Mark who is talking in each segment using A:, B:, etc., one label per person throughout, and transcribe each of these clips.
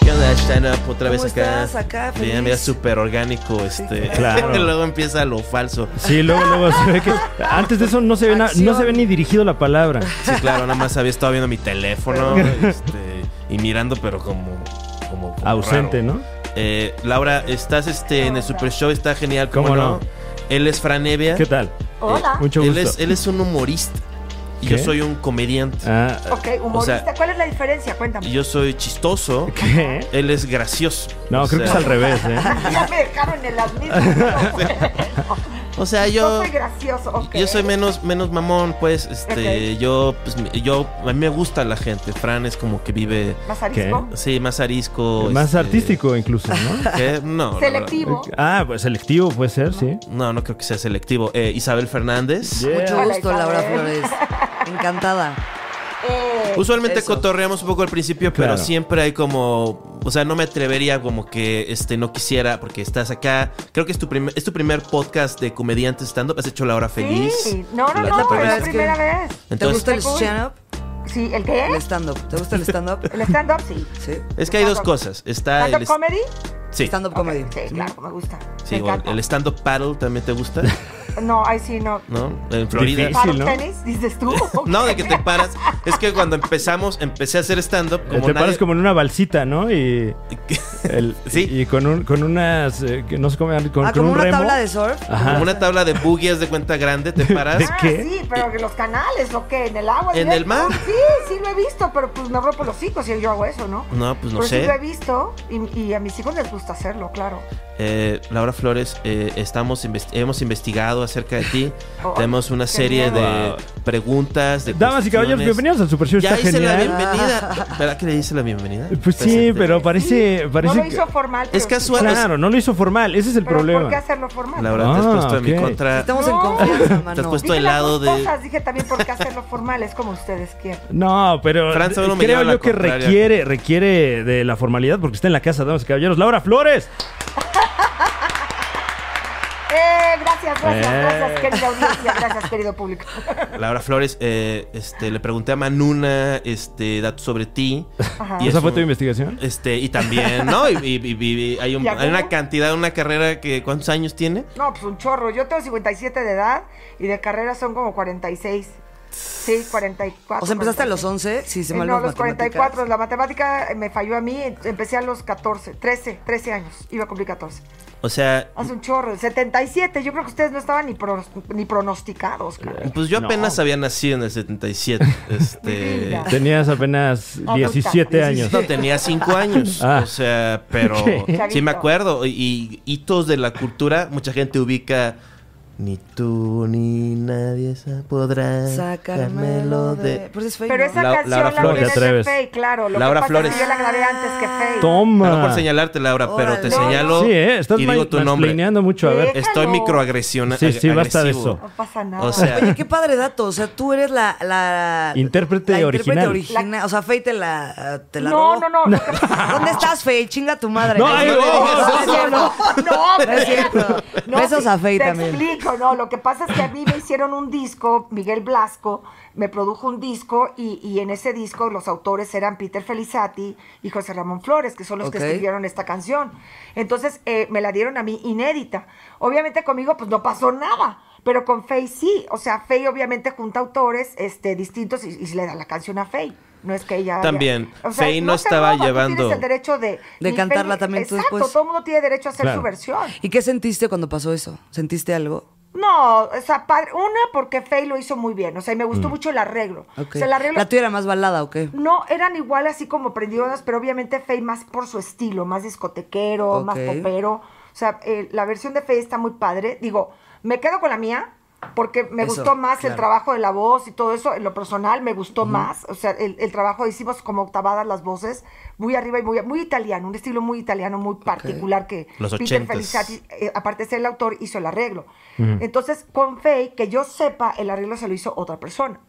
A: ¿Qué onda, Shana? Otra vez
B: ¿Cómo
A: acá.
B: estás? Acá,
A: Bien,
B: feliz.
A: mira, súper orgánico. Este.
C: Claro.
A: Luego empieza lo falso.
C: Sí, luego, luego se ve que. Antes de eso no se ve, na- no se ve ni dirigido la palabra.
A: Sí, claro, nada más había estado viendo mi teléfono este, y mirando, pero como. como, como
C: Ausente,
A: raro.
C: ¿no?
A: Eh, Laura, estás este, en el Super Show, está genial, ¿cómo,
C: ¿Cómo
A: no?
C: no?
A: Él es Franevia.
C: ¿Qué tal? Eh,
D: Hola.
C: Mucho
A: Él
C: gusto.
A: es, él es un humorista. Y yo
C: ¿Qué?
A: soy un comediante.
C: Ah,
D: Ok, humorista.
A: O sea-
D: ¿Cuál es la diferencia? Cuéntame.
A: Y yo soy chistoso.
C: ¿Qué?
A: Él es gracioso.
C: No,
A: O
C: creo que
A: sea,
C: es al revés, ¿eh?
D: ya me dejaron en las mismas. No, bueno.
A: O sea,
D: Yo
A: yo.
D: soy gracioso. ok.
A: Yo soy menos, menos mamón, pues, este,
D: Ok.
A: yo, pues, me- yo, a mí me gusta la gente. Fran es como que vive,
D: Más arisco.
A: sí, más arisco.
C: Más
A: este,
C: artístico, incluso, ¿no?
A: ¿qué? No. la
D: Selectivo.
C: Ah, pues selectivo puede ser, sí.
A: verdad. No, no creo que sea selectivo. Eh, Isabel Fernández.
B: Mucho
D: Hola,
B: gusto, Laura
D: Isabel.
B: Flores. Encantada.
D: Eh,
A: Usualmente
B: Eso.
A: cotorreamos un poco al principio, pero
C: Claro.
A: siempre hay como, o sea, no me atrevería como que, este, no quisiera porque estás acá. Creo que es tu primer, es tu primer podcast de comediante stand up. Has hecho la hora feliz.
D: sí. No, no,
A: La-
D: no.
A: la-
D: Es la
B: es que-
D: primera vez.
B: ¿Te
A: Entonces,
B: gusta el
D: Qué cool.
B: stand-up?
D: Sí, ¿el qué?
B: El stand-up. ¿Te gusta el stand-up?
D: El stand-up, sí.
B: Sí.
A: es que hay dos
D: stand-up?
A: cosas. Está
D: ¿Stand-up
A: Ah, el,
D: comedy?
A: sí,
B: Stand-up comedy.
D: Sí, claro, me gusta.
A: sí,
D: me
A: o
D: encanta.
A: el stand up paddle también te gusta.
D: No, ahí sí no.
A: ¿no? En Florida.
C: Difícil.
D: ¿Para
C: ¿no?
D: tenis? ¿Dices tú?
A: No, de que te paras. Es que cuando empezamos, empecé a hacer stand-up.
C: Eh,
A: Como
C: Te
A: nadie-
C: paras como en una balsita, ¿no? Y. el-
A: Sí.
C: Y con, un, con unas. eh, que no sé cómo. llaman, Con,
B: Ah,
C: con
B: como
C: un
B: una
C: remo. Ah.
B: tabla de surf.
C: Ajá.
A: como una tabla de boogies de cuenta grande, te paras.
C: ¿De
D: Ah,
C: qué?
D: sí, pero que los canales, ¿o qué? ¿En el agua?
A: ¿En
D: directo?
A: el mar?
D: Sí, sí lo he visto, pero pues me rompo los hijos si yo hago eso, ¿no?
A: No, pues no
D: pero sí
A: sé.
D: lo he visto y, y a mis hijos les gusta hacerlo, claro.
A: Eh, Laura Flores, eh, estamos invest- hemos investigado acerca de ti.
D: Oh,
A: Tenemos una
D: qué
A: serie de
D: miedo.
A: preguntas. De
C: Damas y caballeros,
A: cuestiones.
C: bienvenidos al Super Show.
A: Ya
C: está
A: hice
C: genial.
A: la bienvenida. ¿Verdad que le hice la bienvenida?
C: Pues sí,
A: Presente.
C: pero parece. parece
D: no lo
C: que-
D: hizo formal.
A: Es
D: pero sí.
A: casual.
C: Claro, no lo hizo formal. Ese es el
D: Pero ¿por
C: problema.
D: qué hacerlo formal?
A: Laura, te has
C: Ah,
A: puesto en mi
C: ok.
A: contra.
B: Estamos en
D: No.
B: confianza,
A: Te has
B: mano.
A: puesto
D: Dije
A: del
D: las
A: lado
D: dos
A: de.
D: cosas, dije también por qué hacerlo formal, es como ustedes quieran.
C: No, pero
A: Fran solo
C: eh,
A: me
C: creo
A: lleva la
C: yo que
A: contraria.
C: requiere, requiere de la formalidad porque está en la casa, damas y caballeros. Laura Flores.
D: Eh, gracias, gracias,
C: Eh.
D: gracias, querida audiencia, gracias, querido público.
A: Laura Flores, eh, este, le pregunté a Manuna este, datos sobre ti.
D: Ajá.
A: Y
C: ¿Esa
A: es
C: fue
A: un-
C: tu investigación?
A: Este, y también, ¿no? Y, y- y- y hay, un-
D: ¿Y a
A: hay una
D: cómo?
A: cantidad, una carrera que ¿cuántos años tiene?
D: No, pues un chorro. Yo tengo 57 de edad y de carrera son como 46. Sí, 44.
B: O sea, empezaste a
D: 46.
B: los 11, sí, se
D: Eh,
B: me
D: no,
B: olvidó
D: a los 44. La matemática eh, me falló a mí. Empecé a los 14, 13, 13 años. Iba a cumplir 14.
A: O sea,
D: Hace un chorro. 77. Yo creo que ustedes no estaban ni, pro- ni pronosticados, cara.
A: pues yo
C: No.
A: apenas había nacido en el 77.
D: Mi
A: Este,
D: vida.
C: Tenías apenas
D: puta,
C: 17 años.
A: no, tenía 5 años.
C: Ah.
A: O sea, pero sí me acuerdo. Y hitos de la cultura, mucha gente ubica. Ni tú ni nadie sa- podrá
B: Sacármelo de... Pero es fake,
D: Pero
B: ¿no?
D: esa
A: La- Laura
D: canción la
A: Flores.
D: original
C: Te atreves.
D: de Faye, claro. Lo
A: Laura
D: que pasa
A: Flores.
D: Es que yo la grabé antes que Faye.
C: Toma.
A: No por señalarte, Laura, pero te
B: Órale.
A: señalo.
C: Ah. Sí, ¿eh? Estás
A: y
C: ma-
A: digo tu nombre.
C: mansplaineando mucho. A ver.
D: Sí.
A: Estoy
D: Déjalo.
A: microagresiona.
C: Sí, sí,
A: ag-
C: basta de
A: agresivo.
C: eso.
D: No pasa nada.
A: O sea,
B: Oye, qué padre dato. O sea, tú eres la... la
C: Intérprete
B: la
C: original.
B: origina- O sea, Fey te la, te la
D: no,
B: robó.
D: no, no, lo que pasa-
B: ¿Dónde estás, Fey? Chinga tu madre.
C: No, ay,
B: no,
C: no,
B: no, no, no.
D: no,
B: No es cierto. Besos
D: sí,
B: a Fey
D: te
B: también.
D: explico, no, lo que pasa es que a mí me hicieron un disco, Miguel Blasco me produjo un disco y, y en ese disco los autores eran Peter Felizati y José Ramón Flores, que son los
B: Ok.
D: que escribieron esta canción. Entonces eh, me la dieron a mí inédita. Obviamente conmigo pues no pasó nada. Pero con Fey sí, o sea, Fey obviamente junta autores este, distintos y, y se le da la canción a Fey. No es que ella... haya-
A: También,
D: o sea,
A: Fey no
D: se
A: estaba
D: roba, tú
A: llevando-
D: Tienes el derecho de...
B: De
D: y
B: cantarla también tú
D: Exacto,
B: después.
D: todo el mundo tiene derecho a hacer
C: Claro.
D: su versión.
B: ¿Y qué sentiste cuando pasó eso? ¿Sentiste algo?
D: No, o sea, padre, una porque Faye lo hizo muy bien, o sea, y me gustó mucho el arreglo.
B: Ok.
D: O sea, el arreglo
B: ¿La tuya era más balada o qué?
D: no eran igual así como prendidoras, pero obviamente Faye más por su estilo, más discotequero,
B: Ok.
D: más popero. O sea, eh, la versión de Faye está muy padre. Digo, me quedo con la mía, porque me
B: Eso,
D: gustó más el
B: claro.
D: trabajo de la voz y todo eso, en lo personal me gustó más, o sea, el, el trabajo hicimos como octavadas las voces, muy arriba y muy, muy italiano, un estilo muy italiano, muy particular que
A: Los
D: Peter
A: ochentas.
D: Feliciati, eh, aparte de ser el autor, hizo el arreglo. Entonces, con Faye, que yo sepa, el arreglo se lo hizo otra persona.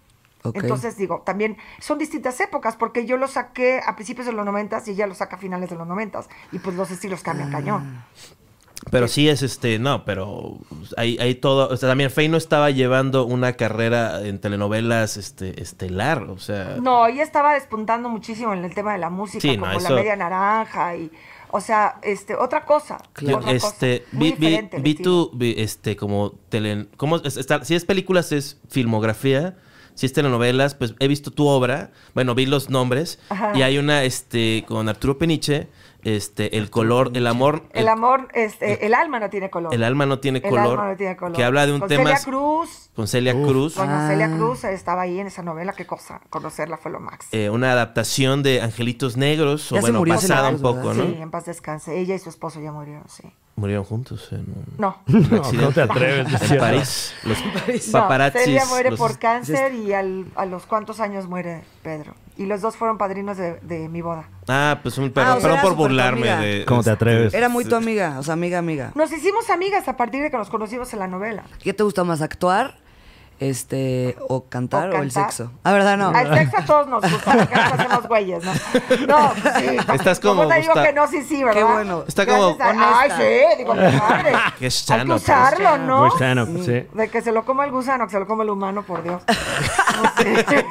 B: Ok.
D: Entonces, digo, también son distintas épocas, porque yo lo saqué a principios de los noventas y ella lo saca a finales de los noventas, y pues los estilos cambian cañón.
A: Pero sí es este, no, pero hay, hay todo. O sea, también Faye no estaba llevando una carrera en telenovelas este, estelar. O sea,
D: No, ella estaba despuntando muchísimo en el tema de la música,
A: Sí, no,
D: como
A: eso-
D: la media naranja y, o sea, este, otra cosa.
A: yo,
D: otra cosa.
A: este, vi,
D: Muy
A: vi-
D: diferente el
A: vi
D: estilo.
A: tu, vi, este, como tele, ¿cómo es? Está- si es películas es filmografía, si es telenovelas, pues he visto tu obra, bueno, vi los nombres
D: Ajá.
A: y hay una, este, con Arturo Peniche, este, el color, el amor,
D: El amor, este, el alma no tiene color.
A: el alma no tiene
D: El
A: color,
D: alma no tiene color.
A: que habla de un
D: Con
A: tema
D: Celia Cruz.
A: con Celia Cruz.
D: Con
B: Ah.
D: Celia Cruz estaba ahí en esa novela, qué cosa, conocerla fue lo máximo.
A: eh, una adaptación de Angelitos Negros, o
B: Ya se
A: bueno,
B: murió
A: basada Eh, un
B: Celia Cruz,
A: poco,
D: sí,
A: ¿no?
D: en paz descanse. Ella y su esposo ya murieron, sí.
A: Murieron juntos en, un-
D: No.
A: un
C: No,
A: accidente
C: no te atreves, es
A: en
C: cierto.
A: París. Los
D: No,
A: paparazzis.
D: Celia muere
A: los-
D: por cáncer y al- a los cuantos años muere Pedro. Y los dos fueron padrinos de, de mi boda.
A: Ah, pues un perdón,
B: o sea,
A: perdón
B: era
A: por
B: súper tu
A: burlarme
B: amiga.
A: de. este,
C: ¿Cómo te atreves?
B: Era muy tu amiga, o sea, amiga, amiga.
D: Nos hicimos amigas a partir de que nos conocimos en la novela.
B: ¿Qué te gusta más, actuar, este, o cantar, o, el
D: cantar.
B: sexo? Ah, ¿verdad? No.
D: Al sexo a todos nos gusta, porque nos hacemos güeyes, ¿no? No, pues sí.
A: Estás como
D: ¿Cómo te digo
A: Gusta-
D: que no? Sí, sí, ¿verdad?
B: Qué bueno.
A: Está como-
D: Gracias a- Ay,
B: honesta.
D: sí, digo, mi madre.
A: Qué
D: Hay
A: sano,
D: que
A: pues.
D: usarlo, ¿no?
C: Muy sano, sí.
D: De que se lo coma el gusano, que se lo coma el humano, por Dios. No sé.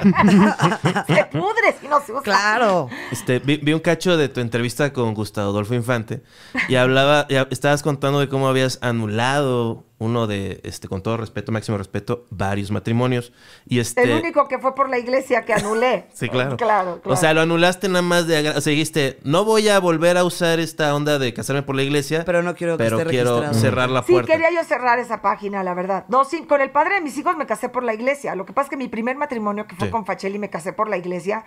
D: se pudre si no se usa.
B: Claro.
A: Este, vi, vi un cacho de tu entrevista con Gustavo Adolfo Infante y hablaba, y ha- estabas contando de cómo habías anulado uno de, este, con todo respeto, máximo respeto, varios matrimonios. Y este.
D: El único que fue por la iglesia que anulé.
A: Sí, claro.
D: Claro, claro.
A: O sea, lo anulaste nada más de... agra- O sea, dijiste, no voy a volver a usar esta onda de casarme por la iglesia.
B: Pero no quiero que
A: pero
B: esté
A: quiero
B: registrado.
A: cerrar la
D: Sí,
A: puerta.
D: quería yo cerrar esa página, la verdad. No, sí, con el padre de mis hijos me casé por la iglesia. Lo que pasa es que mi primer matrimonio, que fue
A: Sí.
D: con Fachelli, me casé por la iglesia.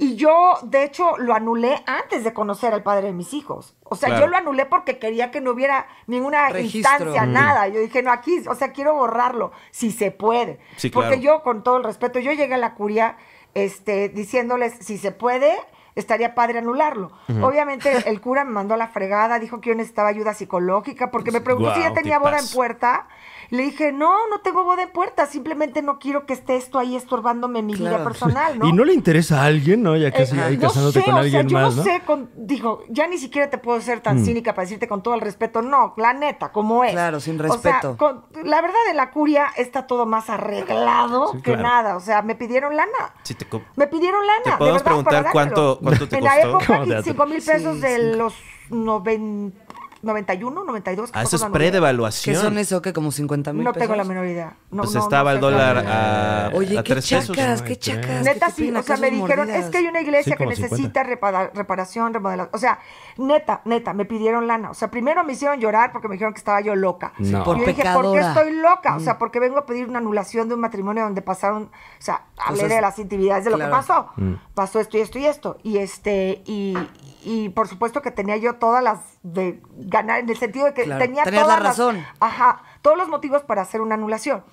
D: Y yo, de hecho, lo anulé antes de conocer al padre de mis hijos. O sea,
A: Claro.
D: yo lo anulé porque quería que no hubiera ninguna
B: Registro.
D: instancia,
B: Mm.
D: nada. Yo dije, no, aquí, o sea, quiero borrarlo, si se puede.
A: Sí,
D: Porque
A: claro.
D: yo, con todo el respeto, yo llegué a la curia este, diciéndoles, si se puede, estaría padre anularlo. Obviamente el cura me mandó a la fregada, dijo que yo necesitaba ayuda psicológica, porque me preguntó si
A: Guau,
D: ya tenía boda en
A: tipazo.
D: puerta. Le dije, no, no tengo boda en puerta, simplemente no quiero que esté esto ahí estorbándome en mi vida
B: Claro.
D: personal, ¿no?
C: ¿Y no le interesa a alguien, no? Ya casi
D: Eh,
C: ahí
D: no
C: casándote
D: sé,
C: con
D: o
C: alguien
D: sea, yo
C: más,
D: no,
C: ¿no?
D: sé, con- digo, ya ni siquiera te puedo ser tan cínica para decirte con todo el respeto, no, la neta, como es.
B: Claro, sin
D: O sea,
B: respeto.
D: con- la verdad de la curia está todo más arreglado que
C: claro.
D: nada, o sea, me pidieron lana.
A: Sí, te co-
D: Me pidieron lana.
A: ¿Te
D: de
A: podemos
D: verdad, para
A: preguntar cuánto-
D: dármelo.
A: cuánto te
D: en
A: costó?
D: la época,
C: ¿Cómo te-
D: 5 mil pesos
B: Sí,
D: de
B: cinco.
D: los noven- 91, 92.
A: Ah, eso
D: que
A: es
D: fue cuando me-
A: predevaluación.
B: ¿Qué son eso? que ¿Como 50 mil
D: No
B: pesos?
D: tengo la menor idea. No,
A: pues
D: no, no
A: estaba el
D: sé cuánto
A: dólar
D: era.
A: a,
B: Oye,
A: a
B: qué
A: tres pesos.
B: chacas,
C: ¿no?
B: qué chacas.
D: Neta
B: ¿qué te
D: sí,
B: piden
D: o sea,
B: acá
D: me
B: sus
D: dijeron,
B: mordidas?
D: es que hay una iglesia
C: Sí,
D: que
C: como 50.
D: necesita repara- reparación, remodelación. O sea, neta, neta, me pidieron lana. O sea, primero me hicieron llorar porque me dijeron que estaba yo loca.
C: No.
D: Y yo dije, ¿por qué
B: Pecadora. Mm.
D: estoy loca? O sea, porque vengo a pedir una anulación de un matrimonio donde pasaron, o sea,
A: Pues
D: hablé
B: Cosas-
D: de las intimidades de lo
B: claro.
D: que pasó.
A: Mm.
D: Pasó esto y esto y esto. Y este, y, y por supuesto que tenía yo todas las de ganar, en el sentido de que
B: Claro,
D: tenía
B: tenías
D: todas
B: la
D: las-
B: razón.
D: Ajá, todos los motivos para hacer una anulación.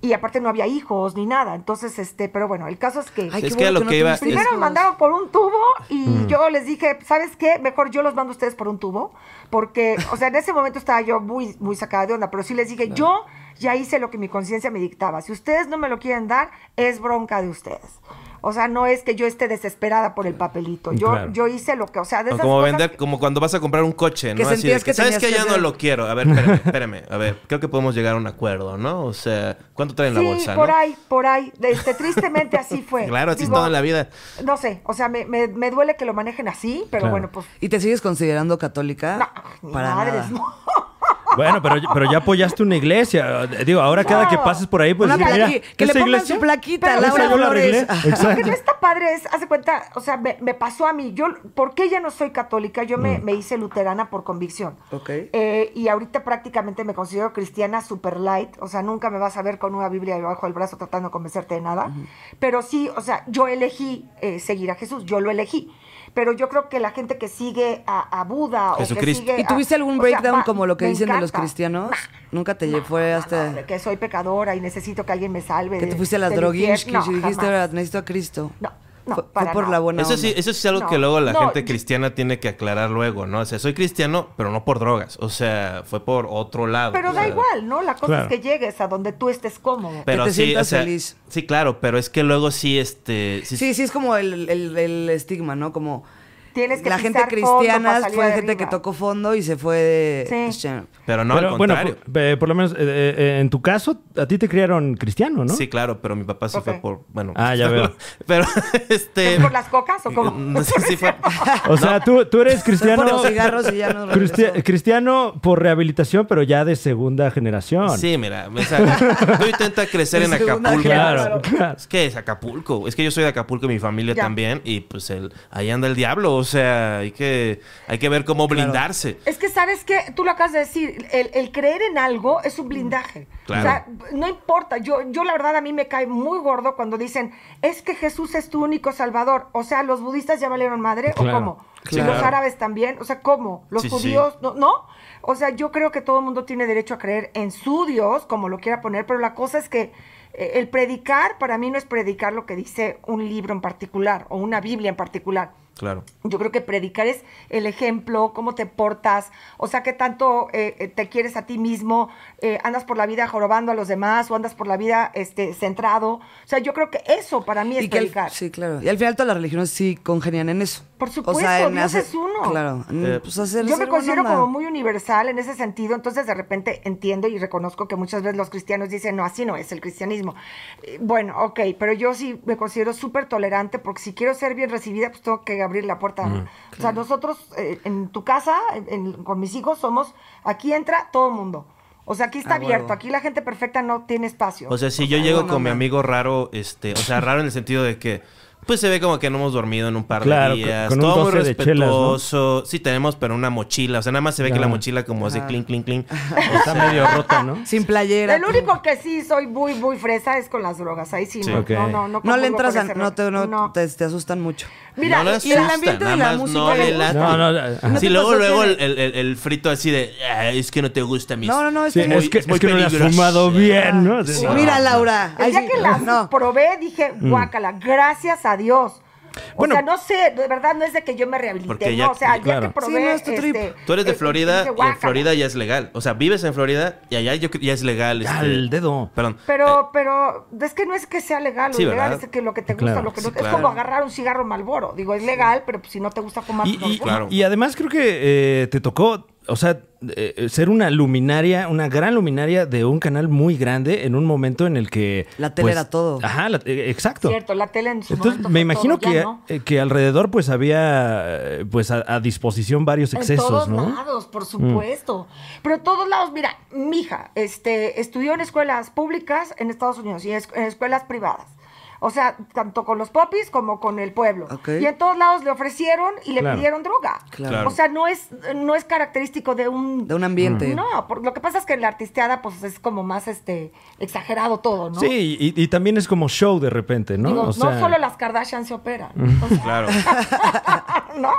D: Y aparte no había hijos ni nada. Entonces, este, pero bueno, el caso es que
B: Ay,
A: Es
B: qué
A: que a
B: bueno
A: lo que iba-
B: tuviste
D: primero
B: hijos.
D: me mandaron por un tubo y
A: Mm.
D: yo les dije, ¿sabes qué? Mejor yo los mando a ustedes por un tubo. Porque, o sea, en ese momento estaba yo muy, muy sacada de onda, pero sí les dije, yo ya hice lo que mi conciencia me dictaba. Si ustedes no me lo quieren dar, es bronca de ustedes. O sea, no es que yo esté desesperada por el papelito. Yo,
C: Claro.
D: yo hice lo que, o sea, de
A: O
D: esas
A: como
D: cosas
A: vender,
D: que-
A: como cuando vas a comprar un coche, ¿no?
B: Que
A: Así de
B: sentías
A: que,
B: que
A: sabes
B: tenías
A: que
B: que
A: ya no
B: hacer-
A: lo quiero. A ver, espérame, espérame. A ver, creo que podemos llegar a un acuerdo, ¿no? O sea, ¿cuánto traen
D: sí,
A: la bolsa,
D: por
A: no?
D: ahí, por ahí. Este, tristemente así fue.
A: Claro, así es
D: Digo,
A: todo en la vida.
D: No sé, o sea, me, me- me duele que lo manejen así, pero
C: Claro.
D: bueno, pues.
B: ¿Y te sigues considerando católica?
D: No, ni
B: Para
D: madres,
B: nada.
D: no.
C: Bueno, pero, pero ya apoyaste una iglesia. Digo, ahora cada que pases por ahí, pues
B: Una
C: dices, mira,
B: plaqui- que le
C: esa
B: pongan
C: iglesia,
B: su plaquita,
C: esa
B: Laura
C: yo la arreglé.
B: Flores.
D: Lo que
C: Exacto.
D: no está padre es, hace cuenta, o sea, me, me pasó a mí. Yo, ¿Por qué ya no soy católica? Yo me, me hice luterana por convicción.
B: Mm. Ok.
D: Eh, y ahorita prácticamente me considero cristiana super light. O sea, nunca me vas a ver con una Biblia debajo del brazo tratando de convencerte de nada. Pero sí, o sea, yo elegí eh, seguir a Jesús, yo lo elegí. pero yo creo que la gente que sigue a, a Buda
A: Jesucristo.
D: o que sigue
B: ¿Y tuviste
D: a-
B: algún
D: o sea,
B: breakdown
D: va-
B: como lo que
D: me
B: dicen de los
D: encanta.
B: cristianos? Nunca te este lle-
D: No,
B: fue
D: no,
B: hasta
D: no, de que soy pecadora y necesito que alguien me salve.
B: que
D: de-
B: te fuiste a las
D: este, del
B: droguinskis
D: infierno.
B: y
D: No,
B: dijiste,
D: jamás.
B: "Ahora necesito a Cristo.
D: No, no,
B: Fue- fue
D: para
B: por
D: nada.
B: la buena
A: Eso sí,
B: onda.
A: eso sí es algo
D: No,
A: que luego la
D: no,
A: gente
D: yo-
A: cristiana tiene que aclarar luego, ¿no? O sea, soy cristiano, pero no por drogas. O sea, fue por otro lado.
D: Pero
A: o
D: da
A: sea,
D: igual, ¿no? La cosa
C: Claro.
D: es que llegues a donde tú estés cómodo.
A: Pero
B: te
A: sí, o
B: sientas
A: sea,
B: feliz.
A: sí, claro, pero es que luego sí, este, sí,
B: Sí, sí, es como el, el- el estigma, ¿no? Como
D: Tienes que
B: la gente
D: pisar fondo para
B: cristiana
D: salir
B: fue
D: de
B: gente
D: arriba.
B: que tocó fondo y se fue de... pues,
D: Sí.
B: cristiano.
A: pero no al
C: Pero, bueno,
A: contrario.
C: por, eh, por lo menos eh, eh, en tu caso, a ti te criaron cristiano, ¿no?
A: Sí, claro, pero mi papá sí
D: Ok.
A: fue por, bueno.
C: Ah, ya veo.
A: Pero este
D: ¿Es por las cocas o cómo?
A: Eh, No sé si fue
C: O sea, tú, tú eres
B: Fue
C: cristiano.
B: por los cigarros y ya no regresó.
C: cristi- cristiano por rehabilitación, pero ya de segunda generación.
A: Sí, mira, o sea, tú intenta crecer en
B: De segunda
A: Acapulco.
C: Claro,
B: Claro.
C: claro.
A: Es que es Acapulco. Es que yo soy de Acapulco y mi familia
D: Ya.
A: también. Y pues el, ahí anda el diablo. O sea, hay que, hay que ver cómo blindarse.
D: Es que sabes que tú lo acabas de decir, el, el creer en algo es un blindaje.
A: Mm, Claro.
D: O sea, no importa, yo, yo la verdad a mí me cae muy gordo cuando dicen, es que Jesús es tu único salvador. O sea, los budistas ya valieron madre
C: Claro.
D: o cómo.
A: Sí,
D: Los
A: claro.
D: árabes también, o sea, ¿cómo? Los
A: Sí, sí, sí.
D: judíos, ¿no? ¿no? O sea, yo creo que todo el mundo tiene derecho a creer en su Dios, como lo quiera poner, pero la cosa es que eh, el predicar para mí no es predicar lo que dice un libro en particular o una Biblia en particular.
A: Claro.
D: Yo creo que predicar es el ejemplo, cómo te portas, o sea, qué tanto eh, eh, te quieres a ti mismo, eh, andas por la vida jorobando a los demás o andas por la vida este, centrado. O sea, yo creo que eso para mí es
B: Y que al-
D: predicar.
B: sí, claro. Y al final todas las religiones sí congenian en eso.
D: Por supuesto, Dios es uno.
B: Claro. en,
A: Eh,
B: pues hacer,
D: Yo
B: ser
D: me
B: buena
D: considero
B: onda.
D: como muy universal en ese sentido, entonces de repente entiendo y reconozco que muchas veces los cristianos dicen, no, así no es el cristianismo. Eh, Bueno, ok, pero yo sí me considero súper tolerante porque si quiero ser bien recibida, pues tengo que abrir la puerta. O sea, nosotros eh, en tu casa, en- en- con mis hijos, somos, aquí entra todo mundo. O sea, aquí está
B: Ah, huevo.
D: abierto, aquí la gente perfecta no tiene espacio.
A: O sea, si yo llego
B: bueno,
A: con mi
B: no.
A: amigo raro, este, o sea, raro en el sentido de que, pues se ve como que no hemos dormido en un par
C: Claro,
A: de días,
C: con- con un
A: todo muy
C: 12 de chelas, ¿no?
A: respetuoso. Sí tenemos, pero una mochila, o sea, nada más se ve que la
C: Ajá.
A: mochila como hace clink, clink, clink.
C: Está medio rota, ¿no?
B: Sin playera.
D: el único que sí soy muy, muy fresa es con las drogas. Ahí sí,
A: Sí.
D: No,
C: Ok.
D: no, no, no.
B: No le
D: comulgo con
B: entras a...
D: ese
B: No, te,
D: rollo.
B: no,
D: No.
B: Te, te asustan mucho.
D: Mira,
A: No le
D: y el
A: asusta,
B: ambiente
A: nada
B: de la
A: más
B: música
A: No
B: le
A: le
B: gusta.
A: late.
C: No, no, ajá.
B: ¿No te
A: Sí, luego,
B: pasó
A: luego
B: que-
A: el, el- el- el frito así de, "Ah, es que no te gusta mis...
B: No, no, no. Es
C: Sí,
B: que...
C: es que,
A: es muy
C: es que no le has
A: peligroso.
C: fumado bien, ¿no?
B: Sí,
C: Sí, no.
B: Mira, Laura.
D: El
B: ay,
D: día
B: sí,
D: que las
B: No.
D: probé, dije, guácala, gracias a Dios. O
C: Bueno.
D: sea, no sé, de verdad no es de que yo me rehabilité,
A: Porque ya-
D: no, o sea, el día
C: claro.
D: que probé...
B: Sí, no, es tu
D: este,
B: trip.
A: Tú eres de
D: eh,
A: Florida
D: dije,
A: y en
D: guácala.
A: Florida ya es legal. O sea, vives en Florida y allá yo, cre- ya es legal.
C: Ya,
A: este-
C: el dedo.
A: Perdón.
D: Pero, pero, es que no es que sea legal o
A: Sí,
D: ilegal,
A: ¿verdad?
D: es que lo que te gusta,
C: Claro.
D: lo que no...
A: Sí,
D: Es
A: claro.
D: como agarrar un cigarro Malboro, digo, es legal, pero pues, si no te gusta fumar...
C: Y,
D: no
C: y-
D: fumas.
A: Claro.
C: y además creo que eh, te tocó, o sea, eh, ser una luminaria, una gran luminaria de un canal muy grande en un momento en el que... pues,
B: La tele era todo.
C: Ajá, la- eh, exacto.
D: Cierto, la tele en su
C: Entonces
D: momento
C: me
D: fue
C: imagino
D: todo, ya
C: que,
D: no.
C: eh, que alrededor pues había eh, pues a, a disposición varios
D: en
C: excesos,
D: todos
C: ¿no? Mm.
D: lados, por supuesto. Pero todos lados, mira, mi hija este, estudió en escuelas públicas en Estados Unidos y es- en escuelas privadas. O sea, tanto con los popis como con el pueblo.
B: Ok.
D: Y en todos lados le ofrecieron y le
C: Claro.
D: pidieron droga.
B: Claro.
D: O sea, no es, no es característico de un...
B: De un ambiente.
D: No, por- lo que pasa es que en la artisteada pues es como más este exagerado todo, ¿no?
C: Sí, y, y también es como show de repente, ¿no?
D: Digo,
C: O sea,
D: no solo las Kardashian se operan.
A: Eh, Claro.
D: no.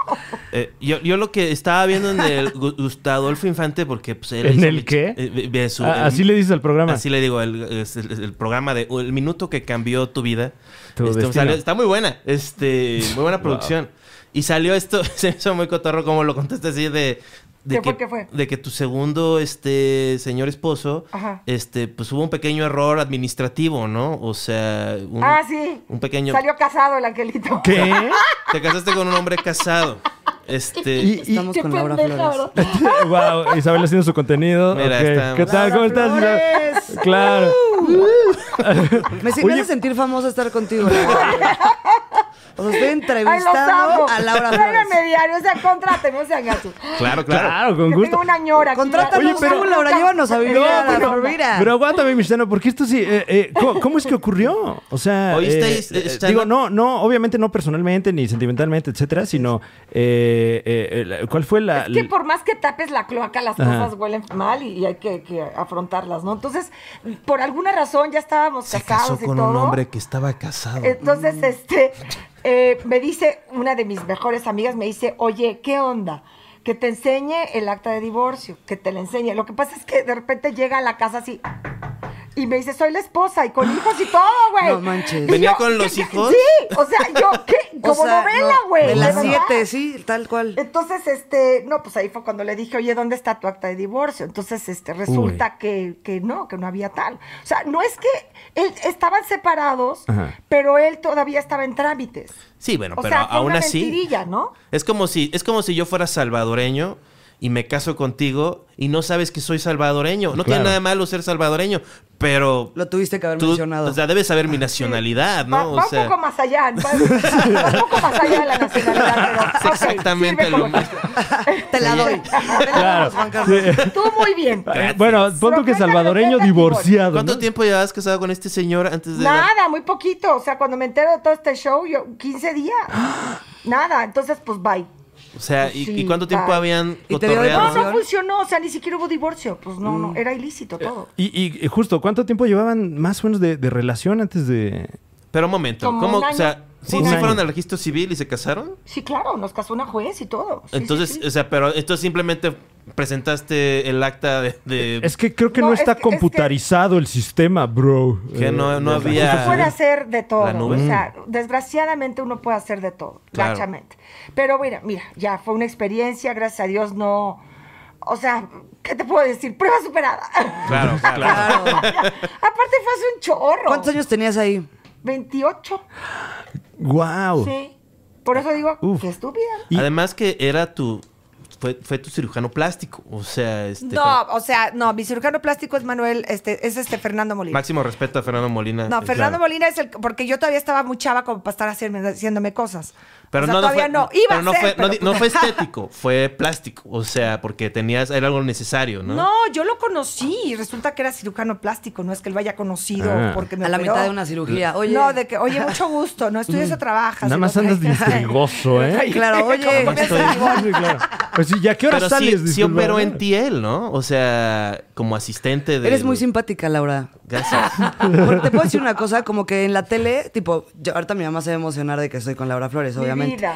A: Eh, yo, yo lo que estaba viendo en el Gu- Gustadolfo Infante, porque pues, él
C: ¿En
A: hizo
C: el
A: mi-
C: qué?
A: eh, de- de su-
C: Ah,
A: el-
C: así le dices al programa.
A: Así le digo, el, es el- es el programa de o El Minuto que Cambió Tu Vida.
C: Tu
A: Este,
C: destino.
A: salió- está muy buena, este, muy buena producción. Y salió esto, se me hizo muy cotorro como lo contaste así de... De
D: ¿Qué
A: que,
D: fue? ¿Qué fue?
A: de que tu segundo este señor esposo
D: Ajá.
A: este pues hubo un pequeño error administrativo no o sea un,
D: ah, sí.
A: un pequeño
D: Salió casado el angelito.
C: ¿Qué?
A: te casaste con un hombre casado este
C: Y- y-
B: Estamos
D: Qué
B: con Laura
D: pendeja,
B: Flores.
D: ¿verdad?
C: wow, Isabel haciendo su contenido.
A: Mira,
C: ok.
A: está-
C: ¿Qué tal?
B: Laura
C: ¿Cómo estás? Isabel?
B: Flores.
C: Claro.
B: Me, si- me
C: Oye.
B: hace sentir famosa estar contigo. Laura. o sea, estoy
D: Ay, los amo.
B: entrevistando a Laura
D: Tráigame
B: Flores.
D: diario, o sea, contráteme, o sea, gacho.
A: claro claro
C: Claro, con
D: Que
C: gusto.
D: tengo una ñora aquí.
B: Contrátanos
D: Oye, pero-
B: tú, Laura, llévanos a vivir
D: No,
B: a la
D: bueno,
B: Florida.
C: Pero aguántame, Mistano, porque esto sí. eh, eh, ¿cómo, cómo es que ocurrió? O sea.
A: ¿Oíste,
C: eh,
A: Is- Is-
C: eh, digo, no, no, obviamente no personalmente ni sentimentalmente, etcétera, sino. eh, eh, la- ¿Cuál fue la.
D: Es que por más que tapes la cloaca, las
C: Ajá.
D: cosas huelen mal y, y hay que, que afrontarlas, ¿no? Entonces, por alguna razón ya estábamos
A: se
D: casados
A: casó
D: y
A: con
D: todo. Eh,
B: Mm.
A: un hombre que estaba casado
D: Entonces, este, Eh, me dice una de mis mejores amigas, me dice, oye, ¿qué onda? Que te enseñe el acta de divorcio, que te la enseñe. Lo que pasa es que de repente llega a la casa así y me dice, soy la esposa y con hijos y todo, güey.
B: No manches.
D: Y
A: ¿Venía con los hijos?
D: Sí, o sea, yo, ¿qué?
B: O
D: Como
B: sea,
D: novela,
B: no,
D: güey.
B: De las
D: verdad.
B: siete, sí, tal cual.
D: Entonces, este, no, pues ahí fue cuando le dije, oye, ¿dónde está tu acta de divorcio? Entonces, este, resulta que, que no, que no había tal. O sea, no es que él, estaban separados,
C: Ajá.
D: pero él todavía estaba en trámites.
A: Sí, bueno,
D: O
A: pero
D: sea, fue
A: aún
D: una
A: así.
D: mentirilla, ¿no?
A: Es como si, es como si yo fuera salvadoreño y me caso contigo y no sabes que soy salvadoreño. No
C: Claro.
A: tiene nada de malo ser salvadoreño, pero
B: Lo tuviste que haber
A: tú,
B: mencionado.
A: o sea, debes saber mi nacionalidad,
D: Va,
A: ¿no?
D: va
A: O sea,
D: un poco más allá, va, va un poco más allá de la nacionalidad, pero
A: Es
D: ok,
A: exactamente
D: sirve como
A: lo mismo.
D: ejemplo.
B: Te la doy. Te la damos,
C: Claro.
B: Juan Carlos.
D: Tú muy bien.
C: Eh, Bueno, punto que
D: Profeta,
C: salvadoreño
D: profeta,
C: divorciado.
A: ¿cuánto
C: ¿no?
A: tiempo llevabas casado con este señor antes de la-
D: Nada, muy poquito. O sea, cuando me entero de todo este show, yo 15 días. Nada, entonces pues bye.
A: O sea, ¿y,
D: Sí,
A: y cuánto tiempo
D: bye.
A: habían
B: Y te dio de
D: No,
A: cotorreado?
D: no funcionó, o sea, ni siquiera hubo divorcio. Pues no,
A: Mm.
D: no, era
A: Eh.
D: ilícito todo.
C: Y, y- y justo, ¿cuánto tiempo llevaban más o menos de, de relación antes de...?
A: Pero un momento,
D: Como
A: ¿cómo?
D: un
A: O sea,
D: año.
A: ¿sí,
C: Un
A: sí
C: año.
A: fueron al registro civil y se casaron?
D: Sí, claro, nos casó una juez y todo. Sí, sí,
A: Entonces,
D: sí.
A: o sea, pero esto simplemente presentaste el acta de... de-
C: Es que creo que no,
D: No, es
C: está
D: que- es que-
C: computarizado el sistema, bro. Eh,
A: Que no- no
C: de-
A: había-
D: Uno puede hacer de todo.
A: La nube. Mm.
D: O sea, desgraciadamente uno puede hacer de todo,
A: Claro.
D: gachamente. Pero mira, mira, ya fue una experiencia, gracias a Dios no. O sea, ¿qué te puedo decir? Prueba superada.
A: Claro, claro.
B: Claro.
D: Aparte fue hace un chorro.
B: ¿Cuántos años tenías ahí?
D: 28.
C: ¡Guau!
D: Sí. Por eso digo,
C: Uf.
D: qué estúpida.
C: Y-
A: Además que era tu... Fue, fue tu cirujano plástico, o sea, este...
D: No,
A: con-
D: o sea, no, mi cirujano plástico es Manuel, este, es este Fernando Molina.
A: Máximo respeto a Fernando Molina.
D: No,
A: eh,
D: Fernando
A: claro.
D: Molina es el. Porque yo todavía estaba muy chava como para estar haciéndome, haciéndome cosas.
A: Pero
D: O sea,
A: no, no
D: todavía
A: fue,
D: no. Iba
A: pero
D: a
A: no
D: ser,
A: fue,
D: pero
A: no, di- no fue estético, fue plástico, o sea, porque tenías, era algo necesario, ¿no?
D: No, yo lo conocí y resulta que era cirujano plástico, no es que lo haya conocido
C: Ah.
D: porque me
B: A la
D: operó.
B: mitad de una cirugía. Oye. Mm.
D: No, de que, oye, mucho gusto, no estudias o trabajas.
C: Nada
D: y
C: más
D: lo
C: andas
D: traes.
C: intrigoso, ¿eh?
B: Claro, oye.
A: Nomás estoy-
C: Sí, claro. Pues sí, ¿ya qué hora
A: Pero sí,
C: sales?
A: sí
C: Disculpa.
A: operó en tiel, ¿no? O sea, como asistente de...
B: Eres muy simpática, Laura.
A: Gracias.
D: Ah.
B: Porque te puedo decir una cosa, como que en la tele, tipo, yo- ahorita mi mamá se va a emocionar de que estoy con Laura Flores,
D: Mi
B: obviamente.
D: vida.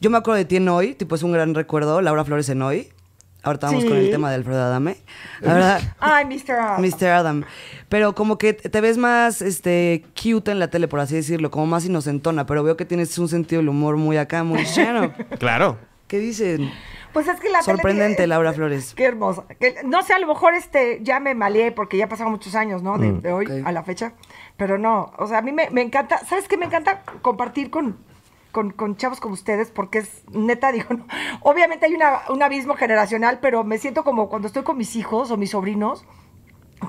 B: Yo me acuerdo de ti en hoy, tipo, es un gran recuerdo, Laura Flores en hoy. Ahorita vamos
D: Sí.
B: con el tema de Alfredo Adame. La verdad,
D: Ay, Mr. Adam.
B: Mr. Adam. Pero como que te ves más este cute en la tele, por así decirlo, como más inocentona, pero veo que tienes un sentido del humor muy acá, muy chano.
A: claro.
B: ¿Qué dicen?
D: Pues es que la tele-
B: Sorprendente, Laura Flores.
D: Qué hermosa. Que- no sé, a lo mejor este ya me maleé porque ya pasaron muchos años, ¿no? De, de hoy
B: Mm, ok.
D: a la fecha. Pero no, o sea, a mí me, me encanta, ¿sabes qué? Me encanta compartir con, con, con chavos como ustedes porque es neta, digo, no. obviamente hay una- un abismo generacional, pero me siento como cuando estoy con mis hijos o mis sobrinos.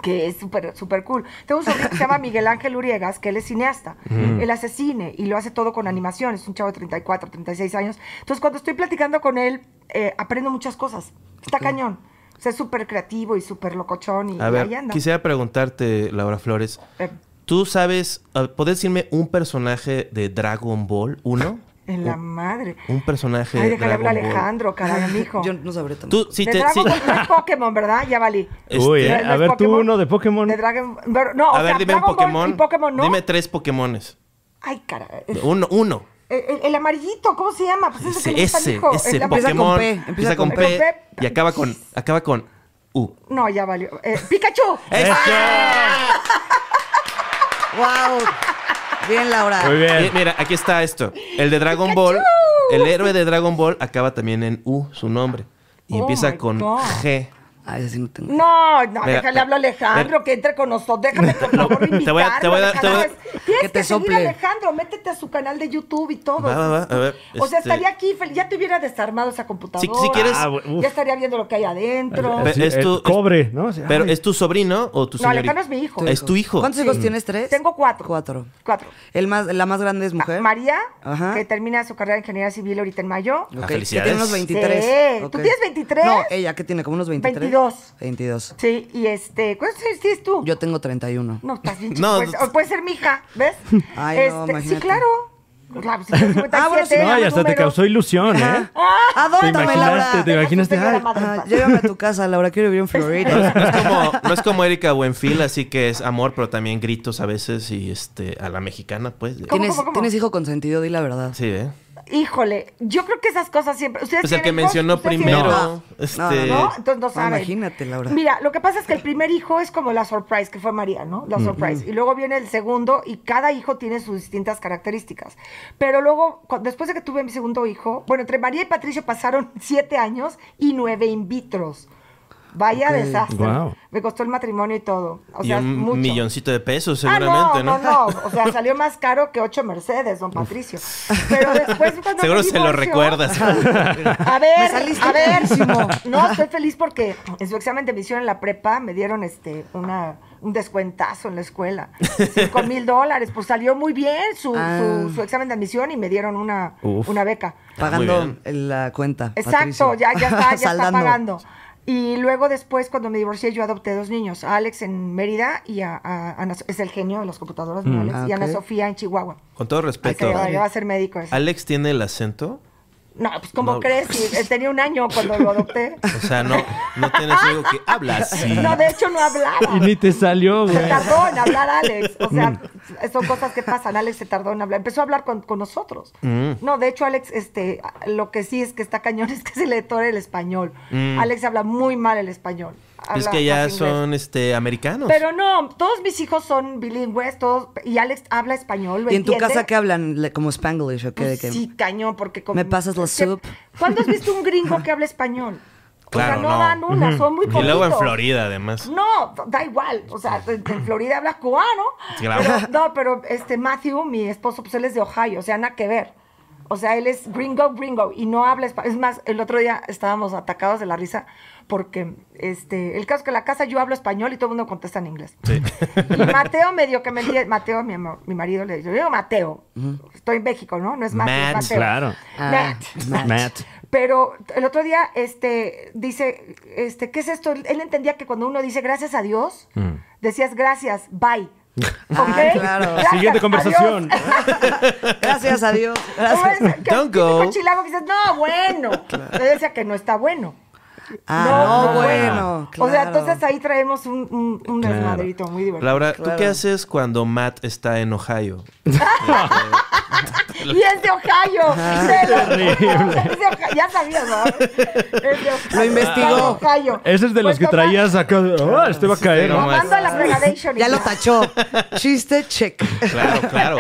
D: que es súper súper cool. Tengo un sobrino que se llama Miguel Ángel Uriegas, que él es cineasta. Él hace cine y lo hace todo con animación. Es un chavo de 34, 36 años. Entonces, cuando estoy platicando con él, eh, aprendo muchas cosas. Está cañón. O sea, es súper creativo y súper locochón y,
A: A
D: y
A: ver,
D: ahí anda.
A: quisiera preguntarte, Laura Flores,
D: Eh,
A: ¿tú sabes, ah, puedes decirme un personaje de Dragon Ball 1?
D: en la madre.
A: Un personaje
D: Ay,
A: de
D: déjale
A: Dragon
D: hablar a
A: Ball.
D: Alejandro, caray, mijo.
B: Yo no sabré tampoco.
A: Tú, si
D: de
A: te... si-
D: Dragon Ball, no es Pokémon, ¿verdad? Ya valí.
A: Este-
C: Uy,
D: ¿No
C: eh,
D: es
C: a ver tú
D: Pokémon?
C: uno de Pokémon.
D: De Dragon... pero No, o
A: a ver,
D: sea,
A: dime
D: Dragon
A: un
D: Ball
A: Pokémon.
D: y Pokémon, ¿no?
A: Dime tres Pokémones.
D: Ay, eh. caray.
A: Uno, uno.
D: El, el- el amarillito, ¿cómo se llama? Pues
A: Ese,
D: ese, que le gusta al
A: ese,
D: hijo.
A: ese
D: El amarillo.
B: empieza con
A: Pokémon.
B: P,
A: Empieza con P.
D: Con P.
A: Y acaba con, acaba con U. Este.
D: No, ya valió. Eh, ¡Pikachu! Ah.
A: ¡Eso!
B: ¡Wow! Bien, Laura.
C: Muy bien.
A: Eh, mira, aquí está esto. El de Dragon Ball, el héroe de Dragon Ball acaba también en U, su nombre. Y
D: Oh
A: empieza
D: my
A: con
D: God.
A: G.
B: Ay, ese sí no tengo.
D: No,
A: Mira,
D: no, déjale hablo a Alejandro,
A: mira.
D: que entre con nosotros. Déjame, por favor,
A: Te voy a- te voy a-
D: invitarlo,
A: te voy a-
D: Alejandro. Tienes
B: Que
D: que,
B: te
D: seguir
B: sople.
D: a Alejandro, métete a su canal de YouTube y todo.
A: Va, va, va, a ver,
D: o sea,
A: este-
D: estaría aquí, fel- ya te hubiera desarmado esa computadora.
A: Si- si quieres-
C: Ah, bu- uf.
D: Ya estaría viendo lo que hay adentro.
C: Así,
A: Pero es
C: eh,
A: tu-
C: cobre, ¿no? Así,
A: Pero
C: ay.
A: es tu sobrino o tu
D: No,
A: señorita?
D: Alejandro es mi hijo.
A: Es tu hijo.
B: ¿Cuántos hijos tienes? ¿Tres?
D: Tengo cuatro.
B: Cuatro.
D: Cuatro.
B: El más, la más grande es mujer.
D: María,
B: Ajá.
D: que termina su carrera de ingeniería civil ahorita en mayo.
B: Ok, Que
A: Ah, felicidades.
B: tiene unos 23.
D: Sí. ¿Tú
B: ok.
D: tienes 23?
B: No, ella que tiene como unos 23.
D: 22.
B: 22.
D: Sí, y este, ¿cuántos años tienes tú?
B: Yo tengo 31.
D: No, estás bien
A: No,
D: chico. Pues,
A: no.
D: o puede ser mi hija, ¿ves? Este,
B: Ay, no,
D: sí,
B: imagínate.
D: claro. Pues, Claro, si tienes 57,
B: Ah, bueno, sí.
D: dame
C: No, y hasta te
D: número.
C: causó ilusión, ¿eh?
D: Ah.
B: Adóptame,
C: ¿Te
B: Laura.
C: imaginaste? ¿Te imaginaste?
D: Déjame
C: Ay,
D: pegar a madre,
B: Ah,
D: papá.
B: Llévame a tu casa, Laura. Quiero vivir en
D: Este,
B: Florida.
A: No es, como, no es como Erika Buenfil, así que es amor, pero también gritos a veces y este a la mexicana, pues. de-
D: ¿Cómo?
B: ¿Tienes, tienes hijo consentido, di la verdad.
A: Sí, ¿eh?
D: Híjole, yo creo que esas cosas siempre. ¿Ustedes
A: Pues el que
D: tienen hijos?
A: mencionó
D: ¿Ustedes
A: primero.
D: tienen hijos?
B: No,
A: este,
B: no, no,
D: ¿No? Entonces no
B: Ah,
D: saben.
B: imagínate, Laura.
D: Mira, lo que pasa es que el primer hijo es como la surprise, que fue María, ¿no? La surprise. Y luego viene el segundo y cada hijo tiene sus distintas características. Pero luego, cu- después de que tuve mi segundo hijo, bueno, entre María y Patricio pasaron siete años y nueve in vitros. Vaya
B: Ok.
D: desastre.
C: Guau.
D: Me costó el matrimonio y todo. O
A: y
D: sea,
A: un
D: mucho.
A: milloncito de pesos,
D: Ah,
A: seguramente,
D: no,
A: ¿no?
D: no, no. O sea, salió más caro que ocho Mercedes, don Patricio. Pero después cuando me
A: Seguro se lo
D: divorció-
A: recuerdas.
D: a ver,
B: Me saliste
D: a ver.
B: carísimo.
D: No, estoy feliz porque en su examen de admisión en la prepa me dieron este una un descuentazo en la escuela. Cinco mil dólares. Pues salió muy bien su,
B: Ah.
D: su, su examen de admisión y me dieron una,
C: Uf.
D: una beca.
A: muy
B: Pagando
A: bien.
B: el- la cuenta.
D: Exacto,
B: Patricio.
D: ya, ya está, ya está
B: Saldando.
D: pagando. Y luego después, cuando me divorcié, yo adopté dos niños, a Alex en Mérida y a, a Ana, es el genio de las computadoras, mi Alex,
B: Ah,
D: y Ana
B: ok.
D: Sofía en Chihuahua.
A: Con todo
D: Ay, que
A: respeto.
D: ya va a ser médico ese.
A: Alex tiene el acento.
D: No, pues ¿cómo
A: No.
D: crees? Sí, eh, Tenía un año cuando lo adopté.
A: O sea, no, no tienes algo que habla así.
D: No, de hecho no hablaba.
C: Y ni te salió,
D: Se
C: güey.
D: tardó en hablar Alex. O sea,
A: Mm.
D: son cosas que pasan. Alex se tardó en hablar. Empezó a hablar con, con nosotros.
A: Mm.
D: No, de hecho, Alex, este, lo que sí es que está cañón es que se le tore el español. Alex habla muy mal el español.
A: Mm. es
D: Habla
A: que ya
D: casi inglés.
A: son este americanos.
D: Pero no, todos mis hijos son bilingües, todos, y Alex habla español. ¿lo
B: ¿Y en tu
D: entiende?
B: casa qué hablan? Le- ¿Como Spanglish o qué?
D: Pues
B: de qué?
D: sí, cañón, porque como...
B: ¿Me pasas la
D: es que-
B: soup?
D: ¿Cuándo has visto un gringo que habla español? o
A: Claro,
D: sea, no,
A: no.
D: dan una, son muy
A: y luego en
D: poquitos.
A: Florida, además.
D: No, da igual. O sea, en en Florida hablas cubano.
A: Sí, claro.
D: pero- no, pero este Matthew, mi esposo, pues él es de Ohio, o sea, nada que ver. O sea, él es gringo, gringo, y no habla español. Es más, el otro día estábamos atacados de la risa porque este, el caso es que en la casa yo hablo español y todo el mundo contesta en inglés.
A: Sí.
D: Y Mateo medio que me entiende. Mateo, mi, amor- mi marido, le digo, yo digo Mateo. Estoy en México, ¿no? No es Matthew, es
A: Matt,
D: Mateo.
C: Claro.
B: Ah,
D: Matt.
C: Matt.
D: Pero el otro día, este, dice, este, ¿qué es esto? Él entendía que cuando uno dice gracias a Dios,
C: Mm.
D: decías gracias, bye.
B: Ah,
D: ¿Ok?
B: claro.
C: Siguiente
D: adiós.
C: conversación.
B: Gracias a Dios.
D: ¿Cómo es?
B: Gracias.
D: Que el
A: Don't go.
D: típico chilango que dices, no, bueno. Yo decía que no está bueno.
B: Ah,
D: No,
B: no,
D: no,
B: bueno.
D: O sea,
B: claro.
D: entonces ahí traemos un, un, un
C: Claro.
D: desmadrito muy divertido.
A: Laura, ¿tú
B: Claro.
A: qué haces cuando Matt está en Ohio?
D: Y es de Ohio.
B: Ah,
D: Se lo- Es de Ohio. Ya sabías, ¿no? Es de Ohio.
B: Lo investigó.
D: Es de Ohio.
C: Ese es de los
D: Pues
C: que
D: no,
C: traías acá. Ah, este va a caer.
A: No,
D: no, Mando a la fregadation.
B: Ya lo tachó. Chiste, check.
A: Claro, claro.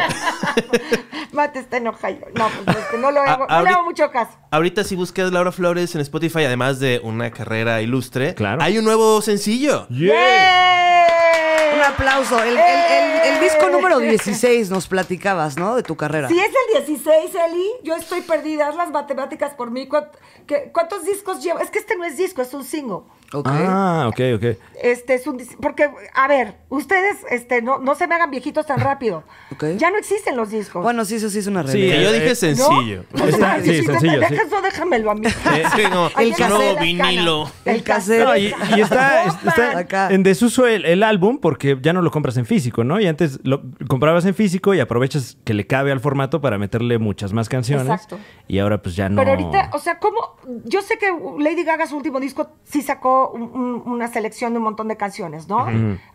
D: Mate está en Ohio. No, pues este, no lo
A: A-
D: hago, no le
A: ahorita-
D: hago mucho caso.
A: Ahorita si buscas Laura Flores en Spotify, además de una carrera ilustre,
C: Claro.
A: hay un nuevo sencillo.
C: Yeah.
D: ¡Yay!
B: Un aplauso. El, el-
D: Eh.
B: el- el disco número 16 nos platicabas, ¿no? De tu carrera.
D: Si es el 16, Eli, yo estoy perdida. Haz las matemáticas por mí. ¿Cuánt- qué- ¿Cuántos discos llevo? Es que este no es disco, es un single.
B: Ok.
C: Ah, ok, ok.
D: Este es un dis- porque a ver, ustedes este no, no se me hagan viejitos tan rápido.
B: Ok.
D: Ya no existen los discos.
B: Bueno, sí, eso sí es una
C: Sí,
B: realidad.
A: Que yo
C: eh,
A: dije
C: eh,
D: ¿No?
A: sencillo.
D: No,
C: Está- sí,
D: no, si te-
C: sencillo, sí.
D: dejas, no, déjamelo a mí.
A: Sí, no,
D: Ahí
B: El
D: viene
B: cassette.
D: las
A: No, vinilo.
D: canas.
B: El cassette.
C: No, y, y está,
D: Opa.
C: está
B: Acá.
C: en desuso el, el álbum porque ya no lo compras en físico, ¿no? Y antes lo comprabas en físico y aprovechas que le cabe al formato para meterle muchas más canciones.
D: Exacto.
C: Y ahora pues ya no.
D: Pero ahorita, o sea, ¿cómo? Yo sé que Lady Gaga su último disco sí sacó un- un- una selección de un montón de canciones, ¿no?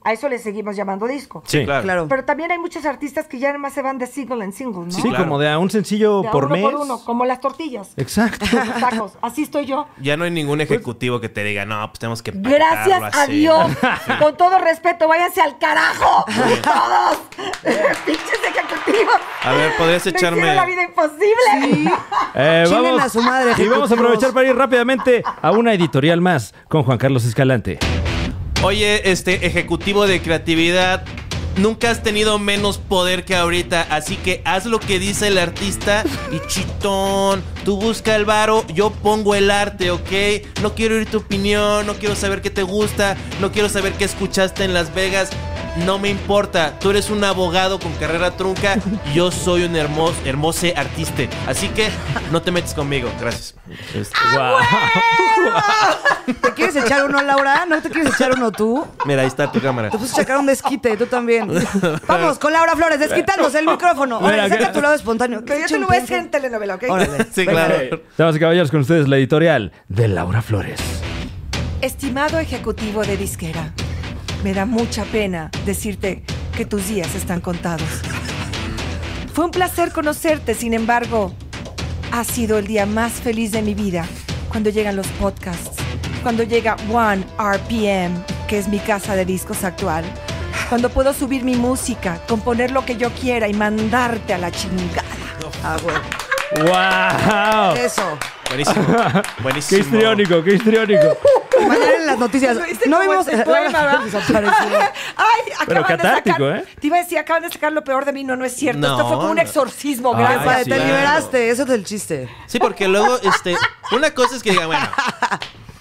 D: A eso le seguimos llamando disco.
C: sí,
A: claro.
B: Claro.
D: Pero también hay muchos artistas que ya además se van de single en single, ¿no?
C: Sí,
A: claro.
C: como de a un sencillo
D: De a
C: por
D: uno
C: mes.
D: por uno, como las tortillas.
C: Exacto.
D: Los tacos. Así estoy yo.
A: Ya no hay ningún ejecutivo que te diga, no, pues tenemos que.
D: Pues Gracias
A: paquetarlo
D: a
A: así".
D: Dios. Con todo respeto, váyanse al carajo. Todos. Pinches ejecutivos.
A: A ver, ¿podrías
D: Me
A: echarme-
D: hicieron la vida imposible.
B: Sí.
C: Eh,
B: Chilen a su madre,
C: y vamos a aprovechar para ir rápidamente a una editorial más con Juan Carlos Escalante.
A: Oye, este ejecutivo de creatividad, nunca has tenido menos poder que ahorita, así que haz lo que dice el artista y chitón, tú busca el varo, yo pongo el arte, ¿ok? No quiero oír tu opinión, no quiero saber qué te gusta, no quiero saber qué escuchaste en Las Vegas. No me importa, tú eres un abogado con carrera trunca y yo soy un hermoso, hermoso artista. Así que no te metes conmigo. Gracias. Este,
D: ¡Ah,
C: Guau.
B: ¿Te quieres echar uno, Laura? ¿No te quieres echar uno tú?
A: Mira, ahí está tu cámara.
B: Te puse a sacar un desquite, tú también. Vamos, con Laura Flores, desquitándose el micrófono. Órale,
C: Mira,
B: saca
C: que-
B: tu lado espontáneo.
D: Pero yo te lo voy a hacer en telenovela, ¿ok?
B: Órale.
A: Sí,
B: venga.
A: claro.
C: Damas y caballeros, con ustedes la editorial de Laura Flores.
E: Estimado ejecutivo de disquera, me da mucha pena decirte que tus días están contados. Fue un placer conocerte, sin embargo, ha sido el día más feliz de mi vida cuando llegan los podcasts, cuando llega One RPM, que es mi casa de discos actual, cuando puedo subir mi música, componer lo que yo quiera y mandarte a la chingada.
B: Ah, bueno.
C: ¡Wow!
B: Eso.
A: Buenísimo.
C: ¡Qué
A: Buenísimo.
C: histriónico, qué histriónico!
B: Mañana en las noticias.
E: Lo hice
B: No
E: como
B: vimos
E: este poema, ¿verdad?
B: Desapareció.
D: Ah,
E: Ay,
C: Pero
E: acaban
C: catártico,
E: de sacar.
C: ¿eh?
E: Te iba a decir, acaban de sacar lo peor de mí. No, no es cierto.
A: No,
E: Esto fue como un
A: no.
E: exorcismo,
C: Ay,
E: gracias.
B: Padre,
C: sí.
B: te
A: claro.
B: liberaste. Eso es el chiste.
A: Sí, porque luego, este, una cosa es que diga, bueno,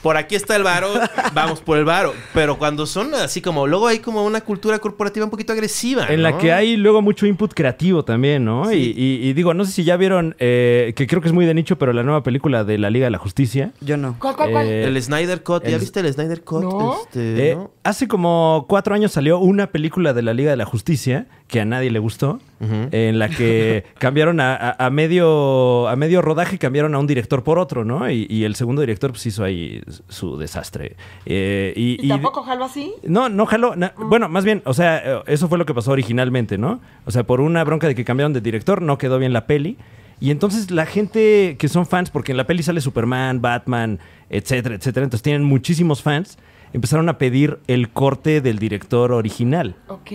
A: por aquí está el varo, vamos por el varo. Pero cuando son así como, luego hay como una cultura corporativa un poquito agresiva.
C: En la
A: Ah, ¿no?
C: que hay luego mucho input creativo también, ¿no? Y- Y, y digo, no sé si ya vieron, eh, que creo que es muy de nicho, pero la nueva película de la Liga de la Justicia.
B: Yo no.
D: ¿Cuál, cuál, cuál?
C: Eh,
A: El Snyder Cut, ¿ya
C: el-
A: viste el Snyder Cut?
D: No.
A: Este,
C: Eh,
A: ¿no?
C: Hace como cuatro años salió una película de la Liga de la Justicia que a nadie le gustó, en la que cambiaron a, a- a medio a medio rodaje, cambiaron a un director por otro, ¿no? Y, y el segundo director pues hizo ahí su desastre. Eh, y,
D: ¿Y
C: y-
D: tampoco jalo así?
C: No, no jaló. na- Bueno, más bien, o sea, eh, eso fue lo que pasó originalmente, ¿no? O sea, por una bronca de que cambiaron de director, no quedó bien la peli. Y entonces la gente que son fans, porque en la peli sale Superman, Batman, etcétera, etcétera, entonces tienen muchísimos fans, empezaron a pedir el corte del director original.
D: Ok.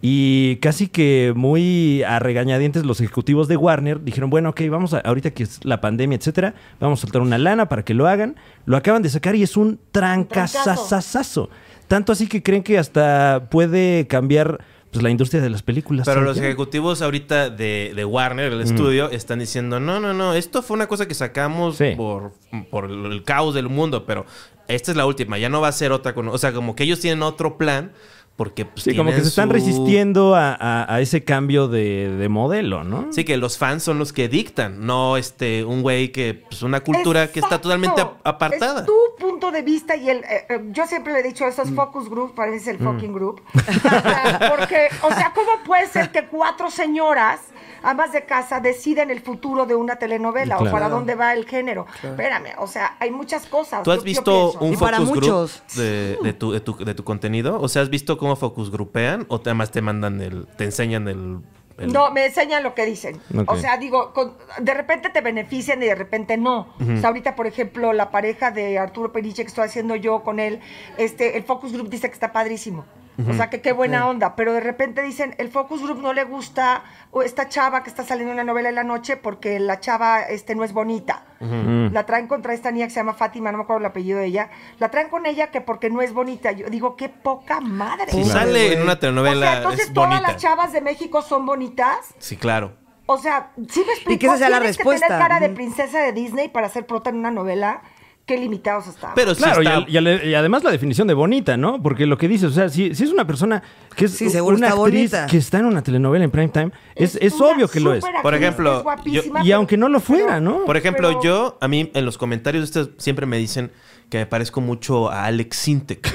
C: Y casi que muy a regañadientes los ejecutivos de Warner dijeron, bueno, ok, vamos a, ahorita que es la pandemia, etcétera, vamos a soltar una lana para que lo hagan. Lo acaban de sacar y es un trancazazazazo. Tanto así que creen que hasta puede cambiar pues, la industria de las películas.
A: Pero los
C: ¿sabes?
A: ejecutivos ahorita de, de Warner,
C: Mm.
A: el estudio, están diciendo, no, no, no, esto fue una cosa que sacamos
C: Sí.
A: por, por el, el caos del mundo, pero esta es la última, ya no va a ser otra. Con, o sea, como que ellos tienen otro plan, porque pues,
C: Sí, como que
A: tienen
C: se están
A: su-
C: resistiendo a, a- a ese cambio de, de modelo, ¿no?
A: Sí, que los fans son los que dictan, no este un güey que pues una cultura que está totalmente ap-
D: Exacto.
A: apartada. Mm.
D: Es tu punto de vista y el. eh, eh, yo siempre le he dicho, esos focus group parece
C: Mm.
D: el fucking group. Porque, o sea, ¿cómo puede ser que cuatro señoras, amas de casa, decidan el futuro de una telenovela
C: Claro.
D: o para dónde va el género? Espérame, o sea, hay muchas cosas.
A: ¿Tú has
D: Yo- yo
A: visto
D: pienso.
A: un
B: Y para
A: focus group
B: muchos.
A: de, de tu, de, tu, de tu contenido? O sea, ¿has visto cómo focus grupean o te- además te mandan el, te enseñan el, el-
D: No, me enseñan lo que dicen.
C: Ok.
D: O sea, digo, con- de repente te benefician y de repente no. O sea, ahorita, por ejemplo, la pareja de Arturo Periche que estoy haciendo yo con él, este, el Focus Group dice que está padrísimo. O sea, que qué buena onda. Pero de repente dicen, el Focus Group no le gusta o esta chava que está saliendo en la novela en la noche porque la chava este, no es bonita. La traen contra esta niña que se llama Fátima, no me acuerdo el apellido de ella. La traen con ella que porque no es bonita. Yo digo, qué poca madre.
A: Si sale en una telenovela
D: O sea, entonces
A: es
D: todas
A: bonita.
D: las chavas de México son bonitas.
A: Sí, claro.
D: O sea, sí me explico.
B: Y que esa sea la
D: Tienes
B: respuesta.
D: Que tener cara de
C: Mm.
B: Ujú.
D: princesa de Disney para ser prota en una novela. Qué limitados estamos.
A: Pero sí
C: Claro, y,
A: está-
C: al- y al- y además la definición de bonita, ¿no? Porque lo que dices, o sea, si, si es una persona que es
B: Sí, seguro
C: una
B: está
C: actriz
B: bonita.
C: que está en una telenovela en prime time, es, es
D: una
C: obvio que lo es.
D: superactriz,
A: Por ejemplo,
D: es guapísima,
C: Y
D: pero-
C: aunque no lo fuera,
D: pero-
C: ¿no?
A: Por ejemplo,
D: Pero-
A: yo, a mí en los comentarios de ustedes siempre me dicen que me parezco mucho a Alex Sintek.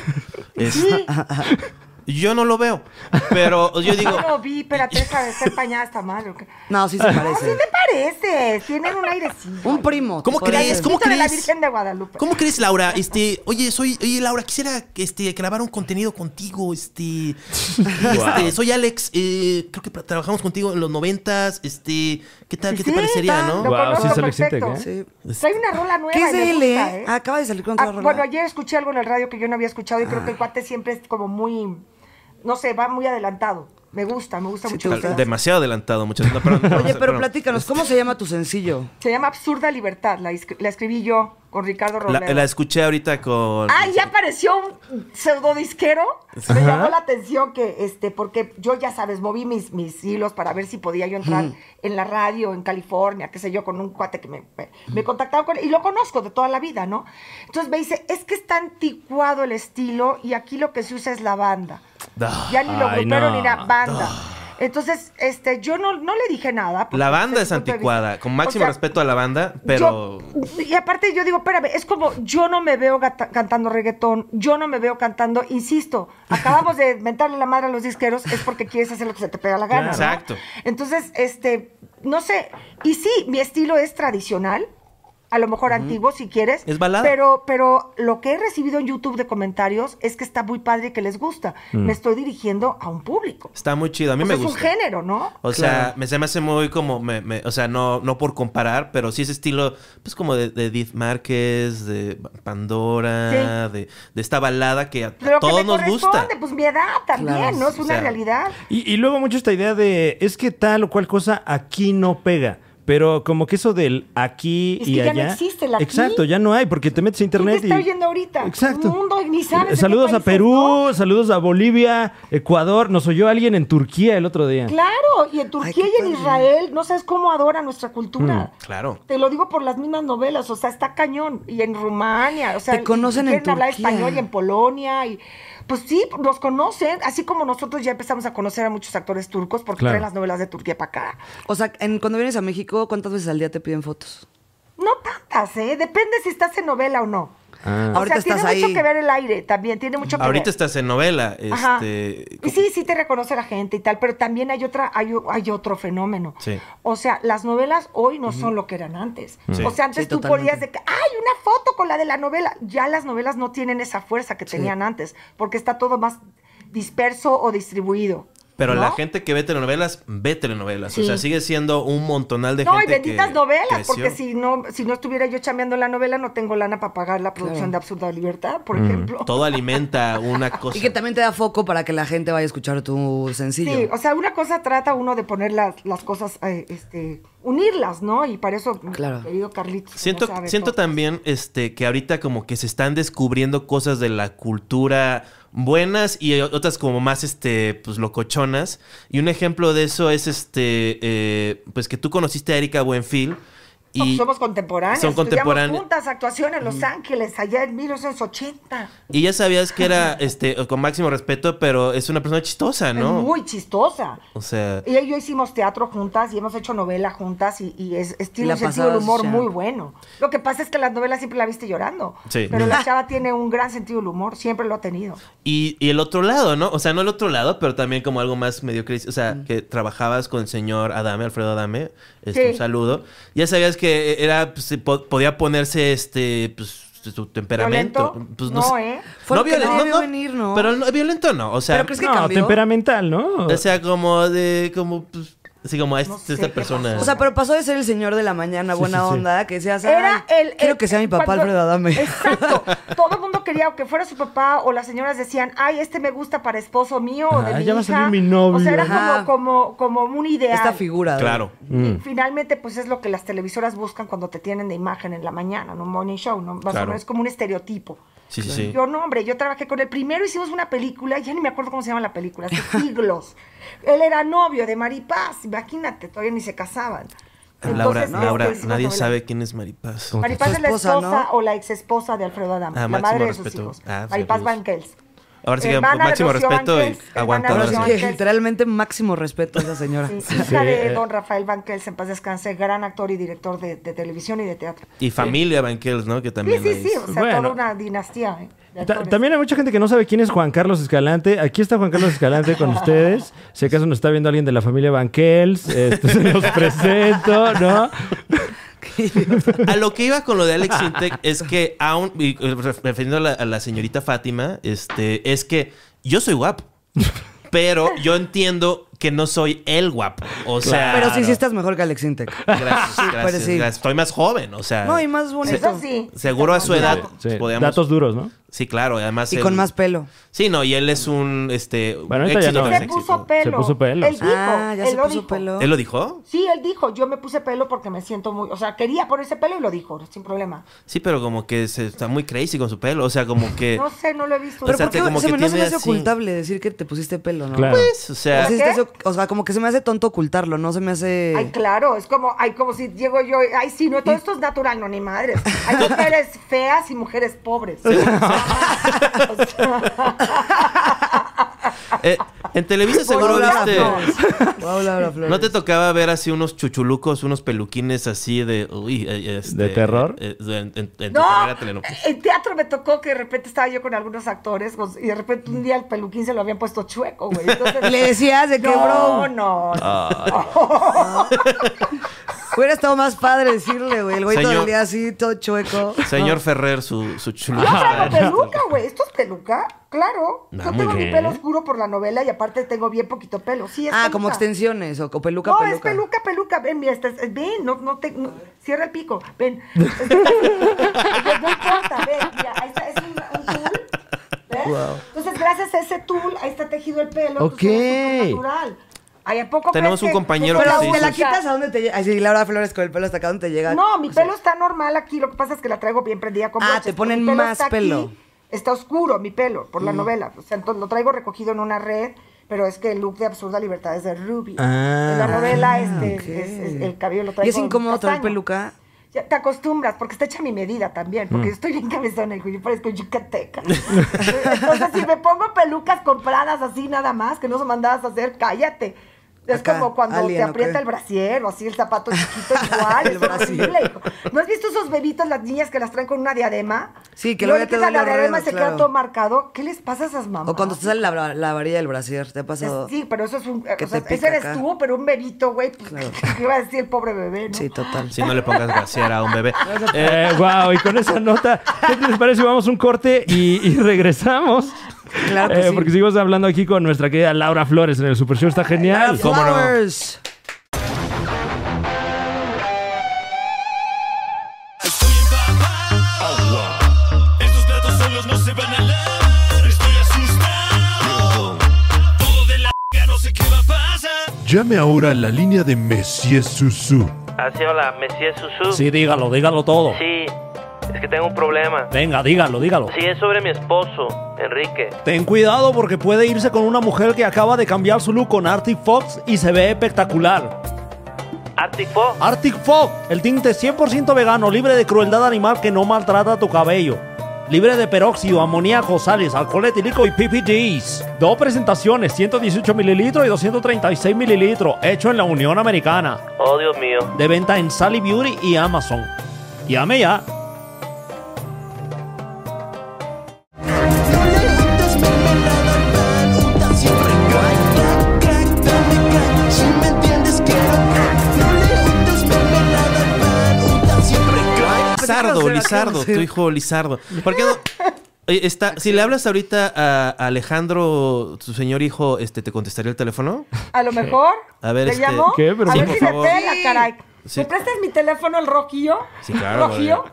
A: Es-
D: Sí,
A: yo no lo veo, pero yo digo,
D: yo lo vi, espérate, esa de ser pañada está mal. ¿o qué?
B: No, sí se
D: No, sí
B: parece.
D: te pareces. Tienen un airecito.
B: Un primo.
A: ¿Cómo
B: te podría
A: crees?
B: ser.
A: ¿Cómo
D: Quítale la
A: crees?
D: Virgen de Guadalupe.
A: ¿Cómo crees, Laura? Este, oye, soy, oye, Laura, quisiera este, grabar un contenido contigo. Este, este, soy Alex. eh, creo que pra- trabajamos contigo en los noventas. Este, ¿qué tal? ¿Qué te
D: Sí,
A: parecería,
D: está,
A: no?
D: Lo
C: Wow,
D: conozco
C: sí es Alex
D: perfecto.
C: Intec,
B: Sí.
D: ¿eh? Trae una rola nueva.
B: ¿Qué es
D: y me
B: de él,
D: gusta,
B: eh?
D: ¿eh?
B: Acaba de salir con otra
D: Ah,
B: rola. Ah.
D: Bueno, ayer escuché algo en el radio que yo no había escuchado y creo que el cuate siempre es como muy, no sé, va muy adelantado. Me gusta, me gusta
B: Sí, te
D: mucho. lo que
B: gusta.
D: hace.
A: Demasiado adelantado, muchachos. No, perdón,
B: Oye,
A: perdón,
B: pero
A: perdón.
B: platícanos, ¿cómo se llama tu sencillo?
D: Se llama Absurda Libertad. La, escri- la escribí yo con Ricardo
A: La,
D: Romero.
A: la escuché ahorita con.
D: Ah, ya apareció un pseudodisquero. Me llamó la atención que, este, porque yo ya sabes, moví mis, mis hilos para ver si podía yo entrar en la radio en California, qué sé yo, con un cuate que me, me, me contactaba con y lo conozco de toda la vida, ¿no? Entonces me dice, es que está anticuado el estilo y aquí lo que se usa es la banda. Ya ni lo
C: Ay,
D: grupero
C: no.
D: ni la
C: Ah.
D: banda. Entonces, este, yo no, no le dije nada. porque,
A: Ah. La
D: pues,
A: banda
D: desde
A: es
D: mi punto de
A: anticuada,
D: vista.
A: con
D: O
A: máximo
D: sea,
A: respeto a la banda, pero
D: yo- y aparte yo digo, espérame, es como yo no me veo gata- cantando reggaetón, yo no me veo cantando, insisto, acabamos de mentarle la madre a los disqueros, es porque quieres hacer lo que se te pega la gana.
A: Claro.
D: ¿no?
A: Exacto.
D: Entonces, este, no sé, y sí, mi estilo es tradicional. A lo mejor antiguo, si quieres.
A: Es balada.
D: Pero, pero lo que he recibido en YouTube de comentarios es que está muy padre y que les gusta. Me estoy dirigiendo a un público.
A: está muy chido. Mm. A mí
D: O
A: me
D: sea, es un
A: gusta.
D: género, ¿no?
A: O sea, me, se me hace muy como, me- me- o sea, no, no por comparar, pero sí ese estilo, pues como de, de Edith Márquez, de Pandora, de, de esta balada que a
D: Pero
A: todos
D: que me
A: nos gusta.
D: corresponde, pues mi edad también,
B: Claro,
D: ¿no? Es
A: o
D: una
A: sea,
D: realidad.
C: Y, y luego mucho esta idea de es que tal o cual cosa aquí no pega. Pero como que eso del aquí
D: Es
C: y
D: que ya
C: allá.
D: no existe el aquí.
C: Exacto, ya no hay, porque te metes a
D: ¿Quién te
C: internet
D: está
C: y.
D: oyendo ahorita?
C: Exacto.
D: El mundo, ni sabes de qué
C: saludos a
D: países,
C: Perú,
D: ¿no?
C: saludos a Bolivia, Ecuador. Nos oyó alguien en Turquía el otro día.
D: Claro, y en Turquía
B: qué
D: y en
B: padre. Mm,
D: Israel, no sabes cómo adora nuestra cultura.
A: Claro.
D: Te lo digo por las mismas novelas, o sea, está cañón. Y en Rumania, o sea,
B: Te conocen
D: y
B: en
D: quieren hablar
B: Turquía.
D: español y en Polonia. y Pues sí, nos conocen, así como nosotros ya empezamos a conocer a muchos actores turcos porque
C: Claro.
D: traen las novelas de Turquía para acá.
B: O sea, en- cuando vienes a México, ¿cuántas veces al día te piden fotos?
D: No tantas, ¿eh? Depende si estás en novela o no.
C: Ah.
B: Ahorita
D: o sea,
B: estás
D: tiene mucho
B: ahí.
D: que ver el aire también, tiene mucho que ver.
A: Ahorita estás en novela,
D: Ajá.
A: este...
D: Y sí, sí te reconoce la gente y tal, pero también hay otra, hay, o- hay otro fenómeno.
A: Sí.
D: O sea, las novelas hoy no son lo que eran antes.
A: Sí.
D: O sea, antes
B: Sí,
D: tú
B: totalmente.
D: podías de que hay una foto con la de la novela. Ya las novelas no tienen esa fuerza que tenían antes, porque está todo más disperso o distribuido.
A: Pero
D: ¿no?
A: la gente que ve telenovelas, ve telenovelas. O
D: Sí.
A: sea, sigue siendo un montonal de
D: No,
A: gente
D: y benditas
A: que
D: novelas,
A: creció.
D: porque si no, si no estuviera yo chameando la novela, no tengo lana para pagar la producción de Absurda Libertad, por ejemplo.
A: Todo alimenta una cosa.
B: Y que también te da foco para que la gente vaya a escuchar tu sencillo.
D: Sí, o sea, una cosa trata uno de poner las, las cosas, eh, este, unirlas, ¿no? Y para eso, mm,
B: Claro.
D: querido Carlitos.
A: Siento,
D: no sabe
A: siento
D: todo.
A: también este, que ahorita como que se están descubriendo cosas de la cultura buenas y otras como más este pues locochonas. Y un ejemplo de eso es este eh, pues que tú conociste a Erika Buenfil
D: No, pues
A: y,
D: somos contemporáneos.
A: son
D: estudiamos
A: contemporáneos.
D: juntas actuación en Los Ángeles, allá en 1980.
A: y ya sabías que era este con máximo respeto, pero es una persona chistosa, Ah, ¿no?
D: Es muy chistosa.
A: O sea,
D: Ella y yo hicimos teatro juntas y hemos hecho novela juntas y, y es, es- tiene
B: La
D: un sentido del
B: pasabas
D: humor
B: ya.
D: muy bueno. Lo que pasa es que las novelas siempre la viste llorando.
A: Sí.
D: Pero la chava tiene un gran sentido del humor, siempre lo ha tenido.
A: Y, y el otro lado, ¿no? O sea, no el otro lado, pero también como algo más mediocre. O sea,
D: Mm.
A: que trabajabas con el señor Adame, Alfredo Adame. Este,
D: Sí.
A: Un saludo. Ya sabías que era, pues, se po- podía ponerse este, pues, su temperamento.
D: ¿Violento?
A: Pues,
D: No,
A: sé.
D: ¿eh?
B: Fue lo que nadie vio venir, ¿no?
A: Pero no- violento no. O sea,
B: Pero crees que
C: no,
B: cambió.
C: temperamental, ¿no?
A: o sea, como de, como, pues, así como a este-
D: No sé
A: esta
D: qué
A: persona.
D: pasó.
B: O sea, pero pasó de ser el señor de la mañana,
C: Sí,
B: buena
C: sí, sí.
B: onda, que seas.
D: Era
B: "Ay,
D: el.
B: Quiero
D: el-
B: que sea mi papá
D: cuando-
B: Alfredo Adame.
D: Exacto. Todo el mundo quería que fuera su papá o las señoras decían, ay, este me gusta para esposo mío o de
C: Ah,
D: mi
C: ya va a
D: hija".
C: salir mi novio.
D: O sea,
B: Ajá.
D: era como, como, como un ideal.
B: Esta figura. de-
A: claro.
D: Y
C: Mm.
D: Finalmente, pues es lo que las televisoras buscan cuando te tienen de imagen en la mañana, en un morning show, ¿no? Más o
A: Claro.
D: menos como un estereotipo.
A: Sí, sí, sí.
D: Yo no, hombre, yo trabajé con él. Primero hicimos una película, ya ni me acuerdo cómo se llama la película, hace siglos. él era novio de Maripaz, imagínate, todavía ni se casaban.
A: Laura,
D: Entonces,
A: Laura,
D: este, hicimos
A: nadie
D: novela.
A: sabe quién es Maripaz.
D: Maripaz
B: Su
D: es la
B: esposa,
D: esposa
B: ¿no?
D: o la exesposa de Alfredo Adame,
A: Ah,
D: la
A: máximo
D: madre de sus
A: respeto.
D: hijos.
A: Ah,
D: Maripaz
A: saludos.
D: Van Kels.
A: Ahora sí que
D: Hermana de
A: máximo
D: Rocío
A: respeto y
D: Banquels, hermana
A: aguanta.
D: de
B: Ahora
A: ahora
B: sí
D: Rocío
A: sí.
B: que
D: Banquels.
B: literalmente máximo respeto a esa señora.
D: Sí,
B: Sí,
D: hija de
C: eh.
D: don Rafael Van Kels, en paz descanse, gran actor y director de, de televisión y de teatro.
A: Y familia Banquels, ¿no? Que
D: Sí,
A: también
D: Eh, sí,
A: ahí
D: sí,
A: es-
D: o sea,
C: Bueno.
D: toda una dinastía. ¿eh? de
C: Ta-
D: actores.
C: también hay mucha gente que no sabe quién es Juan Carlos Escalante. Aquí está Juan Carlos Escalante con ustedes. Si acaso nos está viendo alguien de la familia Banquels, este, se los presento, ¿no?
A: A lo que iba con lo de Alex Sintek es que aún, y, eh, ref- refiriendo a la, a la señorita Fátima, este, es que yo soy guapo, pero yo entiendo que no soy el guapo. O sea,
B: Pero sí, sí estás mejor que Alex Intec.
A: Gracias, gracias,
B: sí.
A: gracias. Estoy más joven, o sea.
B: No, y más bonito.
D: Eso sí.
A: Seguro a su edad
C: Sí,
A: pues, podíamos-
C: Datos duros, ¿no?
A: Sí, claro, y además.
B: Y
A: él-
B: con más pelo.
A: Sí, no, y él es un este
C: Bueno, ahorita ya no,
D: Se
A: tras
C: ¿eh?
D: puso pelo.
C: Se puso pelo,
D: Él
C: sí.
D: dijo,
B: Ah, ya
D: él
B: se
D: lo
B: puso
D: dijo.
B: pelo.
A: ¿Él lo dijo?
D: Sí, él dijo, yo me puse pelo porque me siento muy, o sea, quería ponerse pelo y lo dijo, sin problema.
A: Sí, pero como que se, está muy crazy con su pelo. O sea, como que.
D: No sé, no lo he visto.
A: Pero O sea,
B: Pero ¿por qué
A: te- como
B: se
A: que
B: me, no se me
A: tiene
B: hace
A: así-
B: ocultable decir que te pusiste pelo, ¿no?
C: Claro.
A: Pues, o sea.
B: Sí, se
D: ¿Por qué?
B: hace- o sea, como que se me hace tonto ocultarlo, no se me hace...
D: Ay, claro, es como, ay, como si llego yo, ay, sí, no, todo esto es natural, no, ni madres. Hay mujeres feas y mujeres pobres. O sea,
A: Eh, en Televisa seguro
B: Hola,
A: viste.
B: Flores. Wow, Laura Flores.
A: ¿No te tocaba ver así unos chuchulucos, unos peluquines así de. Uy, eh, este,
C: ¿De terror?
A: eh, de- en, en- en tu
D: No, eh,
A: primera telenovela.
D: en teatro me tocó que de repente estaba yo con algunos actores con- y de repente un día el peluquín se lo habían puesto chueco, güey. Entonces,
B: Y le decías de que,
D: no,
B: bro,
D: no,
A: Ah.
B: hubiera estado más padre decirle, güey. El güey todo
A: Señor-
B: el día así, todo chueco.
A: Señor Ferrer, su, su eh,
D: No,
A: chuchuluco.
D: traigo peluca, güey. ¿Esto es peluca? Claro.
A: No,
D: yo
A: muy
D: tengo
A: bien.
D: mi pelo oscuro por la novela y aparte tengo bien poquito pelo. Sí, es
B: Ah, como
D: peluca.
B: extensiones o, o peluca,
D: No,
B: peluca.
D: es peluca, peluca. Ven, mira, estás- ven, no, no te. no- cierra el pico. Ven. no importa, ven. Mira, ahí está, es un, un tul. ¿ves?
B: Guau.
D: Entonces, gracias a ese tul, ahí está tejido el pelo.
C: Ok.
D: entonces, es súper natural. Ahí a poco
A: Tenemos un
D: crees que-
A: compañero
D: que
B: Pero
D: soy
A: sí,
B: te la
D: única?
B: quitas a dónde te llega. Ay, sí, Laura Flores con el pelo hasta acá dónde te llega.
D: No, mi pelo está normal aquí, lo que pasa es que la traigo bien prendida con
B: Ah,
D: broches,
B: te
D: pero
B: ponen
D: mi
B: más
D: está aquí,
B: pelo. Mm.
D: está oscuro mi pelo por la novela, o sea, entonces lo traigo recogido en una red, pero es que el look de Absurda Libertad es de Ruby.
C: Ah,
D: en la novela este,
B: ok.
D: es- es- el cabello lo
B: ¿Y
D: traigo
B: es incómodo traer
D: castaño.
B: peluca? Mm.
D: Ya te acostumbras, porque está hecha a mi medida también, porque yo estoy bien cabezona, hijo, yo parezco yucateca. Entonces, si me pongo pelucas compradas así nada más, que no son mandadas a hacer, cállate. Es
B: Acá,
D: como cuando
B: alien,
D: te
B: ¿o
D: aprieta
B: qué?
D: el brasier o así el zapato chiquito igual,
B: El
D: es
B: brasier.
D: horrible, hijo. ¿No has visto esos bebitos, las niñas que las traen con una diadema?
B: Sí, que
D: Luego
B: luego ya te
D: le quitan la
B: duele
D: diadema y
B: horrendo,
D: se queda
B: claro.
D: todo marcado. ¿Qué les pasa a esas mamás?
B: O cuando te sale la, bra- la varilla del brasier, ¿te ha pasado?
D: Sí, pero eso es un...
B: Que
D: o sea,
B: te
D: ese
B: pica
D: eres
B: acá.
D: tú, pero un bebito, güey, pues, ¿qué iba a decir el pobre bebé, no?
B: Sí, total.
A: Si no le pongas graciar a un bebé. Eh,
C: Eh, wow, y con esa nota, ¿qué les parece? Vamos a un corte y, y regresamos.
B: Claro que
C: Eh,
B: sí.
C: Porque seguimos hablando aquí con nuestra querida Laura Flores en el Super Show. Está genial.
A: ¿Cómo no?
B: Flowers.
F: agua. Estos platos solos no se van a lavar. Estoy asustado. Todo de la no sé qué va a pasar.
G: Llame ahora a la línea de Messier Susu.
H: Así, hola, Messier Susu.
C: Sí, dígalo, dígalo todo.
H: Sí, es que tengo un problema.
C: Venga, dígalo, dígalo.
H: Sí, es sobre mi esposo, Enrique.
C: Ten cuidado porque puede irse con una mujer que acaba de cambiar su look con Arctic Fox y se ve espectacular.
H: Arctic Fox.
C: Arctic Fox, el tinte 100% vegano, libre de crueldad animal que no maltrata tu cabello. Libre de peróxido, amoníaco, sales, alcohol etílico y PPDs. Dos presentaciones, 118 mililitros y 236 mililitros, hecho en la Unión Americana.
H: Oh, Dios mío.
C: De venta en Sally Beauty y Amazon. Llame ya.
A: Lizardo,
B: Pensé que
A: Lizardo,
B: no sé.
A: tu hijo Lizardo. ¿Por qué no? Oye, está- si le hablas ahorita a a Alejandro, tu señor hijo, este, ¿te contestaría el teléfono?
D: A lo mejor.
A: A ver,
D: ¿Te
A: este,
D: llamó?
C: ¿qué? Pero
D: a
C: sí,
D: ver
A: por
D: si me
A: favor.
D: pela,
B: Sí.
D: caray.
A: Sí.
D: ¿Me prestas mi teléfono al rojillo?
A: Sí, claro,
D: ¿Rojillo?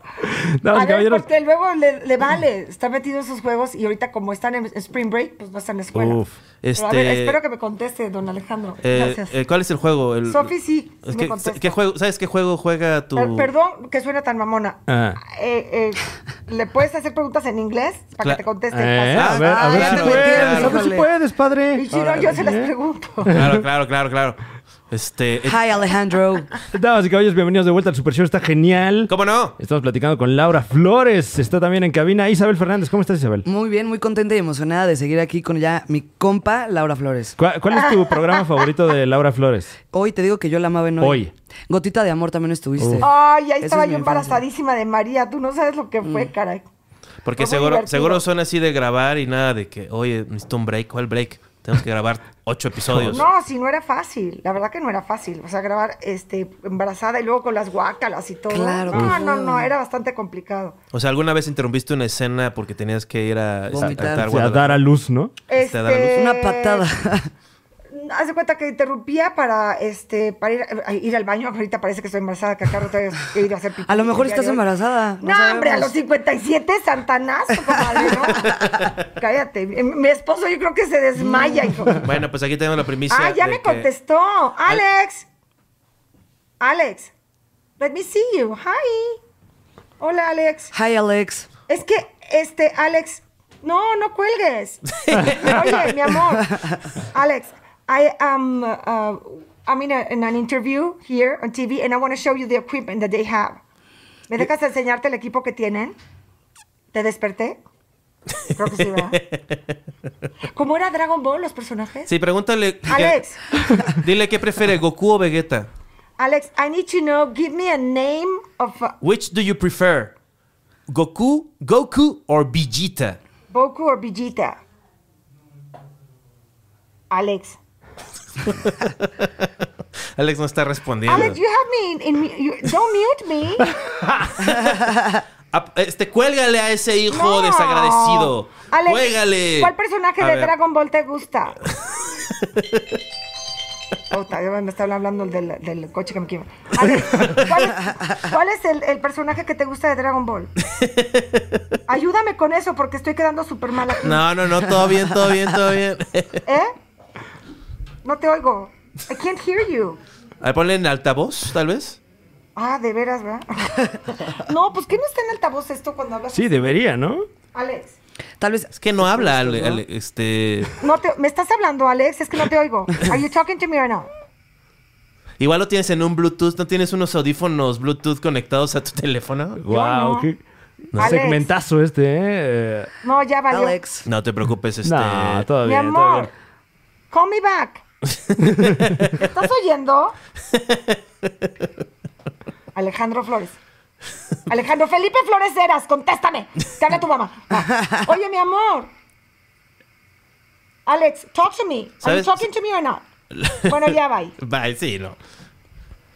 C: No,
D: a ver,
C: caballeros.
D: porque luego le, le vale. Está metido en sus juegos y ahorita como están en Spring Break, pues no están en escuela.
C: Uf.
D: Pero a ver,
A: Este-
D: espero que me conteste, don Alejandro.
A: Eh,
D: Gracias.
A: eh, ¿Cuál es el juego? El,
D: Sofi sí,
A: Es
D: me
A: que-
D: contesta.
A: ¿qué juego, ¿Sabes qué juego juega tu...?
D: Per- perdón que suena tan mamona.
C: Ah.
D: Eh, eh, ¿Le puedes hacer preguntas en inglés para
A: Cla-
D: que te conteste?
C: Eh,
D: Así.
C: a ver, a
A: Ah,
C: ver
A: ya
C: si
A: te
C: puedes.
A: metieron,
C: A ver si
B: híjole.
C: puedes,
A: Ah,
C: padre.
D: Y si no, yo se
C: Eh.
D: las pregunto.
A: Claro, claro, claro, claro. Este... eh,
B: Hi, Alejandro.
C: Damas y caballos, bienvenidos de vuelta al Super Show. Está genial.
A: ¿Cómo no?
C: Estamos platicando con Laura Flores. Está también en cabina Isabel Fernández. ¿Cómo estás, Isabel?
B: Muy bien, muy contenta y emocionada de seguir aquí con ya mi compa Laura Flores.
C: ¿Cuál, cuál es tu programa favorito de Laura Flores?
B: Hoy te digo que yo la amaba en hoy.
C: Hoy.
B: Gotita de amor también estuviste.
C: Uf.
D: Ay, ahí
B: Esa
D: estaba
B: es mi
D: yo
B: infancia.
D: embarazadísima de María. Tú no sabes lo que
A: Mm.
D: fue, caray.
A: Porque
D: Fue muy
A: seguro,
D: divertido.
A: seguro son así de grabar y nada de que, oye, necesito un break. ¿Cuál break? Tenemos que grabar ocho episodios.
D: No, sí, no era fácil. La verdad que no era fácil. O sea, grabar este, embarazada y luego con las guácalas y todo.
B: Claro,
D: No,
B: por
D: no,
B: favor.
D: no, era bastante complicado.
A: O sea, ¿alguna vez interrumpiste una escena porque tenías que ir a...
B: Vomitar.
A: a- a-
C: O sea, dar a luz, ¿no?
A: Este, dar a luz.
D: Este,
B: Una patada.
D: Haz de cuenta que interrumpía para este para ir, a- ir al baño. Ahorita parece que estoy embarazada, que acá no tengo que ir a hacer pipí.
B: A lo mejor
D: el día
B: estás
D: de hoy.
B: embarazada, no
D: No, hombre, a
B: sabemos.
D: los 57, santanazo, comadre, ¿no? Cállate. Mi- Mi esposo yo creo que se desmaya, hijo.
A: Bueno, pues aquí tenemos la primicia.
D: Ah, ya
A: de
D: me
A: que-
D: contestó. Alex. Alex. Let me see you. Hi. Hola, Alex.
B: Hi, Alex.
D: Es que, este, Alex. No, no cuelgues. Oye, mi amor. Alex, I am. Uh, I'm in, a, in an interview here on TV and I want to show you the equipment that they have. ¿Me dejas enseñarte el equipo que tienen? ¿Te desperté? Creo que sí, ¿verdad? ¿Cómo era Dragon Ball los personajes?
A: Sí, pregúntale.
D: Alex.
A: Dile qué prefiere, Goku o Vegeta.
D: Alex, I need to know, give me a name of uh, a
A: Which do you prefer? Goku, Goku or Vegeta?
D: Boku or Vegeta. Alex.
A: Alex no está respondiendo.
D: Alex, you have me in, in mu- you- don't mute me.
A: Ah, Este, cuélgale a ese hijo
D: No.
A: desagradecido.
D: Alex,
A: Cuélgale.
D: ¿Cuál personaje
A: A
D: de
A: ver,
D: Dragon Ball te gusta? Puta, ya me está hablando el del, del coche que me quiebra. Alex, ¿cuál es, cuál es el, el personaje que te gusta de Dragon Ball? Ayúdame con eso porque estoy quedando súper mal aquí.
A: No, no, no, todo bien, todo bien, todo bien.
D: ¿Eh? No te oigo. I can't hear you.
A: A ver, ponle en altavoz, tal vez.
D: Ah, de veras, ¿verdad? no, pues que no está en altavoz esto cuando hablas.
C: Sí, debería, ¿no?
D: Alex,
B: Tal vez.
A: Es que no
D: Pues,
A: habla, Ale- Ale- este...
D: no te, ¿me estás hablando, Alex? Es que no te oigo. Are you talking to me or no?
A: Igual lo tienes en un Bluetooth, ¿no tienes unos audífonos Bluetooth conectados a tu teléfono?
C: wow,
D: no.
C: qué
D: Alex.
C: segmentazo este, ¿eh? Eh,
D: No, ya valió.
B: Alex.
A: No te preocupes, este...
C: No, todo
D: Mi
C: bien, todo
D: amor,
C: bien.
D: call me back. ¿Me ¿Estás oyendo? Alejandro Flores. Alejandro Felipe Flores Eras, contéstame. Te habla tu mamá. Va. Oye, mi amor. Alex, talk to me. Are you
A: ¿Sabes?
D: talking to me or not? Bueno, ya va.
A: Bye, sí, no.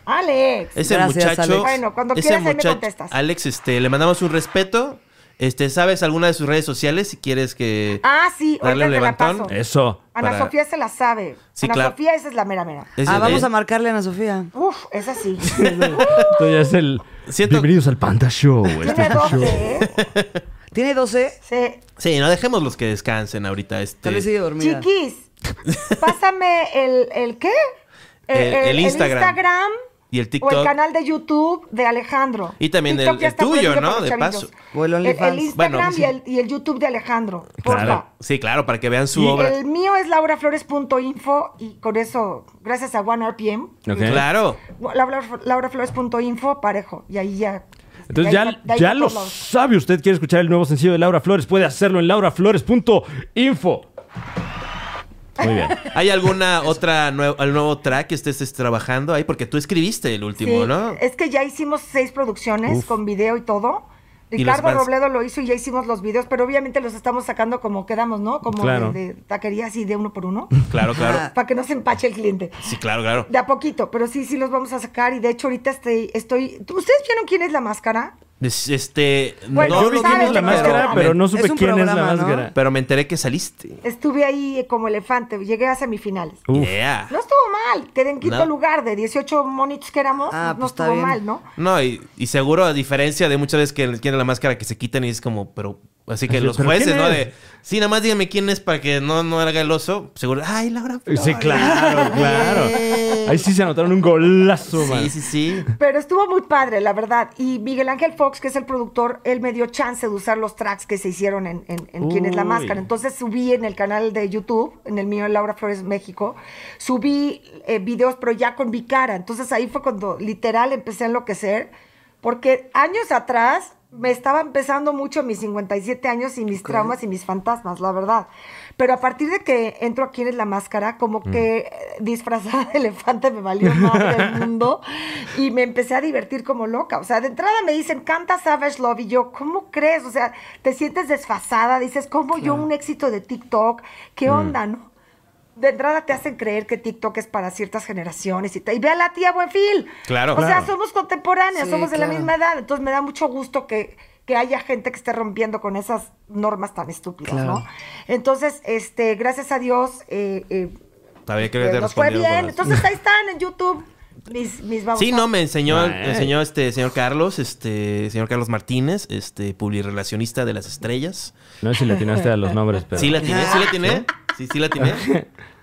D: Alex.
A: Ese
B: Gracias,
A: muchacho...
B: Alex.
D: Bueno, cuando
A: ese
D: quieras ahí me
A: muchacho-
D: contestas.
A: Alex, este, le mandamos un respeto. Este, ¿sabes alguna de sus redes sociales si quieres que...
D: Ah, sí,
A: Darle un
D: ahorita te la
A: levantón.
D: paso.
C: Eso.
D: Ana
A: para-
D: Sofía se la sabe.
A: Sí,
D: Ana
A: claro.
D: Sofía, esa es la mera mera.
A: Es
B: Ah,
A: de-
B: vamos a marcarle a Ana Sofía.
D: Uf, es así.
C: Esto ya es el.
A: Siento-
C: Bienvenidos al Panda Show. Este
D: Tiene
C: es un show.
D: 12, ¿eh?
B: Tiene 12.
D: Sí.
A: Sí, no dejemos los que descansen ahorita. Este...
B: Tal vez sigue dormida.
D: Chiquis, pásame el, el qué? Eh,
A: El- el Instagram.
D: Instagram
A: Y el
D: O el
A: TikTok.
D: canal de YouTube de Alejandro.
A: Y también el-
D: TikTok ya
A: el
D: está
A: tuyo,
D: prohibido
A: ¿no?
D: para los
A: De
D: chavitos.
A: paso.
B: O el
D: El, el
B: OnlyFans.
D: Instagram
A: Bueno, pues sí.
D: y, el, y el YouTube de Alejandro. Porfa.
A: Claro. Sí, claro, para que vean su
C: Y
A: obra.
D: El mío es lauraflores.info y con eso, gracias a OneRPM,
C: Ok.
A: Claro.
D: Laura, lauraflores.info, parejo. Y ahí ya.
C: Entonces
D: de
C: ya,
D: ahí va- de ahí
C: ya
D: va
C: lo
D: por lados.
C: sabe usted, quiere escuchar el nuevo sencillo de Laura Flores, puede hacerlo en lauraflores.info. Muy bien.
A: ¿Hay alguna otra nue- al nuevo track que estés estés trabajando ahí? Porque tú escribiste el último,
D: Sí,
A: ¿no?
D: Es que ya hicimos seis producciones con video y todo.
A: Y los
D: Ricardo
A: fans-
D: Robledo lo hizo y ya hicimos los videos, pero obviamente los estamos sacando como quedamos, ¿no? Como
C: Claro.
D: de, de taquería así de uno por uno,
A: Claro, claro.
B: Ajá.
D: para que no se empache el cliente.
A: Sí, claro, claro.
D: De a poquito, pero sí, sí los vamos a sacar y de hecho ahorita estoy... estoy... ¿Ustedes vieron quién es la máscara?
A: Es- Este.
D: Bueno,
A: no
C: Yo vi
A: lo
C: quién
D: Pues sabes
C: es la
D: que-
C: máscara,
D: pero-
C: pero no
B: Es
C: supe
B: un
C: quién es la
B: programa, ¿no?
C: máscara.
A: Pero me enteré que saliste.
D: Estuve ahí como elefante, llegué a semifinales.
C: Uf.
A: Yeah.
D: No estuvo mal, quedé en quinto
A: No.
D: lugar de 18 monitos que éramos,
B: Ah,
D: no
B: pues está
D: estuvo
B: bien.
D: mal, ¿no?
A: No, y, y seguro, a diferencia de muchas veces que tienen la máscara que se quitan y es como, pero. Así que
C: Así,
A: los
C: ¿pero
A: jueces,
C: quién
A: ¿no?
C: es?
A: De. Sí, nada más díganme quién es para que no, no haga el oso. Seguro. ¡Ay, Laura!
C: Sí, claro, claro. Ahí sí se anotaron un golazo, man.
A: Sí, sí, sí.
D: Pero estuvo muy padre, la verdad. Y Miguel Ángel Fox, que es el productor, él me dio chance de usar los tracks que se hicieron en, en, en Quién es la
C: Uy.
D: Máscara. Entonces subí en el canal de YouTube, en el mío, Laura Flores México, subí eh, videos, pero ya con mi cara. Entonces ahí fue cuando literal empecé a enloquecer, porque años atrás me estaba empezando mucho mis 57 años y mis traumas y mis fantasmas, la verdad. Pero a partir de que entro a Quién es la Máscara,
A: Mm.
D: como que eh, disfrazada de elefante me valió madre el mundo y me empecé a divertir como loca. O sea, de entrada me dicen, canta Savage Love y yo, ¿cómo crees? O sea, te sientes desfasada, dices, ¿cómo yo un éxito de TikTok? ¿Qué
A: Mm.
D: onda, no? De entrada te hacen creer que TikTok es para ciertas generaciones y, ta- y ve a la tía Buenfil.
A: Claro,
D: O sea,
A: claro.
D: somos contemporáneos,
B: Sí,
D: somos de la
B: claro.
D: misma edad. Entonces me da mucho gusto que, que haya gente que esté rompiendo con esas normas tan estúpidas,
B: Claro.
D: ¿no? Entonces, este, gracias a Dios, eh, eh,
A: Sabía que
D: eh,
A: te
D: nos fue
A: respondieron con
D: bien.
A: las-
D: Entonces ahí están en YouTube mis, mis babosadas.
A: Sí, no, me enseñó,
C: Ah,
A: me enseñó este señor Carlos, este señor Carlos Martínez, este publirelacionista de las estrellas.
C: No sé si le atinaste a los nombres, pero.
A: Sí la tiene, sí la tiene. Sí, sí la tiene.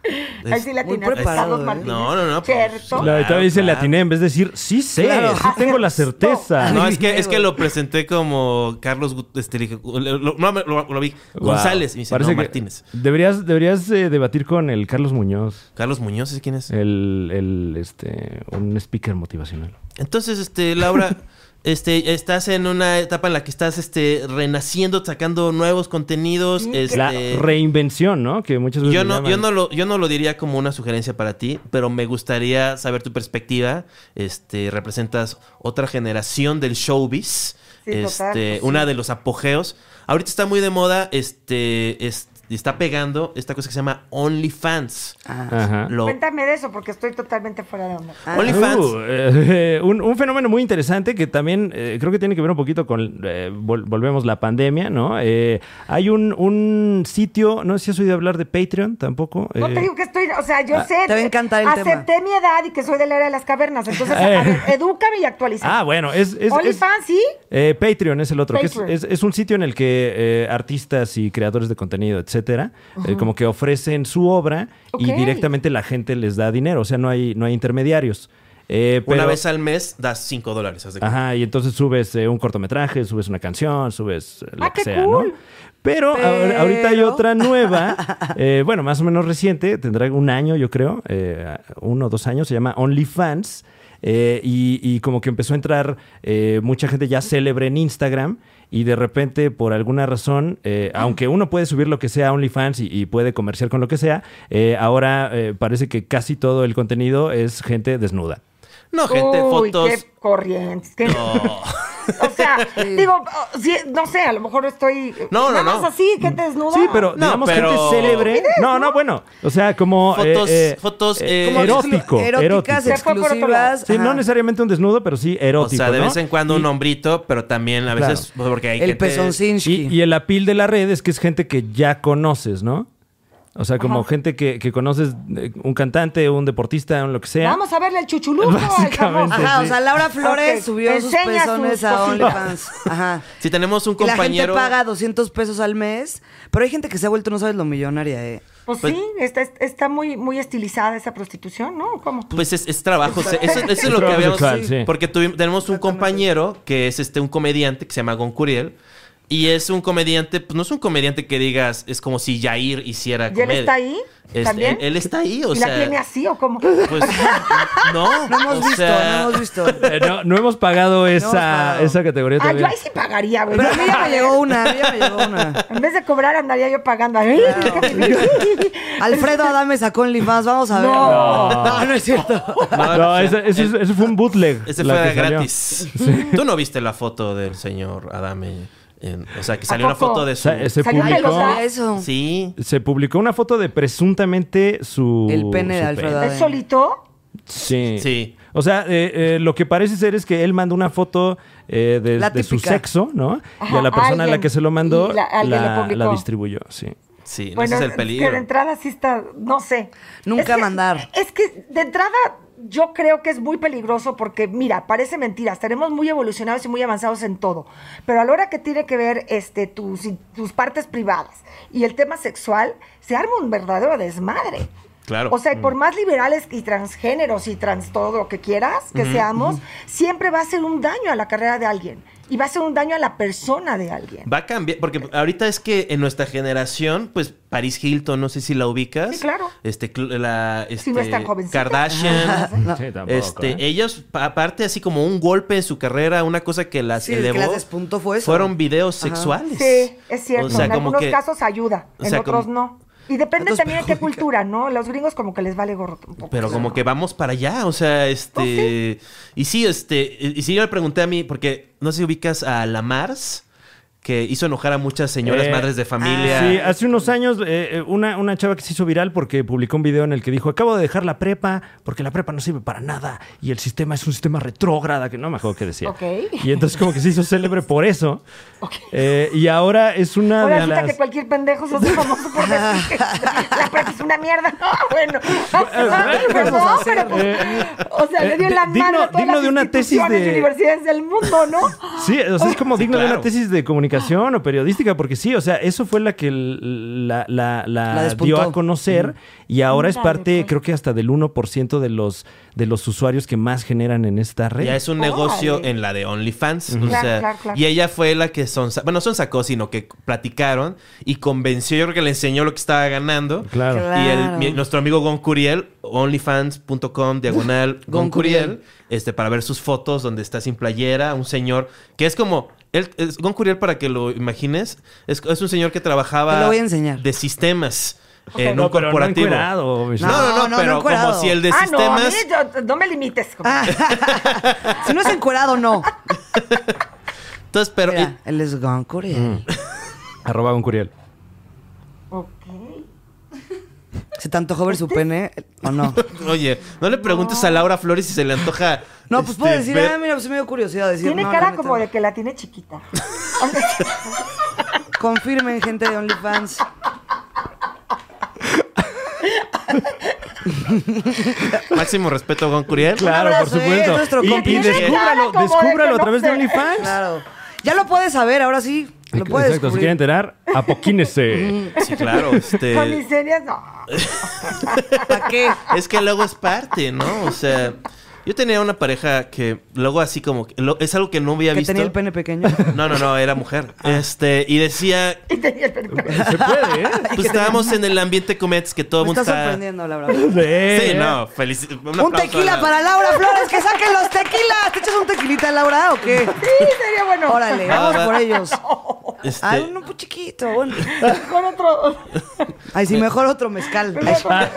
A: Este,
D: Ahí sí la
B: Muy
D: atinaste,
B: preparado,
D: Carlos
B: ¿eh?
D: Martínez.
A: No, no, no, pues,
D: ¿Cierto?
C: La- todavía dice
A: Claro,
C: la atiné en vez de decir, sí sé,
B: Claro.
C: sí tengo la certeza.
A: Ah, No, es que, es que lo presenté como Carlos Gut- este, dije, lo, lo- no, me- lo- lo vi.
C: Wow.
A: González, y me dice,
C: Parece
A: no,
C: que
A: Martínez.
C: Deberías, deberías eh, debatir con el Carlos Muñoz,
A: Carlos Muñoz,
C: Eh.
A: ¿sí ¿quién es?
C: el, el, este, un speaker motivacional.
A: Entonces, este, Laura, Este, estás en una etapa en la que estás este, renaciendo, sacando nuevos contenidos. este,
C: La reinvención, ¿no? Que muchas veces
A: yo
C: le
A: no,
C: llaman.
A: yo, no lo, yo no lo diría como una sugerencia para ti, pero me gustaría saber tu perspectiva. Este, representas otra generación del showbiz.
D: Sí,
A: este,
D: total, pues, sí.
A: una de los apogeos. Ahorita está muy de moda, este, es- está pegando esta cosa que se llama OnlyFans.
B: Ah.
D: Ah.
C: Ajá.
A: Lo-
D: Cuéntame de eso porque estoy totalmente fuera de onda.
A: OnlyFans.
C: Uh, eh, un, un fenómeno muy interesante que también eh, creo que tiene que ver un poquito con, eh, vol- volvemos, la pandemia, ¿no? Eh, hay un, un sitio, no sé si has oído hablar de Patreon tampoco.
D: No
C: eh,
D: te digo que estoy, o sea, yo sé.
B: Ah, te va a encantar el
D: Acepté mi edad y que soy del área de las cavernas. Entonces, a
C: Eh.
D: ver, edúcame y actualiza.
C: Ah, bueno, es... es- es-
D: OnlyFans, sí.
C: Eh, Patreon es el otro, que es,
D: Patreon.
C: es- es un sitio en el que eh, artistas y creadores de contenido, etcétera, eh, como que ofrecen su obra y
D: Ok.
C: directamente la gente les da dinero, o sea, no hay, no hay intermediarios. Eh,
A: Una
C: pero-
A: vez al mes das 5 dólares. haz de cuenta.
C: Ajá, y entonces subes eh, un cortometraje, subes una canción, subes eh, lo
D: Ah,
C: que
D: qué
C: sea,
D: cool.
C: ¿no? Pero, ahor- ahorita hay
B: Pero-
C: otra nueva, eh, bueno, más o menos reciente, tendrá un año, yo creo, eh, uno o dos años, se llama OnlyFans. eh, y, y como que empezó a entrar eh, mucha gente ya célebre en Instagram y de repente por alguna razón, eh, aunque uno puede subir lo que sea a OnlyFans y, y puede comerciar con lo que sea, eh, ahora eh, parece que casi todo el contenido es gente desnuda.
A: No, gente,
D: Uy,
A: fotos.
D: qué corrientes. qué- O sea, digo, oh, sí, no sé, a lo mejor estoy.
A: No, no,
D: nada
A: no.
D: más así, que te desnuda.
C: Sí, pero
A: No,
C: digamos
A: pero-
C: gente célebre. No, no, bueno. O sea, como.
A: Fotos-
C: eh, eh,
A: fotos,
C: eh,
A: eh,
C: erótico.
B: Eróticas,
C: erótico.
D: Se fue por otro
B: exclusivas.
C: Sí, no
B: ajá.
C: necesariamente un desnudo, pero sí
A: O
C: erótico.
A: sea, de
C: ¿no?
A: vez en cuando un hombrito, pero también a veces. Porque hay
B: El
A: gente-
C: Y,
B: pezoncinsky.
C: y el apil de la red es que es gente que ya conoces, ¿no? O sea, como gente que, que conoces, eh, un cantante, un deportista, un lo que sea.
D: Vamos a verle el chuchuluco al jamón.
C: Básicamente,
B: Ajá, o
C: sí.
B: sea, Laura Flores
D: ¿eh? Ok,
B: subió sus
D: enseña sus
B: pezones a
D: cositas.
B: OnlyFans. Ajá.
A: Si tenemos un
B: Y la gente
A: compañero.
B: paga 200 pesos al mes, pero hay gente que se ha vuelto, no sabes, lo millonaria, eh.
D: Pues,
A: Pues-
D: sí, está, está muy, muy estilizada esa prostitución, ¿no? ¿Cómo?
A: Pues es, es trabajo, se- eso, eso es lo que
C: trabajo
A: habíamos.
C: sexual, sí.
A: Porque tuvimos- tenemos un compañero que es este un comediante que se llama Goncuriel. Y es un comediante, pues no es un comediante que digas, es como si Jair hiciera
D: ¿Y él
A: comedia.
D: está ahí?
A: Este,
D: ¿También?
A: él, él está ahí, o
D: ¿Y
A: sea.
D: la tiene así o cómo? Ah,
A: Pues no.
B: No hemos
A: o
B: visto,
A: sea,
B: no hemos visto.
C: Eh, no, no hemos pagado esa,
B: pagado.
C: esa categoría
D: Ah, yo
C: todavía.
D: ahí sí pagaría, güey.
B: Pero a mí ya me llegó una, a mí ya me llegó una.
D: En vez de cobrar, andaría yo pagando. Ay,
B: Alfredo Adame sacó OnlyFans, vamos a ver.
D: No.
B: no, no es cierto.
A: no,
C: Oh. No,
A: o sea,
C: ese, ese- ese fue un bootleg.
A: ese
C: la
A: fue
C: que salió.
A: gratis. Tú no viste la foto del señor Adame. en- o sea, que salió una
D: poco?
A: foto de
C: O
A: su.
C: sea, se
D: Salió
C: publicó.
D: pelota.
B: Eso.
A: Sí.
C: Se publicó una foto de presuntamente su.
B: El pene de
C: su
B: Alfredo
D: ¿Es solito?
C: Sí.
A: Sí.
C: O sea, eh, eh, lo que parece ser es que él mandó una foto eh, de,
B: La
C: de su
B: típica.
C: sexo, ¿no? y
D: Ajá,
C: a la persona a la
D: alguien.
C: que se lo mandó
D: Y la-
C: la,
D: alguien le publicó.
C: la distribuyó, sí.
A: Sí, no, ese
D: bueno,
A: es el
D: que de
A: peligro.
D: entrada sí está, no sé.
B: Nunca
D: Es que-
B: mandar.
D: Es que de entrada yo creo que es muy peligroso porque, mira, parece mentira, estaremos muy evolucionados y muy avanzados en todo, pero a la hora que tiene que ver este, tus, tus partes privadas y el tema sexual, se arma un verdadero desmadre.
A: Claro. Mm.
D: O sea, y
C: Mm.
D: por más liberales y transgéneros y trans todo lo que quieras que seamos, siempre va a ser un daño a la carrera de alguien y va a ser un daño a la persona de alguien.
A: Va a cambiar, porque ahorita es que en nuestra generación, pues Paris Hilton, no sé si la ubicas.
D: Sí, claro.
A: Este, cl- la, este,
D: no es tan jovencita.
A: Kardashian.
C: Sí, tampoco,
A: este,
C: ¿eh?
A: ellos, pa- aparte, así como un golpe en su carrera, una cosa que las
B: Sí, el que
A: elevó.
B: las despuntó fue eso.
A: Fueron videos sexuales.
D: Sí, es cierto.
A: Pues, O sea,
D: en
A: como
D: algunos
A: que.
D: casos ayuda,
A: o
D: en
A: sea,
D: otros
A: como-
D: no. Y depende
B: Entonces,
D: también de qué
B: perjudica.
D: cultura, ¿no? Los gringos como que les vale gorro un poco.
A: Pero como que vamos para allá, o sea, este...
D: Pues
A: Y sí, este... Y sí, yo le pregunté a mí, porque no sé si ubicas a la Mars, que hizo enojar a muchas señoras
C: Eh,
A: madres de familia.
C: Sí, hace unos años eh, eh, una, una chava que se hizo viral porque publicó un video en el que dijo, acabo de dejar la prepa porque la prepa no sirve para nada y el sistema es un sistema retrógrada, que no me acuerdo qué decía.
D: Ok.
C: Y entonces como que se hizo célebre por eso. Eh, y ahora es una
D: Ahora
C: de
D: resulta
C: las...
D: que cualquier pendejo se hace famoso por decir que la prepa es una mierda. No, bueno. no, pero pues,
C: eh,
D: o sea, le dio
C: eh,
D: la
C: digno-
D: mano a todas
C: digno
D: las
C: de una tesis
D: instituciones
C: de-
D: y universidades del mundo, ¿no?
C: Sí, o sea, es como digno de
A: claro.
C: una tesis de comunicación o periodística, porque sí, o sea, eso fue la que l- la, la- la
B: La despuntó.
C: dio a conocer y ahora es
I: Ándale,
C: parte,
I: pues.
C: creo que hasta del 1% de los, de los usuarios que más generan en esta red.
A: Ya es un negocio
D: Órale.
A: en la de OnlyFans. o
D: Claro,
A: sea,
D: claro, claro.
A: Y ella fue la que son, bueno, son sacó, sino que platicaron y convenció, yo creo que le enseñó lo que estaba ganando.
C: Claro.
B: Claro.
A: Y el- mi- nuestro amigo Goncuriel, onlyfans.com, diagonal Goncuriel, este, para ver sus fotos donde está sin playera, un señor que es como. Él, es- Goncuriel, para que lo imagines, es, es un señor que trabajaba.
B: Te lo voy a enseñar.
A: De sistemas en
C: No,
A: un
C: pero no
A: corporativo.
C: encuerado,
A: no,
C: Michelle.
A: no, no,
B: No, no,
A: pero
B: no encuerado.
A: como si el de
D: Ah, no, a
A: sistemas.
D: mí yo- no me limites.
B: Ah.
D: compa.
B: si no es encuerado, no.
A: Entonces, pero. Mm.
B: Mira, él es gone Corea.
C: Arroba un curiel.
D: Ok.
B: ¿Se te antojó ver su pene o no?
A: Oye, no le preguntes a Laura Flores si se le antoja.
B: No, pues
A: este,
B: puedo decir,
A: ver-
B: ah, mira, pues sí me dio curiosidad decir.
D: Tiene
B: no, la
D: cara
B: neta,
D: como
B: no.
D: de que la tiene chiquita.
B: Confirmen, gente de OnlyFans.
A: Máximo respeto a Juan Curiel.
C: Claro,
B: abrazo,
C: por
B: ¿eh?
C: supuesto.
B: Nuestro
C: Y- y,
B: compañero.
C: descúbralo,
D: Como de que
C: descúbralo a
D: no
C: través de
D: sé.
C: OnlyFans.
B: Claro. Ya lo puedes saber, ahora sí. Lo puedes
C: Exacto, si
B: descubrir.
C: quieren enterar, apoquínese.
A: Sí, claro.
D: Con
A: Este,
D: miserias, no.
B: ¿Para qué?
A: es que luego es parte, ¿no? O sea, yo tenía una pareja que luego así como. que- lo- es algo que no había
B: Que
A: visto.
B: tenía el pene Ah. pequeño.
A: No, no, no, era mujer. Este, y decía.
D: Y tenía el pelo.
C: Se puede, ¿eh?
A: Pues estábamos en el ambiente comets que todo el
B: Me
A: mundo
B: está
A: está.
B: sorprendiendo, la verdad.
A: Sí,
C: Sí,
A: no, feliz. Un,
B: Un
A: aplauso a
B: tequila
A: la-
B: para Laura Flores, que saquen los tequilas. ¿Te echas un tequilita, Laura, o qué?
D: Sí, sería bueno.
B: Órale, vamos
A: Ah, va.
B: por ellos.
A: Este,
B: Ay, uno pues, chiquito. Bueno.
D: Con otro.
B: Ay, sí, mejor otro mezcal. Ay,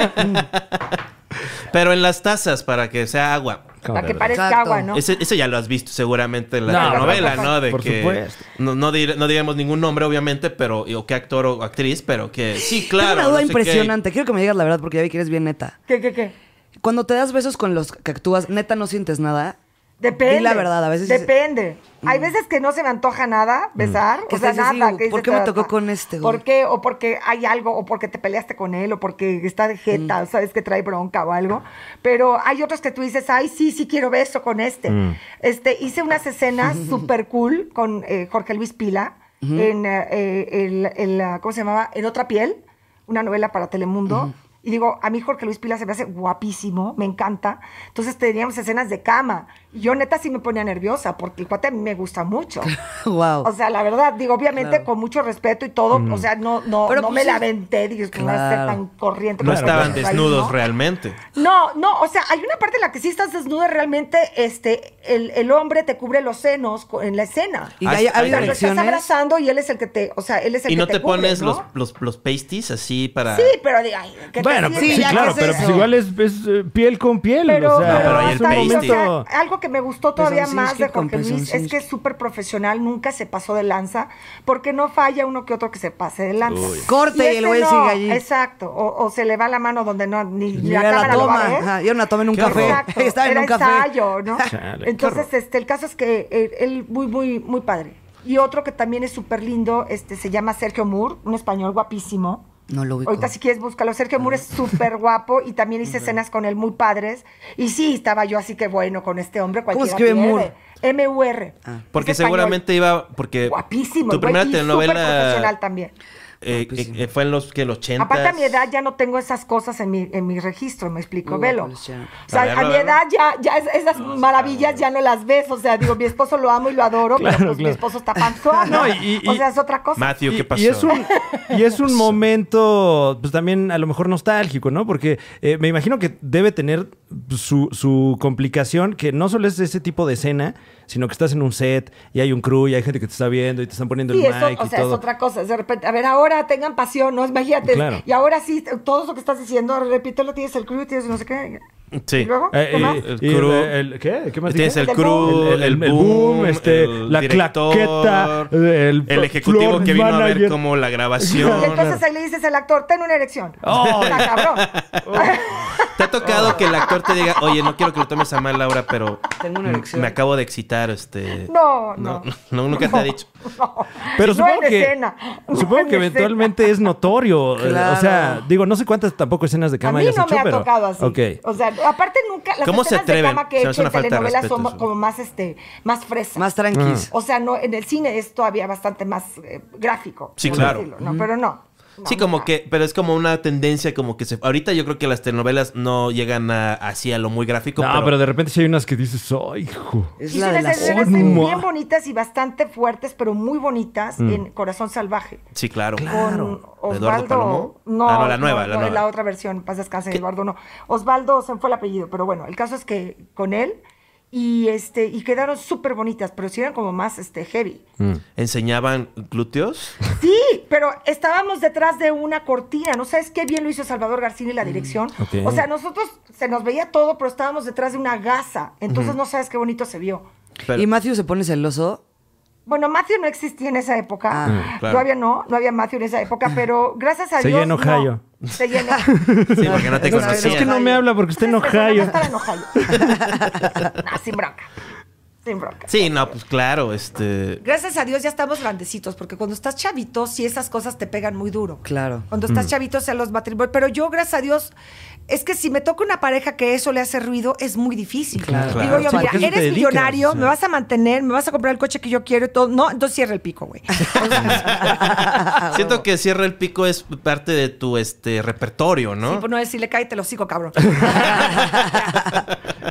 A: Pero en las tazas para que sea agua.
D: Para que parezca
B: Exacto.
D: agua, ¿no?
A: Ese- eso ya lo has visto seguramente en la
C: No,
A: telenovela,
C: por-
A: ¿no? De
C: por
A: que
C: supuesto.
A: No, no, dir- no diremos ningún nombre, obviamente, pero o qué actor o actriz, pero que sí, claro.
B: Tengo una
A: no
B: duda
A: sé qué.
B: impresionante. Quiero que me digas la verdad, porque ya vi que eres bien neta.
D: ¿Qué, qué, qué?
B: Cuando te das besos con los que actúas, neta no sientes nada.
D: Depende.
B: Di la verdad, a veces sí se-
D: Depende. Hay veces que no se me antoja nada besar,
B: Mm. Que
D: o sea,
B: estás así,
D: nada. que
B: ¿por
D: dices,
B: qué me
D: ta,
B: tocó
D: ta.
B: con este, güey?
D: ¿Por qué? O porque hay algo, o porque te peleaste con él, o porque está de jeta, sabes que trae bronca o algo. Pero hay otros que tú dices, ay, sí, sí quiero beso con este. Este, hice unas escenas súper cool con eh, Jorge Luis Pila en, eh, eh, el- el, ah, ¿cómo se llamaba? En Otra Piel, una novela para Telemundo. Y digo, a mí Jorge Luis Pila se me hace guapísimo, me encanta. Entonces teníamos escenas de cama. Y yo neta sí me ponía nerviosa porque el cuate a mí me gusta mucho.
B: Wow.
D: O sea, la verdad, digo, obviamente con mucho respeto y todo,
A: Mm.
D: o sea, no, no,
B: Pero,
D: no
B: pues,
D: me
B: sí.
D: la venté, digo, es que no va a ser
B: Claro.
D: tan corriente.
A: No
D: como
A: estaban
D: lo que traes,
A: desnudos
D: ¿no?
A: realmente.
D: No, no, o sea, hay una parte en la que sí estás desnuda realmente, este, el, el hombre te cubre los senos co- en la escena.
B: y
A: Ah,
B: hay,
A: está-
B: hay
A: está-
D: Pero estás
B: erecciones.
D: abrazando y él es el que te, o sea, él es el
A: Y
D: que
A: no
D: te
A: te
D: cubre,
A: pones
D: ¿no?
A: los, los, los pasties así para.
D: Sí, pero diga, ay, ¿qué te
C: Bueno,
D: sirve?
C: pues,
B: Sí,
C: sí,
B: ya, ¿qué
C: claro,
B: es
C: pero pues
B: eso?
C: igual es, es, eh, piel con piel.
D: Pero,
C: o sea,
D: pero
A: pero ahí
C: es
D: hasta
C: un
D: ahí, o
A: pasty.
D: sea,
C: momento.
D: algo que me gustó todavía
B: Pezoncín,
D: más
B: sí,
D: de
B: con
D: Jorge Luis
B: pezoncín,
D: es que es
B: sí.
D: súper profesional, nunca se pasó de lanza, porque no falla uno que otro que se pase de lanza.
B: Corte y el
D: este
B: güey
D: no,
B: sigue allí.
D: Exacto, o, o se le va la mano donde no, ni, ni
B: Mira
D: la
B: la
D: cámara lo va a
B: toma.
D: ver.
B: Ajá, yo no la tomé en un
D: Exacto,
B: café. Estaba en
D: era
B: un café.
D: ensayo, ¿no?
C: Chale,
D: Entonces, este, el caso es que eh, él muy, muy, muy padre. Y otro que también es súper lindo, este, se llama Sergio Moore, un español guapísimo.
B: No lo ubico.
D: Ahorita si quieres búscalo. Sergio Moore es súper guapo y también hice escenas con él muy padres. Y sí, estaba yo así que bueno con este hombre.
B: ¿Cómo
D: cualquiera
B: escribe
D: pierde.
B: Moore?
D: M.U.R.
A: Porque
D: Es español.
A: seguramente iba. Porque
D: Guapísimo.
A: Tu primera
D: profesional
A: telenovela
D: también.
A: eh, eh, fue en los que los 80.
D: Aparte a mi edad ya no tengo esas cosas en mi, en mi registro, me explico,
B: Muy
D: velo.
B: guapo, Luciano.
D: O sea,
A: A verlo,
D: a mi
A: a verlo.
D: edad ya, ya es- esas maravillas ya no las ves. O sea, digo, mi esposo lo amo y lo adoro, pero pues mi
C: claro.
D: esposo está panzón.
C: No, y- y-
D: o sea, es otra cosa.
A: Matthew, ¿qué
C: Y-
A: pasó?
C: Y es un, y es un momento, pues también a lo mejor nostálgico, ¿no? Porque eh, me imagino que debe tener su, su complicación, que no solo es ese tipo de escena, sino que estás en un set y hay un crew y hay gente que te está viendo y te están poniendo
D: Sí,
C: el
D: eso,
C: mic
D: o
C: y
D: sea, es
C: todo.
D: otra cosa. De repente, a ver, ahora tengan pasión, ¿no? Imagínate.
C: Claro.
D: Y ahora sí, todo eso que estás diciendo, repítelo, tienes el crew, tienes no sé qué. ¿Y
A: Sí.
D: luego?
C: Eh,
D: ¿Qué
C: y-
D: más?
C: y
A: El
C: el-
A: crew.
C: el- ¿Qué? ¿Qué más
A: Tienes
C: dije?
A: el
D: El
A: crew,
C: el, el- el boom, este,
A: el
C: la
A: director,
C: claqueta, el,
A: el ejecutivo
C: floor
A: que vino a ver
C: manager.
A: como la
D: Y
A: grabación.
D: entonces ahí le dices al actor, ten una erección. Está cabrón.
J: Ah,
A: ¿Te ha tocado que el actor te diga, oye, no quiero que lo tomes a mal, Laura, pero
B: Tengo una
A: m-
B: erección.
A: me acabo de excitar, este...
D: No, no.
A: no, nunca te ha dicho.
C: Pero
J: No
C: supongo
J: en
C: que,
J: escena, no
C: supongo
J: en
C: que
J: escena.
C: eventualmente es notorio. eh, O sea,
B: Claro.
C: digo, no sé cuántas tampoco escenas de
J: A
C: cama
J: mí
C: hayas
J: no
C: hecho,
J: me ha
C: pero.
J: tocado así.
C: Ok.
J: O sea, aparte nunca las
A: ¿Cómo se
J: escenas de
A: atreven?
J: cama que he
A: Se me
J: hecho
A: hace
J: en
A: una falta de
J: telenovelas
A: respeto
J: son
A: eso.
J: como más este más fresas.
B: Más tranquis.
J: o sea, no en el cine es todavía bastante más eh, gráfico.
A: Sí,
J: por
A: claro.
J: decirlo, ¿no? Pero no. no,
A: Sí, como
J: nunca.
A: que, pero es como una tendencia como que se... Ahorita yo creo que las telenovelas no llegan a, así a lo muy gráfico,
C: No, pero,
A: pero,
C: de repente sí hay unas que dices, ¡ay, hijo!
B: Es
J: Y
B: la
J: son
B: de la
J: escenas
B: zona.
C: forma.
J: bien bonitas y bastante fuertes, pero muy bonitas en Corazón Salvaje.
A: Sí, claro.
J: Con
A: ¿De Eduardo
J: Osvaldo.
A: Palomo?
J: No,
A: Ah, no, la nueva, la
J: no,
A: nueva.
J: otra versión, paz descanse,
A: ¿Qué?
J: Eduardo no. Osvaldo se me fue el apellido, pero bueno, el caso es que con él y este y quedaron súper bonitas, pero sí eran como más este heavy.
C: Mm.
A: ¿Enseñaban glúteos?
J: Sí, pero estábamos detrás de una cortina, ¿no sabes qué bien lo hizo Salvador García y la dirección?
C: ok.
J: O sea, nosotros se nos veía todo, pero estábamos detrás de una gasa, entonces no sabes qué bonito se vio.
A: Pero-
B: Y Matthew se pone celoso.
J: Bueno, Matthew no existía en esa época.
B: Ah.
A: Mm, claro.
J: Todavía no, no había Matthew en esa época, pero gracias a
C: Mm. Seguía
J: Dios.
C: en Ohio.
J: no, seguía en-
A: Sí, porque no te
B: No, pero
C: Es que
A: conocían.
C: no me habla porque está en
J: Esa persona
C: Ohio.
J: No estaba en Ohio.
D: Ah,
J: No, sin bronca. Sin bronca.
A: Sí, no, pues claro, este...
D: Gracias a Dios ya estamos grandecitos, porque cuando estás chavito, sí esas cosas te pegan muy duro.
B: Claro.
D: Cuando
C: Mm.
D: estás chavito, o sea, los matrimonios. Pero yo, gracias a Dios, es que si me toca una pareja que eso le hace ruido, es muy difícil.
B: Claro.
D: Digo
A: Claro,
D: yo,
A: sí,
D: mira,
C: porque eso te
D: eres
C: dedicas,
D: millonario,
C: o sea.
D: me vas a mantener, me vas a comprar el coche que yo quiero y todo. No, entonces cierra el pico, güey.
A: Siento que Cierra el Pico es parte de tu este repertorio,
D: Sí,
A: ¿no?
D: por no decirle, cállate el hocico, cabrón.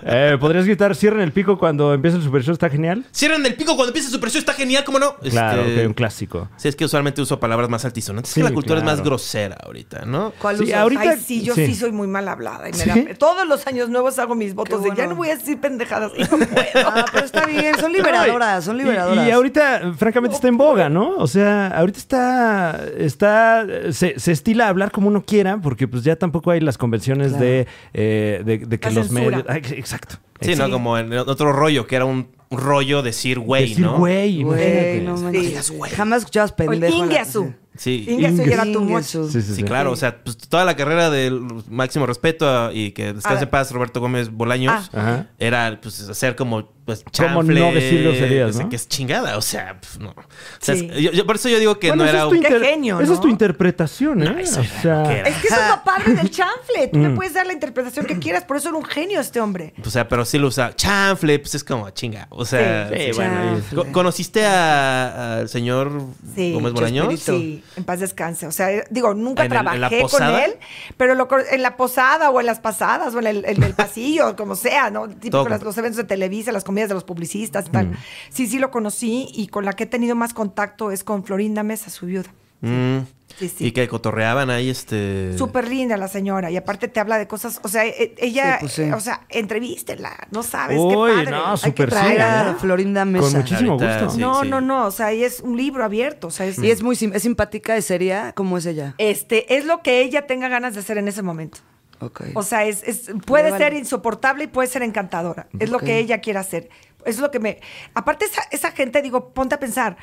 C: Eh, ¿Podrías gritar, cierren el pico cuando empieza el Super Show? ¿Está genial?
A: Cierran el pico cuando empieza su precio, está genial, ¿cómo no?
C: Claro,
A: Este,
C: ok, un clásico.
A: Sí, es que usualmente uso palabras más altisonantes.
C: Sí,
A: es que la cultura
C: claro.
A: es más grosera ahorita, ¿no?
B: ¿Cuál
C: Sí,
B: usas?
C: ahorita-
D: Ay, sí, yo sí.
C: sí.
D: soy muy mal hablada. y me
C: ¿Sí?
D: da- todos los años nuevos hago mis votos
B: Qué
D: de ya
B: bueno.
D: no voy a decir pendejadas. y no puedo.
B: Ah, pero está bien, son liberadoras, son
C: Y-
B: liberadoras.
C: Y, ahorita, francamente, está en boga, ¿no? O sea, ahorita está. está se, se estila hablar como uno quiera, porque pues ya tampoco hay las convenciones
B: Claro.
C: de, eh, de, de que
D: La
C: los
D: censura.
C: medios. Ay, exacto.
A: Sí, ¿no? Como en otro rollo, que era un un rollo decir güey,
C: Decir
A: ¿no?
C: güey,
B: Güey,
C: imagínate.
B: no
D: Sí.
B: manches. Jamás escuchabas
D: O el
B: pendejo.
D: Ingiasu.
A: Sí.
D: Ingiasu ya era tu
B: Ingiasu.
D: mocho.
C: Sí, sí,
A: Sí,
C: sí.
A: claro, o sea, pues, toda la carrera del máximo respeto a- y que
D: A
A: descanse
D: ver.
A: en paz Roberto Gómez Bolaños
C: Ah. Ajá.
A: era pues hacer como pues
C: Como
A: chanfle,
C: no decir groserías,
A: o sea,
C: ¿no?
A: que es chingada, o sea, pues, no. O sea,
D: Sí.
A: es- yo- yo- por eso yo digo que
C: Bueno,
A: no
C: esa
A: era
C: es tu
A: un-
D: Qué
C: inter-
D: genio,
C: Esa
D: ¿no?
C: es tu interpretación, ¿eh?
A: eso
C: o
A: era lo
C: sea,
A: que era.
D: Es que eso es lo padre del chanfle. Tú le puedes dar la interpretación que quieras. Por eso era un genio este hombre.
A: o sea, pero sí lo usaba. Chanfle, pues es como chinga. O sea,
C: Sí,
A: sí.
C: bueno, ahí-
A: Co- ¿conociste a- al señor
D: Sí,
A: Gómez Bolaños?
D: Sí, en paz descanse. O sea, eh, digo, nunca
A: ¿En el- en la
D: trabajé con
A: posada?
D: él, pero lo, cor- en la posada o en las pasadas o en el, en el pasillo, como sea, ¿no? Típico
A: Todo.
D: las- los eventos de Televisa, las comidas de los publicistas y tal.
C: Mm.
D: Sí, sí lo conocí y con la que he tenido más contacto es con Florinda Mesa, su viuda.
A: Mm.
D: Sí, sí.
A: Y que cotorreaban ahí este...
D: Súper linda la señora y aparte te habla de cosas, o sea, e- ella,
B: Sí, pues sí.
D: eh, o sea, entrevístenla, no sabes qué
C: Uy,
D: padre.
C: no,
D: hay
C: súper
D: que
C: sí, ¿eh?
D: traer a-
B: Era Florinda
C: Con
B: Mesa.
C: muchísimo
A: Ahorita,
C: gusto.
A: sí.
D: No, no, no, o sea, ella es un libro abierto, o sea,
C: Mm.
D: es,
B: Y es muy sim- es simpática y seria, ¿cómo es ella?
D: este, es lo que ella tenga ganas de hacer en ese momento.
B: Ok.
D: O sea, es, es- puede
B: Vale, vale.
D: ser insoportable y puede ser encantadora. Es lo
B: Ok.
D: que ella quiere hacer. Es lo que me... Aparte, esa, esa gente, digo, ponte a pensar.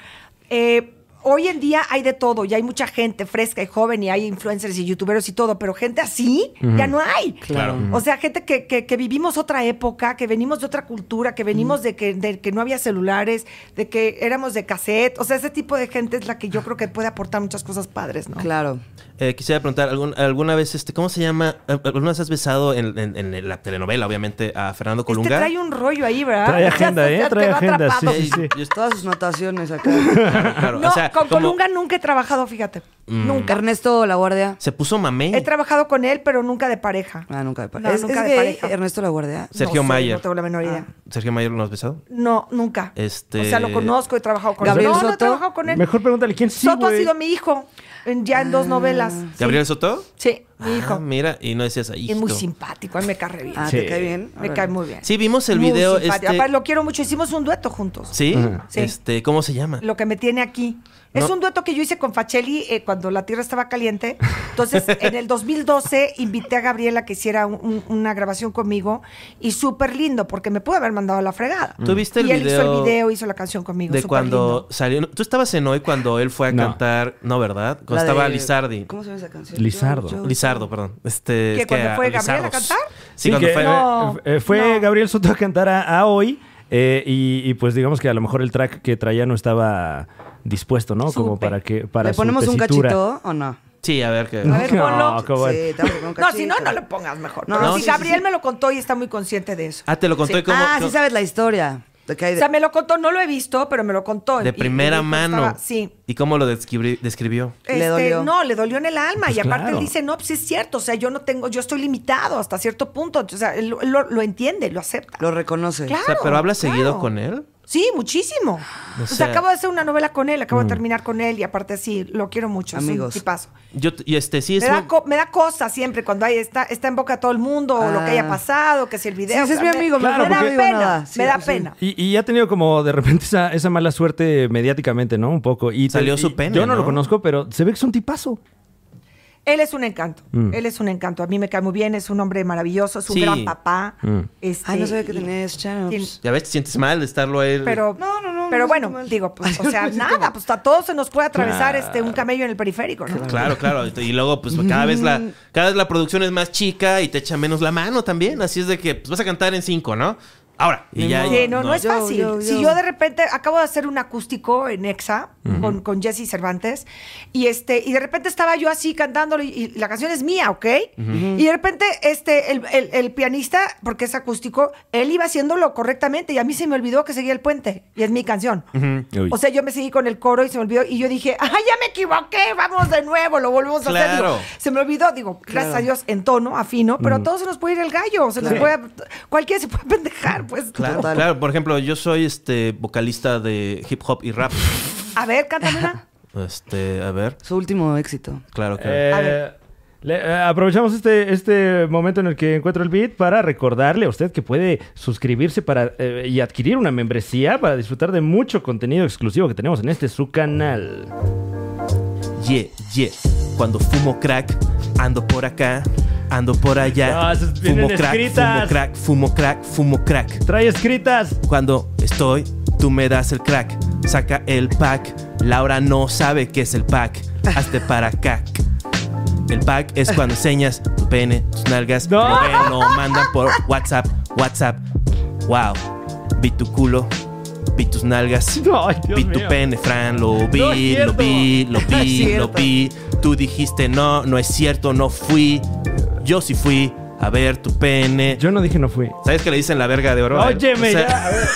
D: eh, hoy en día hay de todo y hay mucha gente fresca y joven y hay influencers y youtuberos y todo, pero gente así ya no hay.
B: Claro.
D: O sea, gente que, que- que vivimos otra época, que venimos de otra cultura, que venimos de que, de que no había celulares, de que éramos de cassette. O sea, ese tipo de gente es la que yo creo que puede aportar muchas cosas padres, ¿no?
B: Claro.
A: Eh, quisiera preguntar, ¿algún- ¿alguna vez, este, cómo se llama? ¿Al- ¿Alguna vez has besado en, en- en la telenovela, obviamente, a Fernando
D: Este
A: Colunga?
D: trae un rollo ahí, ¿verdad?
C: Trae
D: Ya
C: agenda,
D: se- ya
C: ¿eh?
D: te
C: Trae
D: va
C: agenda, sí,
D: atrapado.
C: sí, sí.
A: Yo estaba-
B: Todas sus notaciones acá.
A: claro,
D: No,
A: o sea,
D: con
A: como Mm.
D: Colunga nunca he trabajado, fíjate. Nunca.
B: Ernesto La Guardia.
A: Se puso mamey.
D: He trabajado con él, pero nunca de pareja.
B: Ah, nunca de pareja.
D: No,
B: ¿Es,
D: nunca
B: es
D: de
B: gay, Ah.
D: pareja.
B: Ernesto La Guardia?
A: Sergio
D: No sé,
A: Mayer.
D: No tengo la menor idea.
A: ¿Sergio Mayer no has besado?
D: No, nunca.
A: Este-
D: O sea, lo conozco, he trabajado con
B: ¿Gabriel
D: él. No, no he
B: Soto?
D: trabajado con él.
C: Mejor pregúntale quién sí,
D: Soto ha
C: güey.
D: sido mi hijo, en- ya en dos
B: Ah.
D: novelas. Sí.
A: ¿Gabriel Soto?
D: Sí, mi
A: Ah,
D: hijo.
A: mira, y no decías ahí.
D: es muy simpático, a mí me cae re bien.
B: Ah,
C: Sí.
B: ¿te cae bien?
D: me
B: Órale.
D: cae muy bien.
A: Sí, vimos el
D: Muy
A: video.
D: simpático.
A: Este,
D: Aparte, lo quiero mucho. Hicimos un dueto juntos.
A: ¿Sí?
D: Sí.
A: Este, ¿Cómo se llama?
D: lo que me tiene aquí. Es
A: No.
D: un dueto que yo hice con Fachelli eh, cuando la tierra estaba caliente. Entonces, en el 2012 invité a Gabriela que hiciera un- un- una grabación conmigo y súper lindo, porque me pudo haber mandado a la fregada.
A: ¿Tú viste Mm. el
D: y él hizo el
A: video
D: video, hizo la canción conmigo.
A: De
D: súper
A: cuando
D: lindo.
A: salió. Tú estabas en hoy cuando él fue a
C: No.
A: cantar. No, ¿verdad? Cuando
B: La
A: estaba
B: de-
A: Lizardi.
B: ¿Cómo se llama esa canción?
C: Lizardo.
A: Lizardo, perdón. Este,
D: ¿Que
A: es
D: cuando
A: a-
D: fue
A: a
D: Gabriel a
A: Lizardos.
D: cantar?
A: Sí, cuando
C: que,
A: fue.
C: eh, eh, fue
D: No.
C: Gabriel Soto a cantar a, a hoy Eh, y, y, pues digamos que a lo mejor el track que traía no estaba dispuesto, ¿no? Como
E: Supe.
C: para que para
B: ¿Le
C: su
B: ponemos un
C: tesitura.
B: cachito o no?
A: Sí, a ver qué.
E: A ver, ponlo.
C: No, qué bueno.
B: Sí, te voy a poner un
E: No, si no,
B: cachito.
E: no le pongas mejor.
B: No,
E: Pero
A: no,
E: si
A: sí, sí,
E: Gabriel
A: sí.
E: me lo contó y está muy consciente de eso.
A: Ah, te lo conté
E: Sí.
A: como.
B: Ah,
A: como-
B: sí sabes la historia. De que hay
E: O
B: de-
E: sea, me lo contó, no lo he visto, pero me lo contó.
A: De
E: Y- y
A: primera
E: dijo,
A: mano.
E: estaba- sí.
A: ¿Y cómo lo describí- describió?
B: Le
E: Este,
B: dolió.
E: No, le dolió en el alma.
C: Pues
E: y aparte
C: claro.
E: él dice, no, pues sí es cierto. O sea, yo no tengo, yo estoy limitado hasta cierto punto. O sea, él, lo- él lo, lo entiende, lo acepta.
B: Lo reconoce.
E: Claro.
A: o sea, ¿pero habla
E: claro.
A: seguido con él?
E: Sí, muchísimo.
A: O
E: O sea,
A: sea-
E: acabo de hacer una novela con él, acabo de terminar con él y aparte sí, lo quiero mucho.
B: Amigos.
E: Amigos. Es un tipazo.
A: Yo, t- y este, sí, es.
E: Me da,
A: muy-
E: co- me da cosa siempre cuando hay, está, está en boca de todo el mundo o lo que haya
B: Ah.
E: pasado, que si el video.
B: Sí, ese es mi
E: me-
B: amigo,
E: me,
C: mejor no
E: da
B: digo
E: pena.
B: nada. Sí,
E: me da
B: sí.
E: pena.
C: Y, y ha tenido como de repente esa, esa mala suerte mediáticamente, ¿no? Un poco. Y te-
A: Salió
C: y
A: su pene,
C: Yo no,
A: ¿no?
C: lo conozco, pero se ve que es un tipazo.
E: Él es un encanto. Él es un encanto. A mí me cae muy bien, es un hombre maravilloso, es un
A: Sí.
E: gran papá.
C: Mm.
E: este,
B: Ay, no sabía que
E: y-
B: tenías chaps.
A: Ya ves, te sientes mal de estarlo a él.
E: Pero,
B: No, no, no, no
E: pero
B: me siento
E: bueno,
B: mal.
E: digo, pues, o
B: Yo
E: sea,
B: me siento
E: nada,
B: mal.
E: pues a todos se nos puede atravesar este un camello en el periférico, ¿no?
A: Claro, claro. Y luego, pues cada vez la, cada vez la producción es más chica y te echa menos la mano también. Así es de que pues, vas a cantar en cinco, ¿no? Ahora. Y ya.
E: Sí, no, no es
B: Yo,
E: fácil.
B: yo, yo.
E: Si yo de repente acabo de hacer un acústico en Exa con, con Jesse Cervantes y este y de repente estaba yo así cantándolo y, y la canción es mía, ¿ok? Y de repente este el, el- el pianista, porque es acústico, él iba haciéndolo correctamente y a mí se me olvidó que seguía el puente y es mi canción.
C: Uy.
E: O sea, yo me seguí con el coro y se me olvidó y yo dije, ah, ya me equivoqué, vamos de nuevo, lo volvemos a hacer.
A: Claro.
E: Digo, se me olvidó, digo, gracias a Dios, en tono, afino, pero a todos se nos puede ir el gallo, se nos puede, cualquiera se puede pendejar, pues.
A: Claro,
B: Total.
A: claro. Por ejemplo, yo soy este vocalista de hip hop y rap.
E: A ver, cántame una.
A: Este, a ver.
B: Su último éxito.
A: Claro, claro.
C: Eh,
E: A ver.
C: le- eh, aprovechamos este, este momento en el que encuentro el beat para recordarle a usted que puede suscribirse para, eh, y adquirir una membresía para disfrutar de mucho contenido exclusivo que tenemos en este su canal.
A: Yeah, yeah. Cuando fumo crack, ando por acá, ando por allá.
C: No, esas vienen
A: fumo crack,
C: escritas.
A: fumo crack, fumo crack, fumo crack.
C: Trae escritas.
A: Cuando estoy, tú me das el crack. Saca el pack. Laura no sabe qué es el pack. Hazte para cac. El pack es cuando enseñas tu pene, tus nalgas.
C: No.
A: Lo ven, lo mandan por WhatsApp, WhatsApp. Wow. Vi tu culo, vi tus nalgas.
C: Ay, Dios
A: Vi tu
C: mío.
A: pene, Fran, lo vi,
C: No es
A: lo
C: cierto.
A: vi, lo
B: No es
A: vi, lo
B: cierto.
A: vi. Tú dijiste no, no es cierto, no fui. Yo sí fui a ver tu pene.
C: Yo no dije no fui.
A: ¿Sabes qué le dicen la verga de oro?
C: Óyeme,
A: O sea,
C: ya, a ver.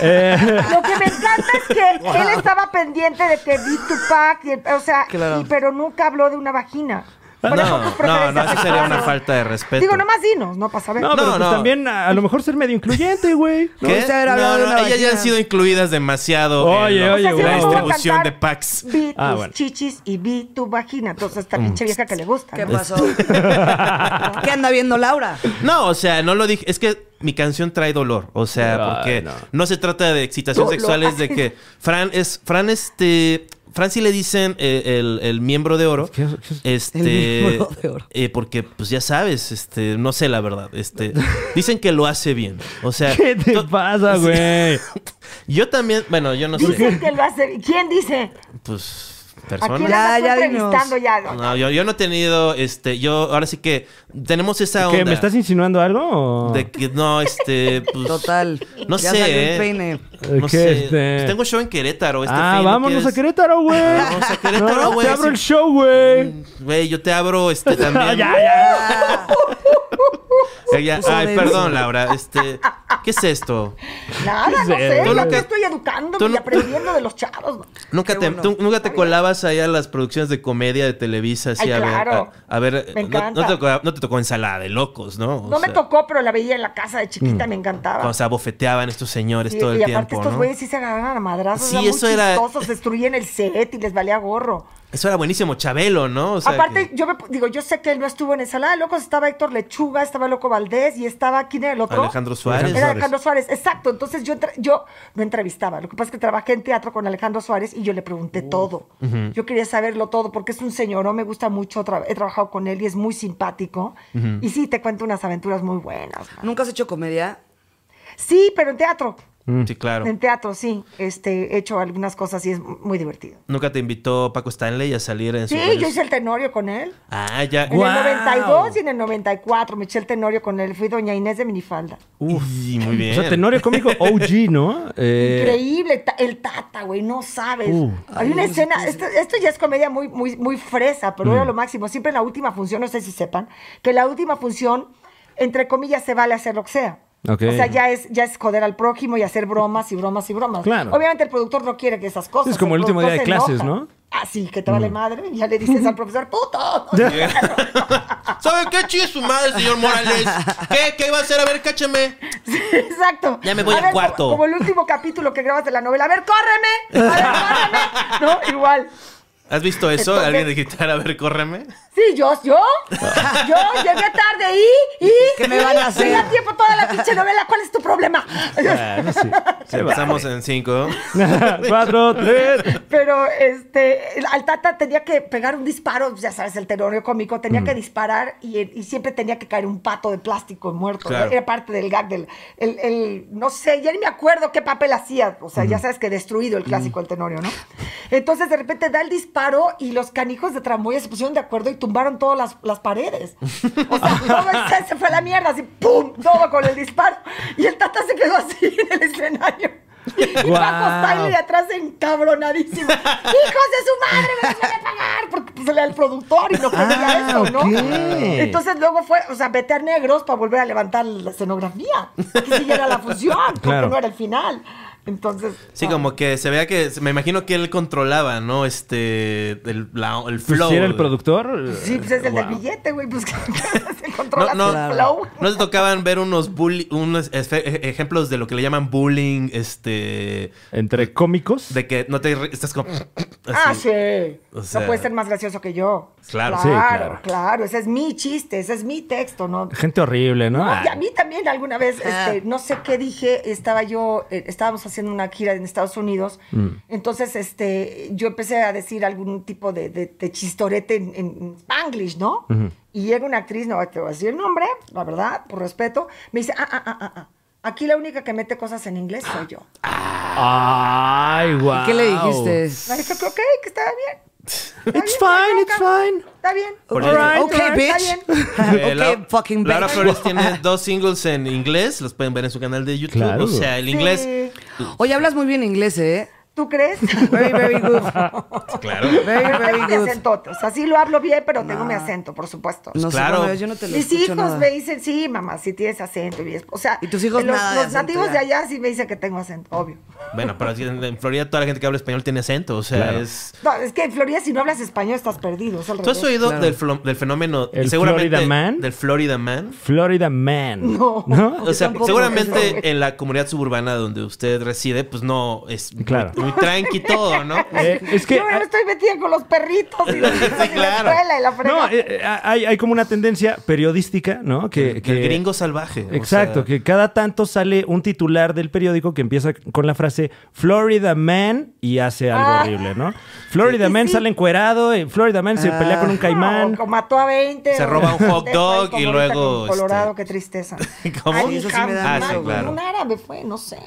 C: Eh,
D: Lo que me encanta es que él estaba pendiente de que vi tu pack, y el- o sea,
B: Claro.
D: y- pero nunca habló de una vagina. Por eso tus
A: No, no,
D: preferencias
A: no, eso sería
D: sexuales.
A: una falta de respeto.
D: Digo, nomás dinos, no pasa
C: No,
D: nada.
C: pero
A: No,
C: pues
A: no.
C: también a, a lo mejor ser medio incluyente, güey. ¿no?
A: ¿Qué?
B: Usted haber
A: No,
B: hablado de
A: no,
B: una
A: ellas ya han
B: vagina.
A: sido incluidas demasiado
C: Oye,
A: en lo-
C: oye,
A: en la
C: wow.
A: distribución de packs.
D: Vi tus
C: Ah, bueno.
D: chichis y vi tu vagina. Entonces,
A: Mm.
D: esta pinche vieja que le gusta.
B: ¿Qué
D: ¿no?
B: pasó? ¿Qué anda viendo Laura?
A: No, o sea, no lo dije. Es que mi canción trae dolor. O sea,
C: Ay,
A: porque
C: no.
A: no. se trata de excitación
D: Dolor.
A: sexual, es de que Fran es. Fran, este. Fran sí le dicen eh, el, el miembro de oro.
C: ¿Qué es- qué es?
A: Este.
B: El miembro de oro.
A: eh, porque, pues ya sabes, este, no sé la verdad. Este. Dicen que lo hace bien. O sea.
C: ¿Qué te
A: to-
C: pasa, güey?
A: Yo también. Bueno, yo no sé.
D: Dicen que lo hace. bien. ¿Quién dice?
A: Pues.
D: Aquí
A: Personas.
B: Ya,
D: la
B: ya
D: estoy entrevistando ya.
A: No, yo, yo no he tenido, este, yo, ahora sí que tenemos esa onda.
C: ¿Qué, ¿Me estás insinuando algo? o?
A: De que no, este, pues.
B: Total.
A: No
B: ya
A: sé,
B: Salió
A: eh.
B: el peine.
C: Eh,
A: No
C: ¿qué,
A: sé.
C: este?
A: Pues tengo show en Querétaro este
C: ah,
A: fin, ¿no
C: vámonos a
A: quieres?
C: Querétaro, güey.
A: Vamos a Querétaro,
C: No,
A: güey,
C: Te abro
A: sí.
C: el show, güey.
A: Güey, yo te abro este
C: Ah,
A: también.
C: ya, ya.
A: Eh, ya.
B: puso
A: Ay,
B: de-
A: perdón, Laura. Este, ¿qué es esto?
D: Nada, no sé.
C: Tú
D: Yo
A: no
D: aquí
A: te-
D: estoy educando
A: tú
D: y
A: no-
D: aprendiendo de los chavos. ¿no?
A: Nunca
B: Qué
A: te,
B: bueno.
A: tú nunca te colabas ahí a las producciones de comedia de Televisa, así
D: Ay,
A: a
D: claro.
A: ver. A, a ver,
D: Me
A: no- no,
D: encanta.
A: te tocó, no te tocó ensalada de locos, ¿no? Mm. O
D: No me
A: sea,
D: tocó, pero la veía en la casa de chiquita, me encantaba.
A: O sea, bofeteaban estos señores
D: Y,
A: todo el
D: y aparte
A: tiempo,
D: estos
A: ¿no?
D: güeyes sí se agarraban a madrazos,
A: Sí,
D: eran
A: eso
D: muy
A: era-
D: chistosos, destruían el set y les valía gorro.
A: Eso era buenísimo, Chabelo, ¿no? O sea,
D: Aparte,
A: que-
D: yo me pu- digo, yo sé que él no estuvo en Ensalada de Locos, estaba Héctor Lechuga, estaba Loco Valdés y estaba, ¿quién era el otro?
A: Alejandro Suárez.
D: Era Alejandro Suárez, exacto. Entonces yo, tra- yo no entrevistaba. Lo que pasa es que trabajé en teatro con Alejandro Suárez y yo le pregunté todo. Yo quería saberlo todo porque es un señor, ¿no? Me gusta mucho, tra- he trabajado con él y es muy simpático. Y sí, te cuento unas aventuras muy buenas. man.
B: ¿Nunca has hecho comedia?
D: Sí, pero en teatro.
C: Mm.
A: Sí, claro.
D: En teatro, sí. Este, he hecho algunas cosas y es muy divertido.
A: ¿Nunca te invitó Paco Stanley a salir en
D: Sí,
A: sus
D: yo
A: rollos?
D: hice el tenorio con él.
A: Ah, ya.
D: En el 92 y en el 94 me eché el tenorio con él. Fui doña Inés de Minifalda.
A: Uf, y muy bien.
C: O sea, Tenorio Cómico OG, ¿no? Eh,
D: Increíble, ta- el Tata, güey, no sabes.
C: Uh.
D: Hay una escena, esto, esto ya es comedia muy, muy, muy fresa, pero
C: Mm.
D: era lo máximo. Siempre en la última función, no sé si sepan, que la última función, entre comillas, se vale hacer lo que sea.
C: Ok.
D: O sea, ya es, ya es joder al prójimo y hacer bromas y bromas y bromas.
C: Claro.
D: Obviamente el productor no quiere que esas cosas.
C: Es como el último
D: productor
C: día de
D: se
C: clases,
D: enoja.
C: ¿no? Mm.
D: Ah, sí, que te vale madre. Y ya le dices al profesor, puto.
A: ¿Sabe qué chiste su madre, señor Morales? ¿Qué? ¿Qué iba a hacer? A ver, cáchame.
D: Exacto.
A: Ya me voy
D: A
A: al
D: ver,
A: cuarto.
D: Como, como el último capítulo que grabas de la novela. A ver, córreme. A ver, córreme. No, igual.
A: ¿Has visto eso?
D: Entonces-
A: ¿Alguien de guitarra? A ver, córreme.
D: Sí, yo, yo, yo llegué tarde y, y
B: ¿Qué me van a
D: y
B: hacer?
D: tenía tiempo toda la pinche novela. ¿Cuál es tu problema?
C: bueno, sí.
A: Se pasamos en cinco.
C: Cuatro, tres.
D: Pero este, el- al Tata tenía que pegar un disparo, ya sabes, el terrorio cómico tenía que disparar y, y siempre tenía que caer un pato de plástico muerto.
A: Claro.
D: Era parte del gag del, el, el- no sé, ya ni me acuerdo qué papel hacía. O sea, ya sabes que destruido el clásico el tenorio, ¿no? Entonces de repente da el disparo y los canijos de Tramoya se pusieron de acuerdo y tumbaron todas las, las paredes. O sea, todo el set se fue a la mierda, así, ¡pum! Todo con el disparo. Y el Tata se quedó así en el escenario. Y Paco
C: Guau.
D: Stanley de atrás encabronadísimo. ¡Hijos de su madre! ¡Me los van a pagar! Porque pues, era el productor y no quería
C: Ah,
D: eso, ¿no?
C: ok.
D: Entonces luego fue, o sea, meter negros para volver a levantar la escenografía. Que siguiera la función, porque
C: Claro.
D: no era el final. Entonces.
A: Sí,
D: ah,
A: como que se vea que... Me imagino que él controlaba, ¿no? Este... El, la- el
C: Pues,
A: flow.
C: si era el productor. eh,
D: Sí, pues es el del
C: Wow.
D: billete, güey. Pues se
A: No,
D: controla
A: no,
D: el flow.
A: no te tocaban ver unos bully, unos efe- e- ejemplos de lo que le llaman bullying, este,
C: Entre cómicos.
A: de que no te re- estás como
D: Ah,
A: así.
D: sí.
A: O sea-
D: no puede ser más gracioso que yo.
A: Claro,
C: sí,
D: claro,
C: claro.
D: claro. Ese es mi chiste, ese es mi texto, ¿no?
C: Gente horrible, ¿no? Ah,
D: Y a mí también alguna vez, este, no sé qué dije, estaba yo, eh, estábamos haciendo una gira en Estados Unidos,
C: Mm.
D: entonces este, yo empecé a decir algún tipo de, de- de chistorete en, en Spanglish, ¿no? Y llega una actriz, no te voy a decir el nombre, la verdad, por respeto, me dice, ah, ah, ah, ah, ah, aquí la única que mete cosas en inglés soy yo.
C: Ay, guau.
B: ¿Qué le dijiste?
D: Me dijo, ok, que estaba bien.
C: It's fine, it's fine.
D: Está bien.
A: Por
D: All
A: eso-
B: Ok,
D: está
B: bitch.
D: bien.
A: Eh,
B: ok, fucking bitch.
A: Laura Flores tiene dos singles en inglés, los pueden ver en su canal de YouTube.
C: Claro.
A: O sea, el inglés,
D: Sí.
B: Oye, hablas muy bien inglés, ¿eh?
D: ¿Tú crees?
B: Very, very good.
A: claro.
B: Very,
D: Pero
B: very
D: tengo mi
B: good.
D: acentote. O sea, sí lo hablo bien, pero tengo mi acento, por supuesto.
B: No sé,
A: Pues Claro.
B: bueno, yo no te lo
D: Mis
B: escucho
D: hijos
B: nada.
D: me dicen, sí, mamá, sí tienes acento. Y, es- o sea,
B: Y tus hijos
D: los,
B: nada de
D: los
B: acento,
D: nativos
B: ya.
D: de allá sí me dicen que tengo acento, obvio.
A: Bueno, pero así en, en Florida toda la gente que habla español tiene acento, o sea,
C: Claro.
A: es...
D: No, es que en Florida si no hablas español estás perdido. es al
A: ¿Tú has
D: revés.
A: oído del, flo- del fenómeno,
C: ¿El
A: seguramente,
C: Florida Man?
A: del Florida Man?
C: Florida Man.
D: No.
A: O sea,
D: tampoco, eso,
A: seguramente en la comunidad suburbana donde usted reside, pues no, es muy-
C: Claro.
A: muy, tranqui todo, ¿no?
C: Eh, es que.
D: Yo me estoy metida con los perritos y los hijos y la
A: claro.
D: escuela y la fregada.
C: No, eh, eh, hay, hay como una tendencia periodística, ¿no? Que, que-
A: El gringo salvaje. o
C: Exacto,
A: sea,
C: que cada tanto sale un titular del periódico que empieza con la frase Florida Man y hace algo
D: Ah.
C: horrible, ¿no? Florida
D: Sí,
C: Man
D: sí. Ah.
C: sale encuerado, eh, Florida Man se pelea con un caimán.
D: No, o mató a 20.
A: Se
D: o-
A: roba un hot
D: dejo ahí
A: dog
D: como
A: y
D: ahorita
A: luego,
D: con Colorado,
A: este-
D: qué tristeza.
A: ¿Cómo? Ah,
D: Ay,
B: Eso sí
D: hija,
B: me da
D: mamá,
A: miedo, güey.
D: Un árabe fue, no sé.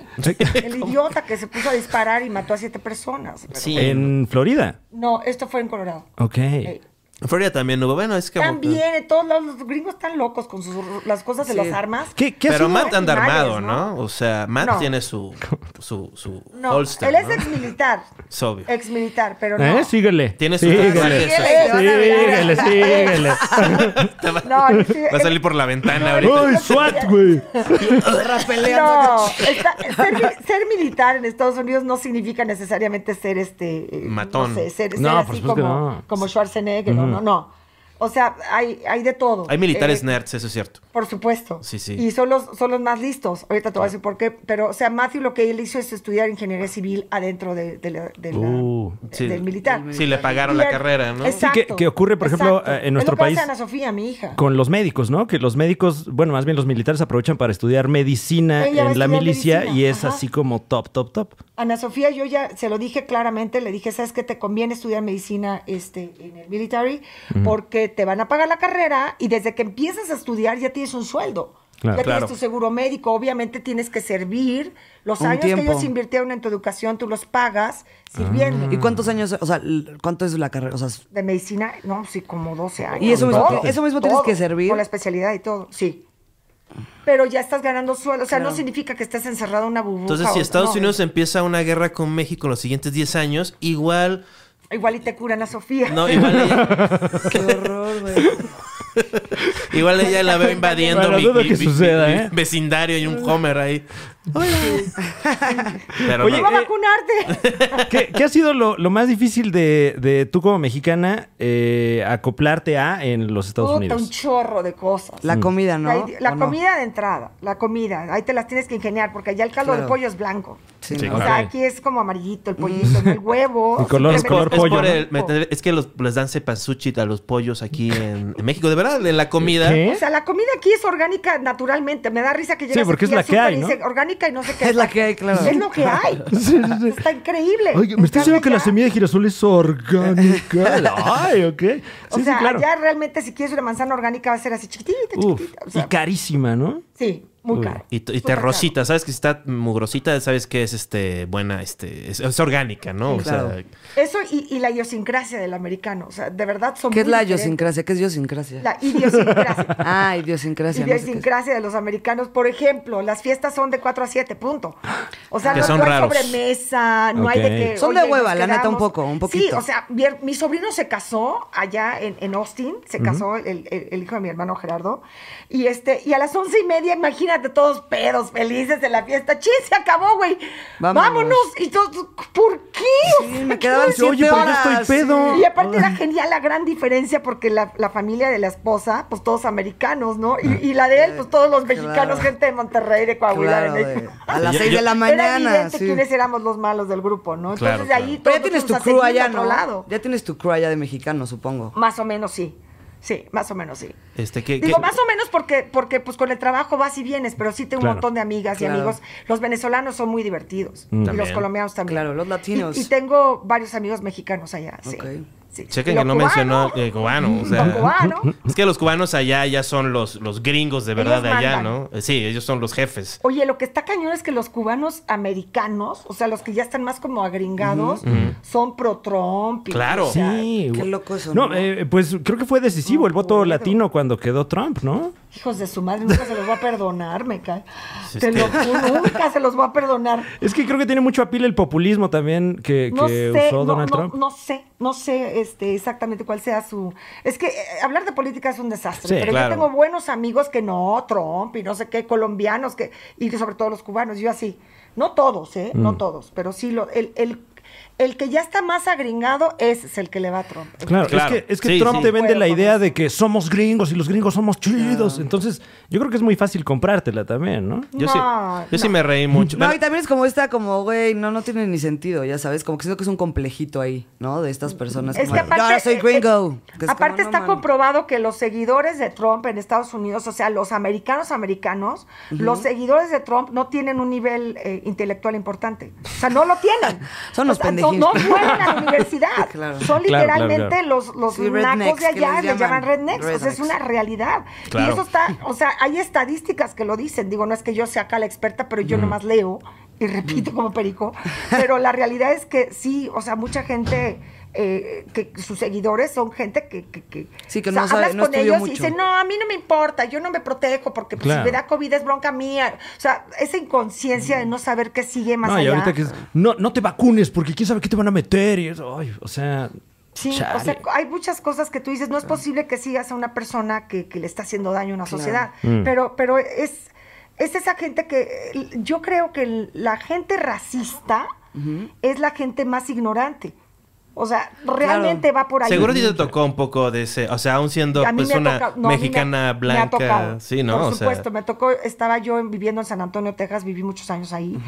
D: El idiota que se puso a disparar y mató a siete personas. pero-
A: Sí.
C: En Florida.
D: No, esto fue en Colorado.
C: Ok.
D: Ey.
A: En Florida también hubo. Bueno, es que.
D: También, en todos lados, los gringos están locos con sus, las cosas de las armas.
C: ¿Qué, qué ha
A: Pero
C: sido-
A: Matt anda
D: Animales,
A: armado, ¿no? O sea, Matt
D: No.
A: tiene su. su. su.
D: No,
A: holster,
D: él es
A: ¿no?
D: ex militar.
A: Es obvio.
D: Ex militar, pero no.
C: ¿Eh? Síguele.
A: Tiene sus
C: síguele.
A: tatuajes.
D: Síguele, van a
C: Síguele,
D: ver.
C: síguele.
A: Te va,
D: No, él sí-
A: va a salir por la ventana ahorita.
C: ¡Uy, SWAT, güey!
D: No, está- ser, mi- ser militar en Estados Unidos no significa necesariamente ser este. eh,
A: Matón.
D: No, sé, ser, ser
C: No, por
D: así
C: supuesto que
D: como,
C: no.
D: como Schwarzenegger. No, no, no. O sea, hay, hay de todo.
A: Hay militares
D: Eh,
A: nerds, eso es cierto.
D: Por supuesto.
A: Sí, sí.
D: Y son los, son los más listos. Ahorita te voy a decir por qué. Pero, o sea, Matthew lo que él hizo es estudiar ingeniería civil adentro de, de la- de la-
C: Uh,
D: de-
A: sí.
D: del militar.
A: Sí, le pagaron la
D: Y el-
A: carrera, ¿no?
D: Exacto.
C: Sí, que- que ocurre, por ejemplo,
D: exacto.
C: eh, en
D: Es
C: nuestro
D: lo que hace
C: país-
D: Ana Sofía, mi hija.
C: Con los médicos, ¿no? Que los médicos, bueno, más bien los militares aprovechan para estudiar medicina
D: Ella va a
C: en la
D: estudiar
C: milicia
D: medicina,
C: y es
D: ajá.
C: así como top, top, top.
D: Ana Sofía, yo ya se lo dije claramente, le dije, ¿sabes qué? Te conviene estudiar medicina este, en el military porque te van a pagar la carrera y desde que empiezas a estudiar ya tienes un sueldo.
C: Claro.
D: ya
A: Claro.
D: tienes tu seguro médico, obviamente tienes que servir. Los
B: Un
D: años que
B: tiempo.
D: ellos invirtieron en tu educación, tú los pagas sirviendo.
B: Ah. ¿Y cuántos años, o sea, l- cuánto es la carrera? O sea, s-
D: De medicina, no, sí, como 12 años.
B: Y eso mismo
D: Todo,
B: ti- eso mismo tienes
D: todo,
B: que servir.
D: Con la especialidad y todo, sí. Pero ya estás ganando sueldo. O sea, no significa que estés encerrado en una burbuja.
A: Entonces, si
D: o-
A: Estados
D: no,
B: em
A: Unidos empieza una guerra con México en los siguientes 10 años, igual.
D: Igual y te curan a Sofía.
A: No, igual ella,
B: qué horror, güey.
A: igual ella la veo invadiendo
C: Bueno,
A: mi,
C: dudo
A: mi-
C: que
A: mi-
C: suceda,
A: mi
C: ¿eh?
A: vecindario y un Homer ahí. Pero
C: Oye,
A: no.
D: ¡Va
C: eh,
D: a vacunarte!
C: ¿Qué, qué ha sido lo, lo más difícil de, de tú como mexicana eh, acoplarte a en los Estados
D: Puta, un
C: Unidos?
D: chorro de cosas.
A: Mm.
B: La comida, ¿no?
D: La, la
B: ¿O no?
D: comida de entrada, la comida, ahí te las tienes que ingeniar porque allá el caldo
B: Claro.
D: de pollo es blanco.
B: Sí,
C: Sí,
B: ¿no?
D: O
C: claro.
D: sea,
C: Ok.
D: aquí es como amarillito el pollito, el huevo.
C: Y color-
A: Es
D: simplemente-
A: por,
C: color
A: es
C: pollo,
A: por
C: ¿no?
A: el-
D: Oh.
A: me tendré- es que los- les dan cepasuchit a los pollos aquí en, en México. De verdad, en la comida.
C: ¿Qué?
D: O sea, la comida aquí es orgánica naturalmente. Me da risa que llegas
C: porque es
D: aquí
C: la
D: al
C: que hay,
D: súper y
C: ¿no?
D: dice orgánica y no sé qué.
B: Es la que hay, claro.
D: Es lo que hay.
C: Sí, sí, sí.
D: Está increíble.
C: Oye, me estás
D: En
C: diciendo que
D: cambio
C: la
D: allá-
C: semilla de girasol es orgánica. Ay, ok. Sí,
D: O
C: sí,
D: sea,
C: claro.
D: allá realmente si quieres una manzana orgánica va a ser así chiquitita,
C: Uf,
D: chiquitita. O sea,
C: y carísima, ¿no?
D: sí, muy
C: Uy.
D: caro.
A: Y, t- y
D: Súper
A: te
D: caro.
A: rosita, ¿sabes que si está mugrosita? ¿Sabes que es este buena? este Es, es orgánica, ¿no?
B: Sí,
A: o
B: claro.
A: sea,
D: Eso y, y la idiosincrasia del americano. O sea, de verdad son
B: ¿Qué es
D: muy
B: la
D: diferentes.
B: idiosincrasia? ¿Qué es idiosincrasia?
D: La idiosincrasia.
B: Ah, idiosincrasia. no sé qué es.
D: idiosincrasia de los americanos. Por ejemplo, las fiestas son de 4 a 7, punto. O sea,
A: Que
D: no,
A: son
D: no hay
A: raros.
D: sobremesa, no hay de
C: Ok.
D: que...
B: Son de
D: oye, nos
B: hueva, la neta, un
D: quedamos.
B: poco, un
D: Sí,
B: poquito.
D: o sea, mi, her- mi sobrino se casó allá en, en Austin, se casó el, el- el hijo de mi hermano Gerardo, y este y a las once y media, imagínate, todos pedos, felices de la fiesta. ¡Chis, se acabó, güey!
B: Vámonos.
D: ¡Vámonos! Y todos, ¿por qué? O
B: Sí,
D: sea,
B: me
D: ¿qué
B: quedaban
D: es
B: siete
C: Oye, pero yo
B: horas.
C: estoy pedo.
D: y aparte era genial la gran diferencia porque la, la familia de la esposa, pues todos americanos, ¿no? Y, y la de él, pues todos los mexicanos,
B: Claro.
D: gente de Monterrey, de Coahuila,
B: Claro,
D: de
B: de-
D: México.
B: a las
A: Yo-
B: 6
A: yo-
B: de la
D: era
B: mañana.
D: evidente
B: sí.
D: quiénes éramos los malos del grupo, ¿no? Entonces
A: Claro,
D: de ahí
A: claro.
D: todos
B: Pero ya tienes tu
D: fuimos a
B: crew
D: seguir
B: allá,
D: a otro
B: ¿no?
D: lado.
B: Ya tienes tu crew allá de mexicano, supongo.
D: Más o menos sí. Sí, más o menos sí.
A: este, ¿qué-
D: Digo,
A: qué-
D: más o menos porque, porque pues con el trabajo vas y vienes, pero sí tengo
C: Claro.
D: un montón de amigas
B: Claro.
D: y amigos. Los venezolanos son muy divertidos. Y los
A: Mm. También.
D: colombianos también.
B: Claro, los latinos.
D: Y, y tengo varios amigos mexicanos allá, sí.
B: Ok.
D: Sí.
A: Chequen
D: Y lo
A: que no
D: cubano.
A: mencionó eh, cubano. O sea,
D: Lo cubano.
A: Es que los cubanos allá ya son los, los gringos de
D: Ellos
A: verdad de allá, ¿no?
D: mandan.
A: Eh, Sí, ellos son los jefes.
D: Oye, lo que está cañón es que los cubanos americanos, o sea, los que ya están más como agringados, son pro Trump. y,
A: Claro.
D: o sea,
C: Sí.
B: qué
C: gu-
B: loco eso,
C: No,
B: ¿no?
C: eh, pues creo que fue decisivo el voto
D: Aburrido.
C: latino cuando quedó Trump, ¿no?
D: Hijos de su madre, nunca se los voy a perdonar, me cae.
A: Sí,
D: Te
A: sí.
D: lo juro, nunca se los voy a perdonar.
C: Es que creo que tiene mucho apil el populismo también que,
D: No
C: que
D: sé,
C: usó
D: no,
C: Donald
D: no,
C: Trump.
D: no sé, no sé este, exactamente cuál sea su... Es que eh, hablar de política es un desastre,
C: Sí,
D: pero
A: claro.
D: yo tengo buenos amigos que no, Trump y no sé qué, colombianos, que y sobre todo los cubanos, yo así. No todos, ¿eh? No todos, pero sí, lo, el, el, el que ya está más agringado ese es el que le va a Trump.
C: Claro,
A: Claro.
C: es que, es que
A: Sí,
C: Trump
A: sí.
C: te vende
D: Bueno, pues
C: la
D: con
C: idea
D: eso.
C: de que somos gringos y los gringos somos chidos. Entonces, yo creo que es muy fácil comprártela también, ¿no?
A: Yo, sí,
D: No,
A: yo sí me reí mucho.
B: No,
A: Bueno,
B: y también es como esta, como, güey, no, no tiene ni sentido, ya sabes, como que siento que es un complejito ahí, ¿no? De estas personas.
D: Es
B: como,
D: que aparte,
B: yo ahora soy
D: eh,
B: gringo.
D: eh,
B: Que es
D: aparte
B: como, no,
D: está
B: man.
D: comprobado que los seguidores de Trump en Estados Unidos, o sea, los americanos americanos, los seguidores de Trump no tienen un nivel eh, intelectual importante. O sea, no lo tienen.
B: Son
D: O
B: los
D: sea, no-
B: pendejillos.
D: No fueron a la universidad.
B: Claro.
D: Son
C: Claro, claro,
D: literalmente
C: claro.
D: los, los
B: Sí,
D: nacos
B: rednecks,
D: de
B: que les
D: allá, les
B: llaman.
D: llaman rednecks. O sea,
B: Rednecks.
D: es una realidad.
A: Claro.
D: Y eso está, o sea, hay estadísticas que lo dicen. Digo, no es que yo sea acá la experta, pero yo nomás leo y repito como perico. Pero la realidad es que sí, o sea, mucha gente, eh, que sus seguidores son gente que... que, que
B: Sí, que
D: o sea,
B: no sabe-
D: hablas
B: no
D: con
B: estudió
D: ellos
B: mucho.
D: y dicen, no, a mí no me importa, yo no me protejo porque pues,
C: Claro.
D: si me da COVID es bronca mía. O sea, esa inconsciencia de no saber qué sigue más
C: no, y
D: allá.
C: ahorita que es, no, no te vacunes porque quién sabe qué te van a meter. Y eso, ay, o sea,
D: Sí, o sea,
C: chale.
D: hay muchas cosas que tú dices, no es posible que sigas a una persona que, que le está haciendo daño a una sociedad, pero, pero es, es esa gente que eh, yo creo que el- la gente racista es la gente más ignorante. O sea, realmente va por ahí.
A: seguro sí te tocó un poco de ese. O sea, aún siendo
D: A mí
A: pues
D: me ha
A: una
D: tocado- no, a mí me-
A: mexicana
D: me ha
A: blanca.
D: tocado.
A: sí, ¿no?
D: Por
A: O sea,
D: supuesto, me tocó, estaba yo en- viviendo en San Antonio, Texas, viví muchos años ahí.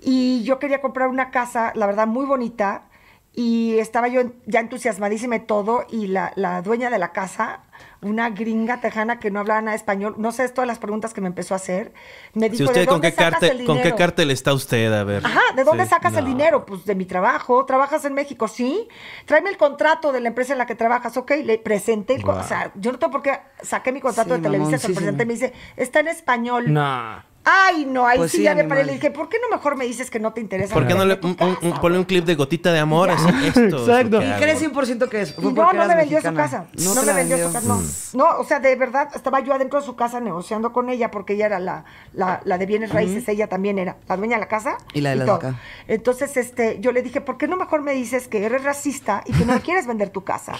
D: Y yo quería comprar una casa, la verdad, muy bonita. Y estaba yo en- ya entusiasmadísima y todo, y la, la dueña de la casa, una gringa tejana que no hablaba nada de español, no sé, es todas las preguntas que me empezó a hacer, me dijo,
A: Si
D: ¿de
A: usted, ¿con
D: dónde
A: qué,
D: sacas
A: cártel,
D: el
A: ¿con qué
D: dinero?".
A: cártel está usted? A ver.
D: Ajá, ¿de dónde
A: Sí,
D: sacas el
A: no.
D: dinero? Pues de mi trabajo. ¿Trabajas en México? Sí. Tráeme el contrato de la empresa en la que trabajas, ok. Le presenté el contrato. O sea, yo no tengo por qué saqué mi contrato
B: Sí,
D: de Televisa, se lo
B: mamoncísimo.
D: presenté y me dice, está en español.
C: No.
D: Ay, no, ahí
B: Pues
D: sí
B: sí,
D: ya me paré.
B: animal.
D: Le dije, ¿por qué no mejor me dices que no te interesa?
A: ¿Por qué no le
D: Vete a
A: un-
D: tu
A: un- un-
D: casa?
A: ponle un clip de gotita de amor? Así, esto es lo
C: Exacto.
A: que
C: Y
A: hago.
B: crees 100% que es. fue
D: Y
B: porque
D: no, no
B: eras
D: me vendió su
B: mexicana.
D: casa. No,
B: te
D: me
B: la Mm.
D: vendió su casa, no. No, o sea, de verdad, estaba yo adentro de su casa negociando con ella porque ella era la, la, la de bienes raíces, ella también era la dueña de la casa.
B: Y la de la
D: todo.
B: vaca.
D: Entonces, este, yo le dije, ¿por qué no mejor me dices que eres racista y que no me quieres vender tu casa?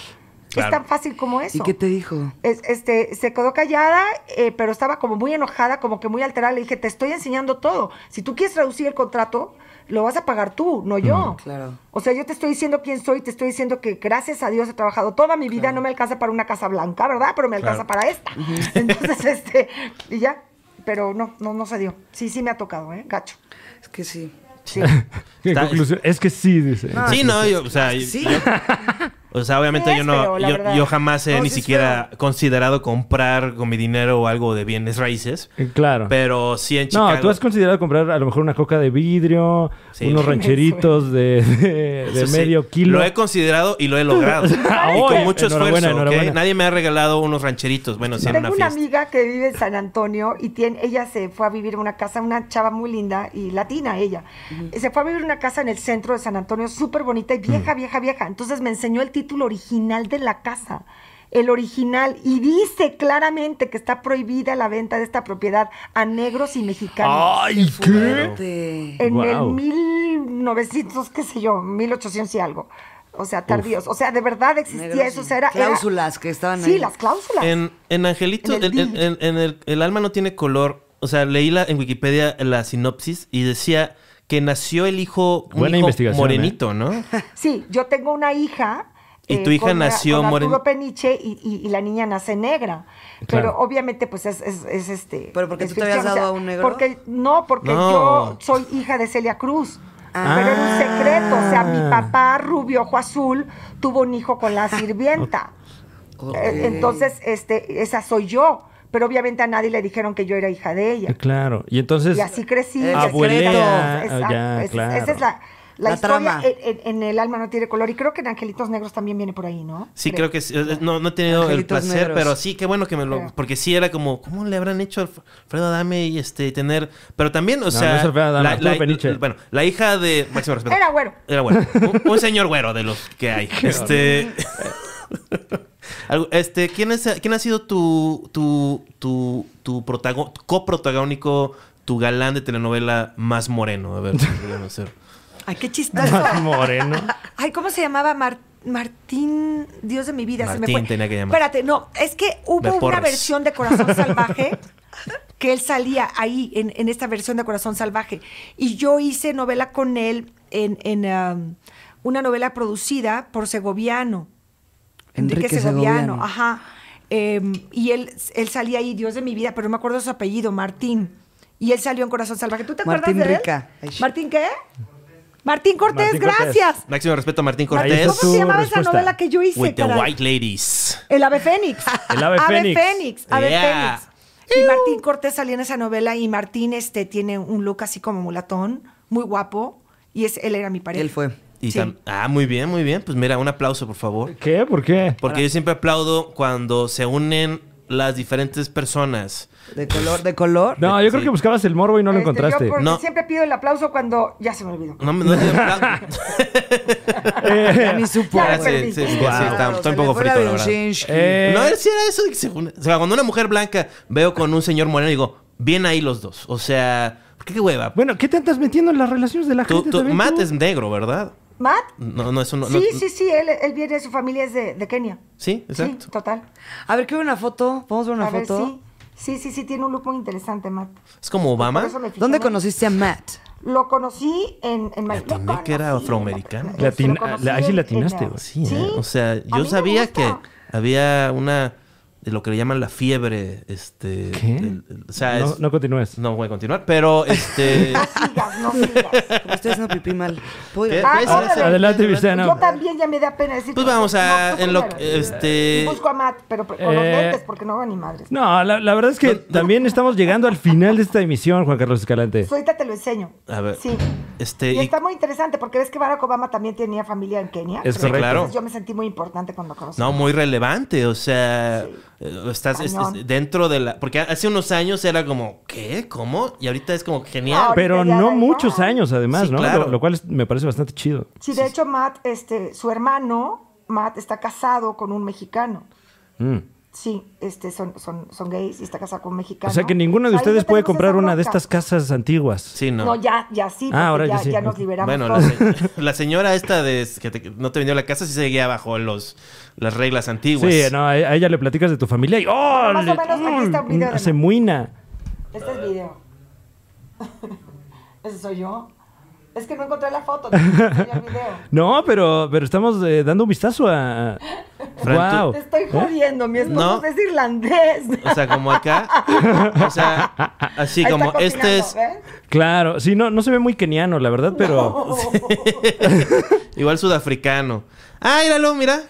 D: Es tan fácil como eso.
B: ¿Y qué te dijo?
D: Es- este, se quedó callada, eh, pero estaba como muy enojada, como que muy alterada. Le dije, te estoy enseñando todo. Si tú quieres reducir el contrato, lo vas a pagar tú, no yo.
B: claro.
D: O sea, yo te estoy diciendo quién soy, te estoy diciendo que gracias a Dios he trabajado toda mi vida, no me alcanza para una casa blanca, ¿verdad? Pero me alcanza para esta. Entonces, este, y ya. Pero no, no, no se dio. Sí, sí me ha tocado, ¿eh? Gacho.
B: Es que sí.
C: En
A: Está-
C: conclusión, es que sí, dice.
B: No,
A: Sí, no, yo, o sea,
B: Sí.
A: yo- o sea, obviamente
D: Sí, es
A: yo no,
D: feo, la
A: yo,
D: verdad.
A: yo jamás he
B: No,
A: ni
B: sí es
A: siquiera considerado comprar con mi dinero o algo de bienes raíces,
C: Eh, Claro.
A: pero sí en Chicago.
C: No, tú has considerado comprar a lo mejor una coca de vidrio,
A: Sí.
C: unos rancheritos de, de- de
A: Eso sí,
C: medio kilo.
A: Lo he considerado y lo he logrado. y
C: oye,
A: con mucho
C: enhorabuena,
A: esfuerzo, ¿ok?
C: enhorabuena.
A: Nadie me ha regalado unos rancheritos, bueno, sí en
D: Tengo
A: una
D: una,
A: fiesta.
D: amiga que vive en San Antonio y tiene, ella se fue a vivir en una casa, una chava muy linda y latina ella. Se fue a vivir en una casa en el centro de San Antonio, súper bonita y vieja, vieja, vieja. Entonces me enseñó el título original de la casa. El original, y dice claramente que está prohibida la venta de esta propiedad a negros y mexicanos.
C: ¡Ay, qué!
B: Te-
D: en
C: guau.
D: el 1900, qué sé yo, 1800 y algo. O sea, tardíos. O sea, de verdad existía
B: Negros
D: eso.
B: y-
D: O sea, era, era-
B: cláusulas que estaban
D: Sí,
B: ahí.
D: las cláusulas.
A: En, en Angelito,
D: En el
A: en, en- en-
D: deal.
A: en el, el alma no tiene color. O sea, leí la, en Wikipedia la sinopsis y decía que nació el hijo, un
C: Buena
A: hijo
C: investigación, ¿eh?
A: morenito, ¿no?
D: Sí, yo tengo una hija. eh,
A: Y tu hija
D: con la-
A: nació
D: con
A: moren-
D: Arturo Peniche y, y- y la niña nace negra.
C: Claro.
D: Pero obviamente, pues es, es- es, este.
B: ¿Pero por qué
D: es
B: tú te habías
D: ficción,
B: dado a un negro?
D: Porque, no, porque
A: No.
D: yo soy hija de Celia Cruz.
B: Ah.
D: Pero era un secreto. O sea, mi
C: Ah.
D: papá, rubio, ojo azul, tuvo un hijo con la sirvienta.
B: Ok.
D: Eh, Entonces, este, esa soy yo. Pero obviamente a nadie le dijeron que yo era hija de ella.
C: Eh, Claro. Y
A: Pues,
C: entonces.
D: Y así crecí.
B: El
C: abuelea,
D: Exacto.
C: ah, ya,
D: Esa es-
C: claro.
D: Esa es la, la
B: La
D: historia
B: trama.
D: en, en- en El alma no tiene color. Y creo que en Angelitos Negros también viene por ahí, ¿no?
A: Sí, creo que sí. Eh, No, no he tenido el
B: Angelitos
A: placer,
B: negros.
A: pero sí, qué bueno que me lo.
D: Creo.
A: Porque sí era como, ¿cómo le habrán hecho a Alf- Alfredo Adame y este, tener. Pero también, o
C: no
A: sea.
C: es Alfredo Adame,
A: la,
C: Arturo
A: la-
C: Peniche.
A: la- bueno, la hija de. Máximo respeto.
D: Era güero.
A: Era bueno. Un, un señor güero de los que hay. este. Algo- Este, ¿quién, es, ¿Quién ha sido tu, tu, tu, tu protago- tu coprotagónico, tu galán de telenovela más moreno? A ver, déjame hacer.
E: Ay, qué chistoso.
C: Más moreno.
E: Ay, ¿cómo se llamaba? Mar- Martín, Dios de mi vida, se me
A: Martín
E: fue.
A: tenía que llamar.
E: Espérate, no, es que
A: De
E: hubo una
A: Porres.
E: versión de Corazón Salvaje que él salía ahí en, en esta versión de Corazón Salvaje. Y yo hice novela con él en, en, am, una novela producida por Segoviano. Enrique,
B: Enrique
E: Segoviano,
B: Segoviano.
E: ajá. Em, y él, él salía ahí, Dios de mi vida, pero no me acuerdo su apellido, Martín. Y él salió en Corazón Salvaje. ¿Tú te
B: Martín
E: acuerdas de él?
B: Rica. Ay, sh-
E: ¿Martín qué? Martín Cortés,
C: Martín Cortés.
E: gracias.
A: Máximo respeto a Martín
C: Martín,
A: Cortés.
C: Esa
E: ¿Cómo
C: es tu
E: se llamaba
C: respuesta.
E: esa novela que yo hice?
A: With the
E: caray?
A: White Ladies.
E: El Ave Fénix.
C: El Ave Fénix.
E: Fénix. Ave
A: Yeah.
E: Fénix. Y Martín Cortés salía en esa novela y Martín este, tiene un look así como mulatón, muy guapo. Y es, él era mi pareja.
B: Él fue.
A: Y
E: Sí.
A: tam- ah, muy bien, muy bien. Pues mira, un aplauso, por favor.
C: ¿Qué? ¿Por qué?
A: Porque yo siempre aplaudo cuando se unen las diferentes personas.
B: De color, de color.
C: No, yo creo que buscabas el morbo y no lo
D: Este,
C: encontraste.
D: Yo por-
A: No.
D: siempre pido el aplauso cuando ya se me olvidó.
A: No, me- no te aplaudo.
C: Eh,
B: Ya ni supo.
D: Ya,
A: Ah,
D: me
A: sí,
D: perdí.
A: sí, sí, sí,
D: Wow.
A: sí, está-
B: Se
A: Estoy
B: le
A: un poco
B: fue la
A: frito, la verdad.
B: Brzezinski.
C: Eh,
A: No, sí era eso de que se une. O sea, cuando una mujer blanca veo con un señor moreno, digo, bien ahí los dos. O sea, ¿por qué, qué hueva?
C: Bueno, ¿qué te andas metiendo en las relaciones de la
A: Tú,
C: gente?
A: tú-
C: también
A: Matt
C: tú?
A: es negro, ¿verdad?
D: ¿Matt?
A: No, no, eso no.
D: sí,
A: no-
D: sí, sí, él, él viene, su familia es de, de Kenia.
A: Sí, exacto.
D: Sí, total.
B: A ver, quiero una foto. ¿Podemos ver una
D: A ver,
B: foto?
D: sí. Sí, sí, sí, tiene un look muy interesante, Matt.
A: Es como Obama.
D: Por eso me fijé
B: ¿Dónde
D: más.
B: conociste a Matt?
D: Lo conocí en, en Miami.
A: Latiné
D: Lo
A: que era
D: conocí,
A: afroamericano. ah,
D: lo- se lo
C: Latina-
D: conocí
C: la- ahí sí
D: en-
C: latinaste,
D: en-
C: güey.
A: Sí, ¿eh? o
D: A
A: sea,
D: mí
A: yo
D: me
A: sabía que
D: gusta.
A: había una de lo que le llaman la fiebre. Este,
C: ¿Qué?
A: el- el- o sea,
C: No,
A: es-
C: no continúes.
A: no voy a continuar, pero este.
D: Sigas, no sigas.
B: Como estoy haciendo pipí mal. ¿Puedo
A: ¿qué?
B: ir?
D: Ah,
A: ¿Ves?
D: órale.
C: Adelante, Virginia.
D: Yo también ya me da pena decir.
A: Pues
D: cosas.
A: vamos a.
D: No, tú
A: en lo,
D: primero.
A: este,
D: Busco a Matt, pero con los
C: Eh,
D: lentes, porque no hago ni madres.
C: No, la, la verdad es que también estamos llegando al final de esta emisión, Juan Carlos Escalante.
D: Pues ahorita te lo enseño.
A: A ver,
D: Sí.
A: este,
D: y,
A: y-
D: está muy interesante porque ves que Barack Obama también tenía familia en Kenia.
C: Es
D: Entonces,
C: correcto.
A: claro.
D: Pues Yo me sentí muy importante cuando conocí.
A: No, muy relevante, o sea, eh, estás es-
D: Cañón.
A: es dentro de la... Porque hace unos años era como, ¿qué? ¿Cómo? Y ahorita es como genial.
D: Ahora-
C: Pero
D: Ahorita ya
C: no
D: la-
C: muchos años, además,
A: Sí,
C: ¿no?
A: claro.
C: Lo, lo cual es- me parece bastante chido.
D: Sí, de hecho, Matt, este, su hermano, Matt, está casado con un mexicano.
C: Mm.
D: Sí, este, son, son, son gays y está casado con un mexicano.
C: O sea que ninguno de
D: Ahí no
C: ustedes puede
D: tenemos
C: comprar
D: esa
C: una de
D: bronca.
C: estas casas antiguas.
A: Sí, no.
D: No, ya, ya sí.
C: Ah,
D: porque
C: ahora
D: ya,
C: ya sí.
D: nos liberamos.
A: bueno, la,
D: todos.
A: se- la señora esta de, que te- no te vendió la casa sí seguía bajo los, las reglas antiguas.
C: Sí, no, a, a ella le platicas de tu familia y ¡oh!
D: Más o
C: le-
D: menos aquí está un video de-
C: hace muina.
D: Este es video. Ese soy yo. Es que no encontré la foto, no el video.
C: No, pero, pero estamos eh, dando un vistazo a... ¿Eh?
A: Fran, tú-
C: ¡Wow!
D: Te estoy jodiendo, mi esposo
A: No.
D: es irlandés.
A: O sea, como acá. O sea, así
D: Ahí
A: como
D: está
A: este es...
D: cocinando, ¿ves?
C: Claro, sí, no, no se ve muy keniano, la verdad, pero...
A: Igual sudafricano. Ah, míralo, mira.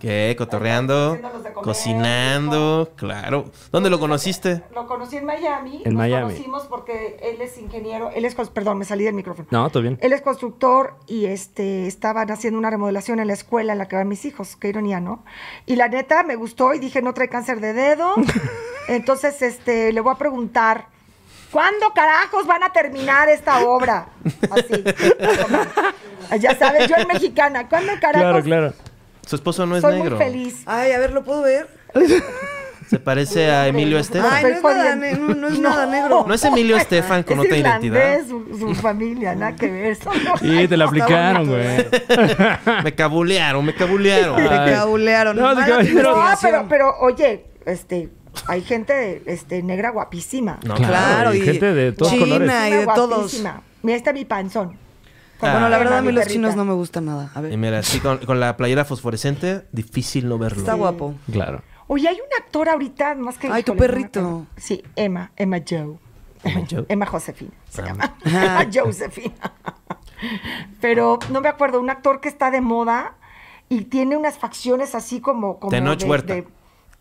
A: ¿Qué? Cotorreando,
D: Haciéndonos de comer,
A: cocinando, claro. ¿Dónde lo conociste?
D: Lo conocí en Miami.
C: En
D: Nos
C: Miami.
D: conocimos porque él es ingeniero. Él es, cons- perdón, me salí del micrófono.
C: No, todo bien.
D: Él es constructor y este estaban haciendo una remodelación en la escuela en la que van mis hijos, qué ironía, ¿no? Y la neta me gustó y dije, "No trae cáncer de dedo." Entonces, este le voy a preguntar, ¿cuándo carajos van a terminar esta obra? Así. ya sabes, yo en mexicana, ¿cuándo
C: Claro,
D: carajos?
C: claro.
A: Su esposo no es
D: Soy
A: negro.
D: muy feliz.
B: Ay, a ver, ¿lo puedo ver?
A: Se parece a Emilio
D: Ah,
A: Estefan.
B: Ay, no es, nada, ne- no, no es nada negro.
A: No es Emilio Estefan con
D: es
A: otra identidad.
D: irlandés, Su, su familia, nada que ver.
C: Y te la aplicaron, güey.
A: Me cabulearon, me cabulearon.
C: Ay.
B: Te cabulearon.
C: No,
B: hermana,
C: sí, caballero.
B: tu
D: No,
B: investigación.
D: Ah, pero, pero oye, este, hay gente este, negra guapísima.
A: No,
C: Claro,
B: Claro,
C: y
B: y
C: gente de todos
B: China
C: colores.
B: y de todos.
D: Guapísima. Mira, está mi panzón.
A: Ah.
B: Bueno, la verdad a mí
D: Mi
B: los
D: perrita.
B: chinos no me gustan nada. A
A: Y
B: ver,
A: mira, así con, con la playera fosforescente, difícil no verlo.
B: está guapo.
C: Claro.
D: Oye, hay un actor ahorita más que.
B: Ay, tu
D: híjole, no me
B: perrito.
D: acuerdo. Sí, Emma, Emma Joe.
A: Emma Joe.
D: Emma Josefina se llama.
B: Ah.
D: Emma Josefina. Pero no me acuerdo, un actor que está de moda y tiene unas facciones así como. como
A: Tenoch
D: de-
A: Huerta.
D: de-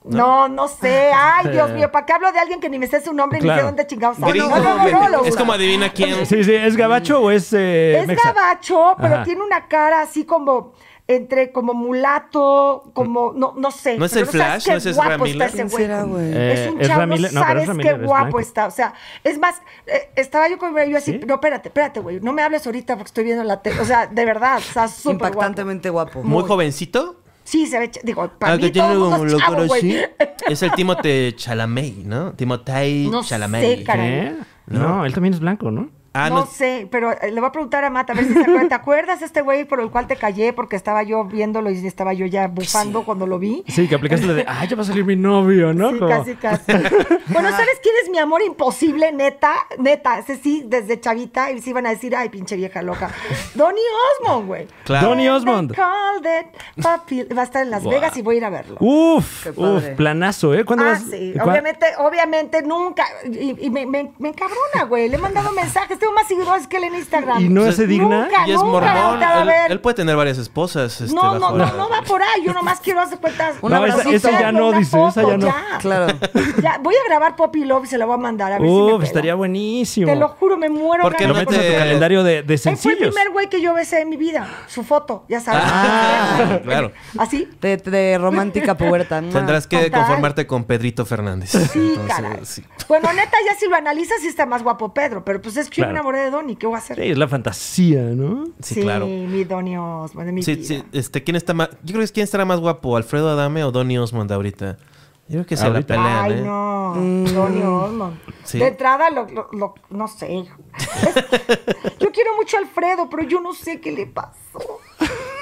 D: ¿No? no, sé. Ay, Dios mío, ¿para qué hablo de alguien que ni me sé su nombre ni
C: Claro.
D: sé dónde chingados sale?
A: Gringo,
D: No, no, no, no, lo
A: es
D: juro.
A: como adivina quién.
C: Sí, sí, ¿es gabacho o es eh,
D: Es
C: mexa?
D: gabacho, pero
C: Ajá.
D: tiene una cara así como entre como mulato, como no no sé.
A: ¿No es
D: pero
A: el
D: sabes
A: Flash?
D: qué
A: ¿No es Ezra
D: guapo
A: Miller?
D: está ese
B: ¿Quién
D: güey.
B: será, güey?
C: Eh,
D: es un
C: Ezra
D: chavo, no
C: Miller- no, pero
D: sabes
C: Ezra
D: qué
C: Miller es
D: guapo
C: blanco.
D: está. O sea, es más, eh, estaba yo con yo así,
C: ¿Sí?
D: no, espérate, espérate, güey, no me hables ahorita porque estoy viendo la tele. O sea, de verdad, está súper guapo.
B: Impactantemente guapo.
A: Muy jovencito.
D: Sí, se ve, ch- digo, para
A: Ah,
D: mí todo el mundo es chavo, güey.
A: Es el Timote Chalamet, ¿no? Timotei
D: No
A: Chalamet.
D: sé, cara.
C: ¿Qué? No, él también es blanco, ¿no?
A: Ah,
D: no,
A: no.
D: sé, pero eh, le voy a preguntar a Mata a ver si se acuerda. ¿Te acuerdas este güey por el cual te callé? Porque estaba yo viéndolo y estaba yo ya bufando cuando lo vi.
C: Sí, que aplicaste la de, ay, ya va a salir mi novio, ¿no?
D: Sí,
C: Como-
D: casi, casi. bueno, ¿sabes quién es mi amor imposible, neta? Neta, ese sí, desde chavita, y se iban a decir, ay, pinche vieja loca. Donny Osmond, güey.
A: Claro.
C: Donny Osmond.
D: They called it puppy. Va a estar en Las Vegas y voy a ir a verlo.
C: Uf,
B: Qué
C: uf,
B: padre.
C: planazo, ¿eh? ¿Cuándo
D: Ah,
C: vas?
D: sí,
C: ¿Cuá-
D: obviamente, obviamente nunca. Y, y me, me- me encabrona, güey. Le he mandado mensajes. Tengo más seguidores que él en Instagram.
C: ¿Y no se digna?
D: Nunca,
A: Y es
D: nunca,
A: mormón.
D: ahorita va a
A: Él,
D: haber-
A: él puede tener varias esposas. Este,
D: no, no,
A: bajo
D: no,
A: la-
D: no va por ahí. Yo nomás quiero hacer cuentas.
B: Un No, esa- abracito, esa ya
C: no,
D: una
C: dice,
D: foto,
C: esa ya no.
B: Claro.
D: Ya, voy a grabar Poppy Love y se la voy a mandar a ver si me
C: Uf,
D: pela.
C: estaría buenísimo.
D: Te lo juro, me muero.
A: ¿Por qué
C: Lo
D: ganas
C: metes a
D: por
C: tu
A: Eh,
D: verlo.
C: calendario de, de
D: Él fue el
C: sencillos.
D: primer güey que yo besé en mi vida. Su foto, ya sabes.
A: Ah, claro.
D: ¿Así?
B: De, de romántica puberta. ¿no?
A: Tendrás que
D: Total.
A: conformarte con Pedrito Fernández.
D: Sí,
A: Entonces,
D: caray.
A: sí.
D: Bueno, neta, ya si lo analizas, sí está más guapo Pedro. Pero pues es que yo
C: Claro.
D: me enamoré de Donny. ¿Qué voy a hacer?
C: Sí, es la fantasía, ¿no?
A: Sí, claro.
D: mi Donny Osmond, de mi
A: Sí,
D: vida.
A: sí, este, ¿quién está más? Yo creo que es quién estará más guapo, Alfredo Adame o Donny Osmond ahorita. Yo creo que se
C: Ahorita.
A: la pelean,
D: Ay,
A: ¿eh?
D: no. Donny Osmond.
A: Sí.
D: De entrada, lo, lo- lo- no sé. Es- yo quiero mucho a Alfredo, pero yo no sé qué le pasó.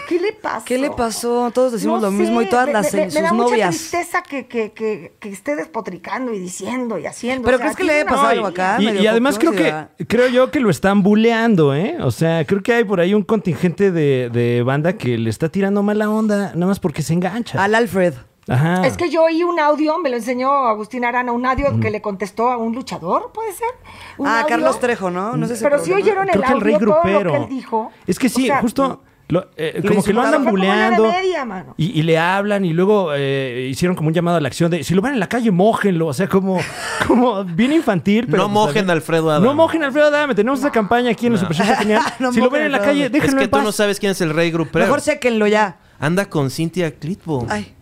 D: ¿Qué le pasó?
B: ¿Qué le pasó? Todos decimos
D: No
B: lo mismo y
D: sé,
B: todas
D: me-
B: las
D: me- me,
B: sus
D: da mucha
B: novias.
D: tristeza que, que, que, que esté despotricando y diciendo y haciendo.
B: ¿Pero
D: o sea,
B: crees que le
D: tiene
B: haya
D: una
B: pasado
D: novia.
B: algo acá?
C: Y,
B: medio
C: y además creo que
B: curiosidad.
D: ah.
C: creo yo que lo están buleando, ¿eh? O sea, creo que hay por ahí un contingente de, de banda que le está tirando mala onda, nada más porque se engancha.
B: Al Alfred.
C: Ajá.
D: Es que yo oí un audio, me lo enseñó Agustín Arana, un audio que le contestó a un luchador, ¿puede ser? Un
B: Ah,
D: audio.
B: Carlos Trejo, ¿no? No sé si
D: Pero
B: se
D: sí
B: acuerdan.
D: oyeron el
C: Creo que
D: audio,
C: el rey
D: todo lo
C: grupero.
D: que él dijo.
C: Es que sí,
D: O sea,
C: justo. lo- eh,
B: lo
C: como que lo
B: insultaron.
C: andan
D: Fue como una
C: buleando.
D: media, mano.
C: Y, y le hablan y luego eh, hicieron como un llamado a la acción de si lo ven en la calle, mójenlo. O sea, como, como bien infantil. Pero
A: no
C: pues,
A: mojen
C: también-
A: a Alfredo Adame.
C: No mojen a Alfredo Adame. Tenemos esa campaña aquí en la Super Show que tenía,
B: No
C: si lo
B: mojen
C: ven en
B: a
C: la
B: Alfredo
C: calle,
B: Adame.
A: Es
C: déjenlo
A: que
C: en
A: tú no
C: paz.
A: sabes quién es el rey grupero.
B: Mejor séquenlo ya.
A: Anda con Cintia Clitbo.
B: Ay.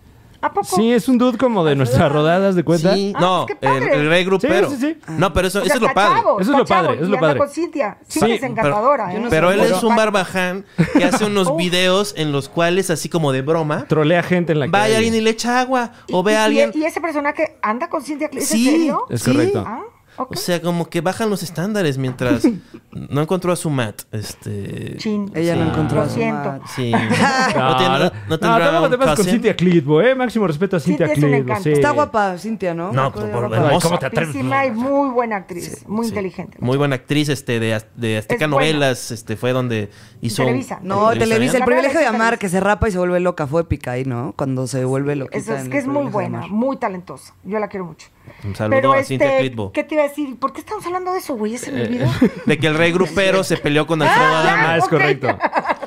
D: ¿A poco?
C: Sí, es un dude como de nuestras rodadas de cuenta.
A: Sí,
D: Ah,
A: no,
D: pues qué
A: el,
D: padre.
A: el rey grupero.
C: Sí, sí, sí.
A: No, pero eso,
D: O
A: eso
D: sea,
A: es lo
D: está
A: padre.
D: chavo,
C: Eso es
D: está
C: lo padre,
D: chavo,
C: eso es
D: y
C: lo
D: anda
C: padre.
D: con Cintia. Cintia
A: Sí,
D: es encantadora,
A: pero-
D: ¿eh? Oh.
A: Pero él es un
D: Bueno.
A: barbaján que hace unos videos en los cuales, así como de broma,
C: Trolea gente en la
A: vaya
C: calle.
A: alguien y le echa agua
D: Y-
A: o ve a
D: y-
A: alguien.
D: Y, ese personaje anda con Cintia Cli- ¿Es en
A: Sí.
D: serio?
C: Es
A: Sí.
C: correcto.
D: Ah, ok.
A: O sea, como que bajan los estándares mientras no encontró a su mat. Este.
D: Chin.
B: Ella no
D: Sí.
B: encontró a
D: Lo
B: su
D: siento.
B: madre.
A: Sí. No, tiene- no,
C: no,
A: tendrá
C: tampoco te
A: un
C: vas con
A: cousin.
C: Cintia Clitbo, ¿eh? Máximo respeto a Cintia
D: Cintia es un
C: Clitbo.
D: encanto.
C: sí.
B: Está guapa, Cintia, ¿no?
A: No, pues, por-
B: Me acuerdo de
A: por-
B: guapa.
C: Ay,
A: hermosa.
C: ¿cómo te atreves?
D: Guapísima y muy buena actriz, muy
A: Sí.
D: inteligente.
A: Muy buena actriz, este, de, Az- de Azteca
D: Es buena.
A: Novelas, este, fue donde hizo. un-
D: Televisa.
B: No,
A: Televisa,
B: Televisa, el
D: La
A: ¿no?
B: privilegio de
D: realeza
B: amar,
D: Televisa.
B: que se rapa y se vuelve loca, fue épica ahí, ¿no? Cuando se vuelve loca.
D: Eso es que es muy buena, muy talentosa. Yo la quiero mucho. este,
A: Un saludo a Cintia Eh, Clitbo.
D: ¿Qué te iba a decir? ¿Por qué estamos hablando de eso, güey? Ese me olvidó.
A: De que el rey grupero se peleó con Alfredo
C: Ah,
A: Adame.
C: es
D: ok.
C: correcto.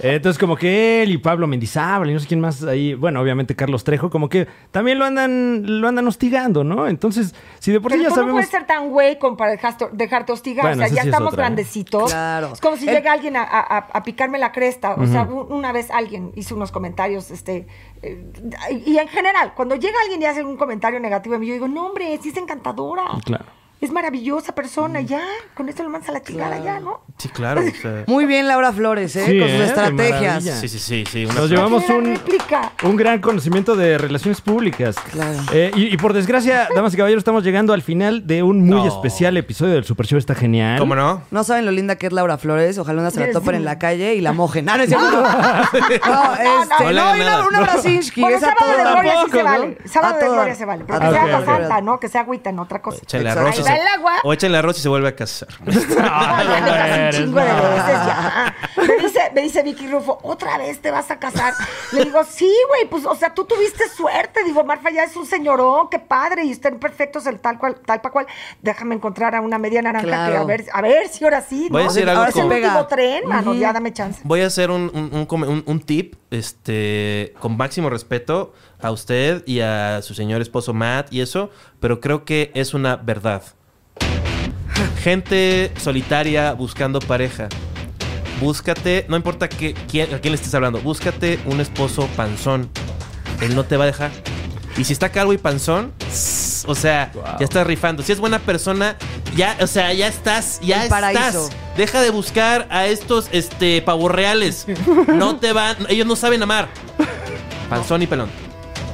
C: Entonces, como que él y Pablo Mendizábal y no sé quién más ahí, bueno, obviamente Carlos Trejo, como que también lo andan, lo andan hostigando, ¿no? Entonces, si de por sí
D: Pero
C: ya
D: tú no
C: sabemos.
D: puedes ser tan güey como para dejaste- dejarte hostigar.
C: Bueno,
D: o sea,
C: eso
D: ya
C: sí es
D: estamos
C: otra, ¿eh?
D: grandecitos.
B: Claro.
D: Es como si
B: El-
D: llega alguien a, a- a- a picarme la cresta. O sea, un- una vez alguien hizo unos comentarios, este, eh, y en general, cuando llega alguien y hace un comentario negativo a mí, yo digo, no, hombre, sí es encantadora.
C: Claro.
D: Es maravillosa persona, ya. Con esto lo mandas a la chingada, ya, ¿no?
A: Sí, claro. o sea,
B: Muy bien, Laura Flores, ¿eh?
C: Sí,
B: Con sus
C: ¿eh? De
B: estrategias.
C: maravilla.
A: sí, sí, sí, sí. una-
C: Nos llevamos
D: Tiene la
C: un,
D: réplica.
C: un gran conocimiento de relaciones públicas.
B: Claro.
C: Eh, y, y por desgracia, damas y caballeros, estamos llegando al final de un muy
A: No.
C: especial episodio del Super Show. Está genial.
A: ¿Cómo no?
B: No saben lo linda que es Laura Flores. Ojalá una se la
D: Eres
B: topen en
D: linda.
B: la calle y la mojen. Ah, no, es cierto. No, este,
A: No
B: no,
A: le hagan
B: y
A: nada.
B: una, una Brasinski.
D: Bueno,
B: es a
D: sábado
B: todo
D: de gloria sí
C: tampoco,
D: se
C: ¿no?
D: vale. Sábado
B: A
D: de
B: todo.
D: gloria se vale. Pero que
B: Ah,
D: sea
B: ok,
D: agua
B: ok.
D: santa, ¿no? Que sea agüita, en otra cosa.
A: Échale
B: Exacto.
A: arroz. y
D: Ahí
A: se-
D: va el agua.
A: O échale arroz y se vuelve a casar. Ah,
D: Ay,
C: no
D: ya me casé un
C: Ah, eres,
D: chingo de
C: no.
D: veces ya. Me dice, me dice Vicky Rufo, ¿otra vez te vas a casar? Le digo, sí, güey, pues, o sea, tú tuviste suerte. Digo, Marfa ya es un señorón, qué padre, y están perfectos el tal cual, tal pa' cual. Déjame encontrar a una media naranja que a
B: Claro.
D: ver, a ver si ahora sí, ¿no?
A: Voy a decir algo
D: ahora es el
A: como-
D: último
B: Pega.
D: tren, mano,
B: Ujú.
D: ya dame chance.
A: Voy a hacer un, un- un come- un- un tip, este, con máximo respeto a usted y a su señor esposo Matt y eso, pero creo que es una verdad. Gente solitaria buscando pareja. Búscate, no importa que, quién, a quién le estés hablando, búscate un esposo panzón. Él no te va a dejar. Y si está calvo y panzón, s- o sea, ya estás rifando. Si es buena persona, ya, o sea, ya estás, ya
B: El
A: estás.
B: paraíso.
A: Deja de buscar a estos este pavos reales. No te van, ellos no saben amar. Panzón y pelón.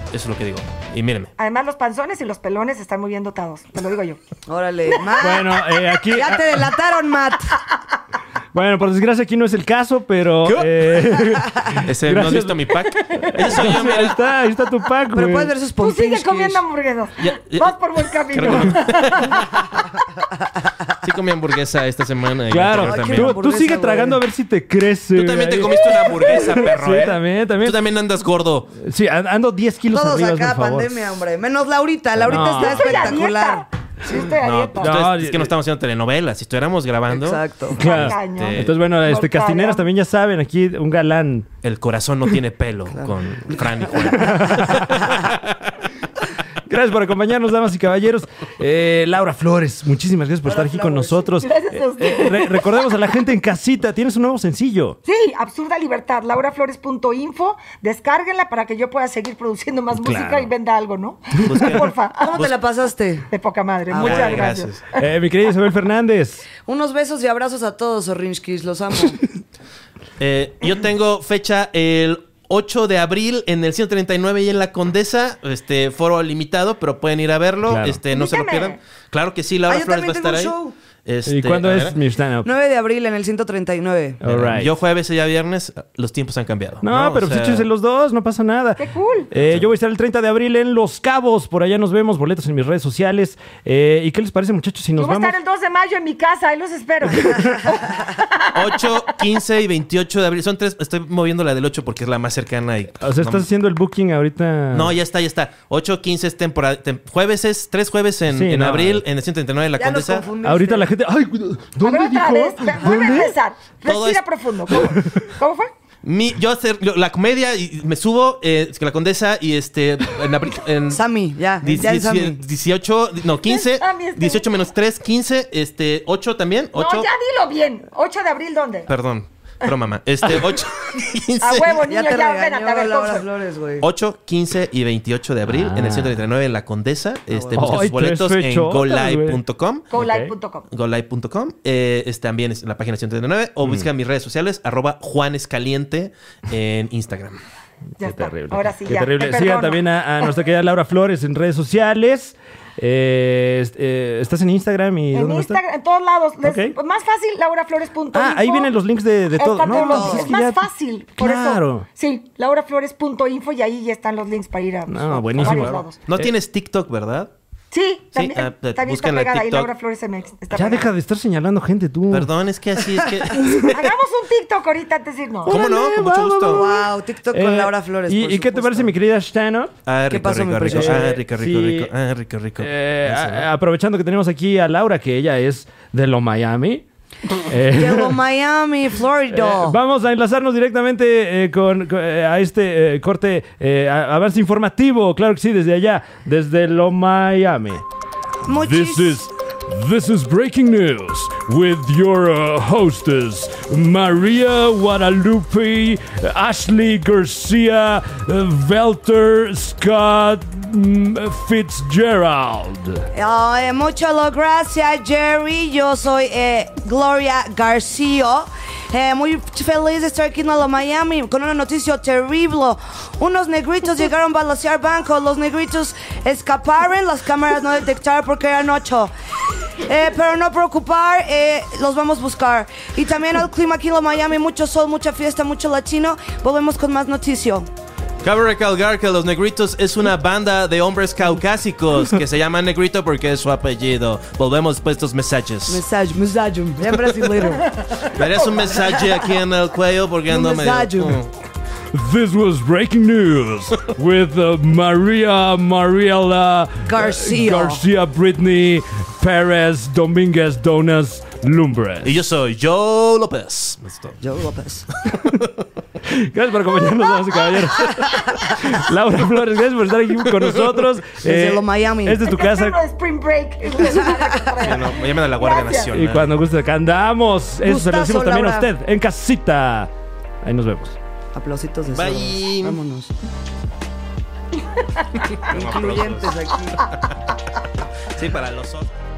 A: Eso es lo que digo. Y mírenme.
D: Además, los panzones y los pelones están muy bien dotados, te lo digo yo.
B: Órale, Matt.
C: Bueno, eh, aquí. ah,
B: Ya te delataron, Matt.
C: Bueno, por desgracia, aquí no es el caso, pero. eh,
A: Ese, ¿No has
C: Gracias.
A: visto mi pack? Ese soy yo,
C: ahí
A: mira.
C: está, ahí está tu pack.
B: Pero
C: güey.
B: puedes ver sus
D: Tú
B: puntitos.
D: sigue comiendo hamburguesas.
A: Ya- ya-
D: Vas por buen camino.
A: Sí comí hamburguesa esta semana. y la
C: Claro,
A: otra
B: Ay, qué
A: también.
C: tú,
B: rico.
A: Tú,
C: tú sigue
B: hamburguesa,
C: tragando a
B: güey.
C: ver si te crece.
A: también te
C: güey.
A: comiste una hamburguesa, perro.
C: Sí,
A: ¿eh?
C: también, también.
A: Tú también andas gordo.
C: Sí, an- ando 10 kilos
B: Todos
C: arriba,
B: acá,
C: por favor.
B: pandemia, hombre. Menos Laurita. Laurita
C: No.
B: está
D: Yo estoy a
B: espectacular.
D: dieta. Yo estoy a
A: No,
D: dieta.
A: pues,
C: No,
A: es que no estamos haciendo telenovelas. Si estuviéramos grabando,
B: Exacto.
C: Claro.
D: Cañón.
C: Entonces, bueno, este,
D: Voltaria.
C: Castineras también ya saben, aquí un galán.
A: el corazón no tiene pelo con Fran y Juan.
C: Gracias por acompañarnos, damas y caballeros. Eh, Laura Flores, muchísimas gracias por estar aquí con nosotros. Eh,
D: Gracias a ustedes.
C: re- recordemos a la gente en casita, tienes un nuevo sencillo.
D: Sí, Absurda Libertad, lauraflores.info. Descárguenla para que yo pueda seguir produciendo más
C: Claro.
D: música y venda algo, ¿no?
A: Busquen-
D: Porfa.
B: ¿Cómo te la pasaste?
D: De poca madre.
B: Ah,
D: Muchas
A: Ay,
D: gracias.
C: Eh, mi querida Isabel Fernández.
B: Unos besos y abrazos a todos, Orrinchkis. Los amo.
A: Eh, yo tengo fecha el 8 de abril en el 139 y en la Condesa, este foro limitado, pero pueden ir a verlo,
C: Claro.
A: este no se lo
D: Invítame.
A: pierdan. Claro que sí, Laura
B: Ah, yo
A: Flores va a estar
B: también
A: ahí.
B: tengo un show.
A: Este,
C: ¿Y cuándo
A: a
C: es
A: ver.
C: mi stand-up?
B: 9 de abril en el 139.
C: All right.
A: Yo jueves y ya viernes, los tiempos han cambiado.
C: No, pero
A: O
C: pues
A: sea,
C: échense los dos, no pasa nada.
D: ¡Qué cool!
C: Eh, yo voy a estar el 30 de abril en Los Cabos. Por allá nos vemos, boletos en mis redes sociales. Eh, ¿Y qué les parece, muchachos, si
D: Yo
C: nos
D: voy a
C: vamos?
D: estar el 2 de mayo en mi casa, ahí los espero.
A: 8, 15 y 28 de abril. Son tres. Estoy moviendo la del 8 porque es la más cercana. Y,
C: O sea, ¿estás
A: no,
C: haciendo el booking ahorita?
A: no, ya está, ya está. 8, 15 es temporada. tem- jueves es. Tres jueves en,
C: Sí,
A: en
C: no.
A: abril, en el 139 de la
B: Ya nos
A: Condesa.
B: confundimos.
C: Ahorita la gente... ¡Ay! ¿Dónde
D: a ver, otra
C: dijo?
D: vez. Ve- Vuelve a empezar.
A: Todo
D: Respira
A: es-
D: profundo. ¿Cómo, cómo fue?
A: Mi- yo hacer yo- la comedia y me subo, eh, la condesa y este. En, abril- en-
B: Sammy, ya.
A: Dieci-
B: ya el Sammy.
A: 18, no, 15,
D: Ah, mi este.
A: 18 menos 3, 15, este, 8 también, 8,
D: No, ya dilo bien. 8 de abril, ¿dónde?
A: perdón, pero mamá, este, 8, 15,
D: A huevo,
B: Ya
D: niño, ya,
B: te
D: ordenate,
B: regañó
D: a ver,
B: Laura
D: Gonzo.
B: Flores,
C: Eh,
B: güey.
A: 8, 15 y 28 de abril en
C: Ah.
A: el 139 en La Condesa, este,
C: bueno.
A: busca
C: Ay,
A: sus boletos
C: tres
A: en
C: fechotas,
A: golive.com.
D: Colive.com.
A: Golive.com, eh, es también es en la página 139 o busca mis redes sociales, arroba Juanescaliente en Instagram.
D: Ya
C: Qué
D: está.
C: terrible.
D: Ahora sí,
C: Qué
D: ya.
C: terrible.
D: te
C: Sigan
D: perdono.
C: también a, a nuestra querida Laura Flores en redes sociales. Eh, est- eh, ¿Estás en Instagram y
D: En
C: dónde más estás?
D: Instagram, en todos lados. Les-
C: Ok.
D: pues, Más fácil, lauraflores.info.
C: Ah, ahí vienen los links de, de
D: Está
C: todo.
D: todo.
C: pues
D: es
C: que
D: más
C: ya-
D: fácil. Por
C: Claro.
D: eso. Sí, lauraflores.info y ahí ya están los links para ir a,
C: No,
D: a- a
C: buenísimo.
D: varios lados.
A: No tienes TikTok, ¿verdad?
D: Sí, también,
A: ah, te-
D: también está
A: búsquenla en
D: pegada ahí,
A: TikTok.
D: Laura Flores MX. Está
C: Ya
D: pegada.
C: deja de estar señalando gente tú.
A: Perdón, es que así es que...
D: Hagamos un TikTok ahorita antes de irnos.
A: ¿Cómo no? Con mucho gusto.
B: Wow, TikTok con
C: Eh,
B: Laura Flores.
C: ¿Y,
B: por
C: y qué te
B: supuesto.
C: parece, mi querida Shannon?
A: Ah,
B: ¿Qué
A: rico,
B: pasó, mi
A: rico, rico.
B: precioso?
A: Ah, rico, rico,
C: Sí.
A: rico. Ah, rico, rico.
C: Eh,
A: Eso,
C: a- aprovechando que tenemos aquí a Laura, que ella es de lo Miami. eh,
B: Llego Miami,
C: Eh,
B: Florida.
C: vamos a enlazarnos directamente eh, con, con- eh, a este eh, corte eh, a- avance informativo, claro que sí, desde allá, desde lo Miami.
B: Muchis-
G: This is this is breaking news with your uh, hostess Maria Guadalupe, Ashley Garcia, uh, Velter Scott mm, Fitzgerald.
B: Ay, muchas lo- gracias, Jerry. Yo soy eh, Gloria García. Eh, muy feliz de estar aquí en la Miami con una noticia terrible. Unos negritos llegaron a balancear bancos. Los negritos escaparon. Las cámaras no detectaron porque eran ocho. Eh, pero no preocupar, eh, los vamos a buscar. Y también el clima aquí en la Miami, mucho sol, mucha fiesta, mucho latino. Volvemos con más noticias.
A: Cabe recalcar que ah. Los Negritos es una banda de hombres caucásicos que se llama Negrito porque es su apellido. Volvemos después de estos mensajes.
B: Mensagem, mensagem. É brasileiro.
A: Darías un mensaje aquí en el cuello porque
B: Un
A: ando
B: mensaje.
A: medio... Mm.
G: This was breaking news with uh, Maria Mariela uh,
B: Garcia.
G: Garcia Brittany Perez Dominguez Donas Lumbres.
A: Y yo soy Joe López. Listo.
B: Joe Lopez.
C: Gracias por acompañarnos, damas y caballeros. Laura Flores, gracias por estar aquí con nosotros. Eh,
B: Desde lo Miami.
C: Esta es tu
D: Este es uno de
C: casa.
D: Spring Break. Gracias.
A: Que no, me llaman a la Guardia
D: Gracias.
C: Y
A: Nacional.
C: cuando guste, acá andamos. Eso se lo
B: Gustazo,
C: decimos también a
B: Laura.
C: usted, en casita. Ahí nos vemos.
B: Aplausitos de
A: Bye.
B: cerdos. Vámonos. Incluyentes aquí.
A: Sí, para los otros.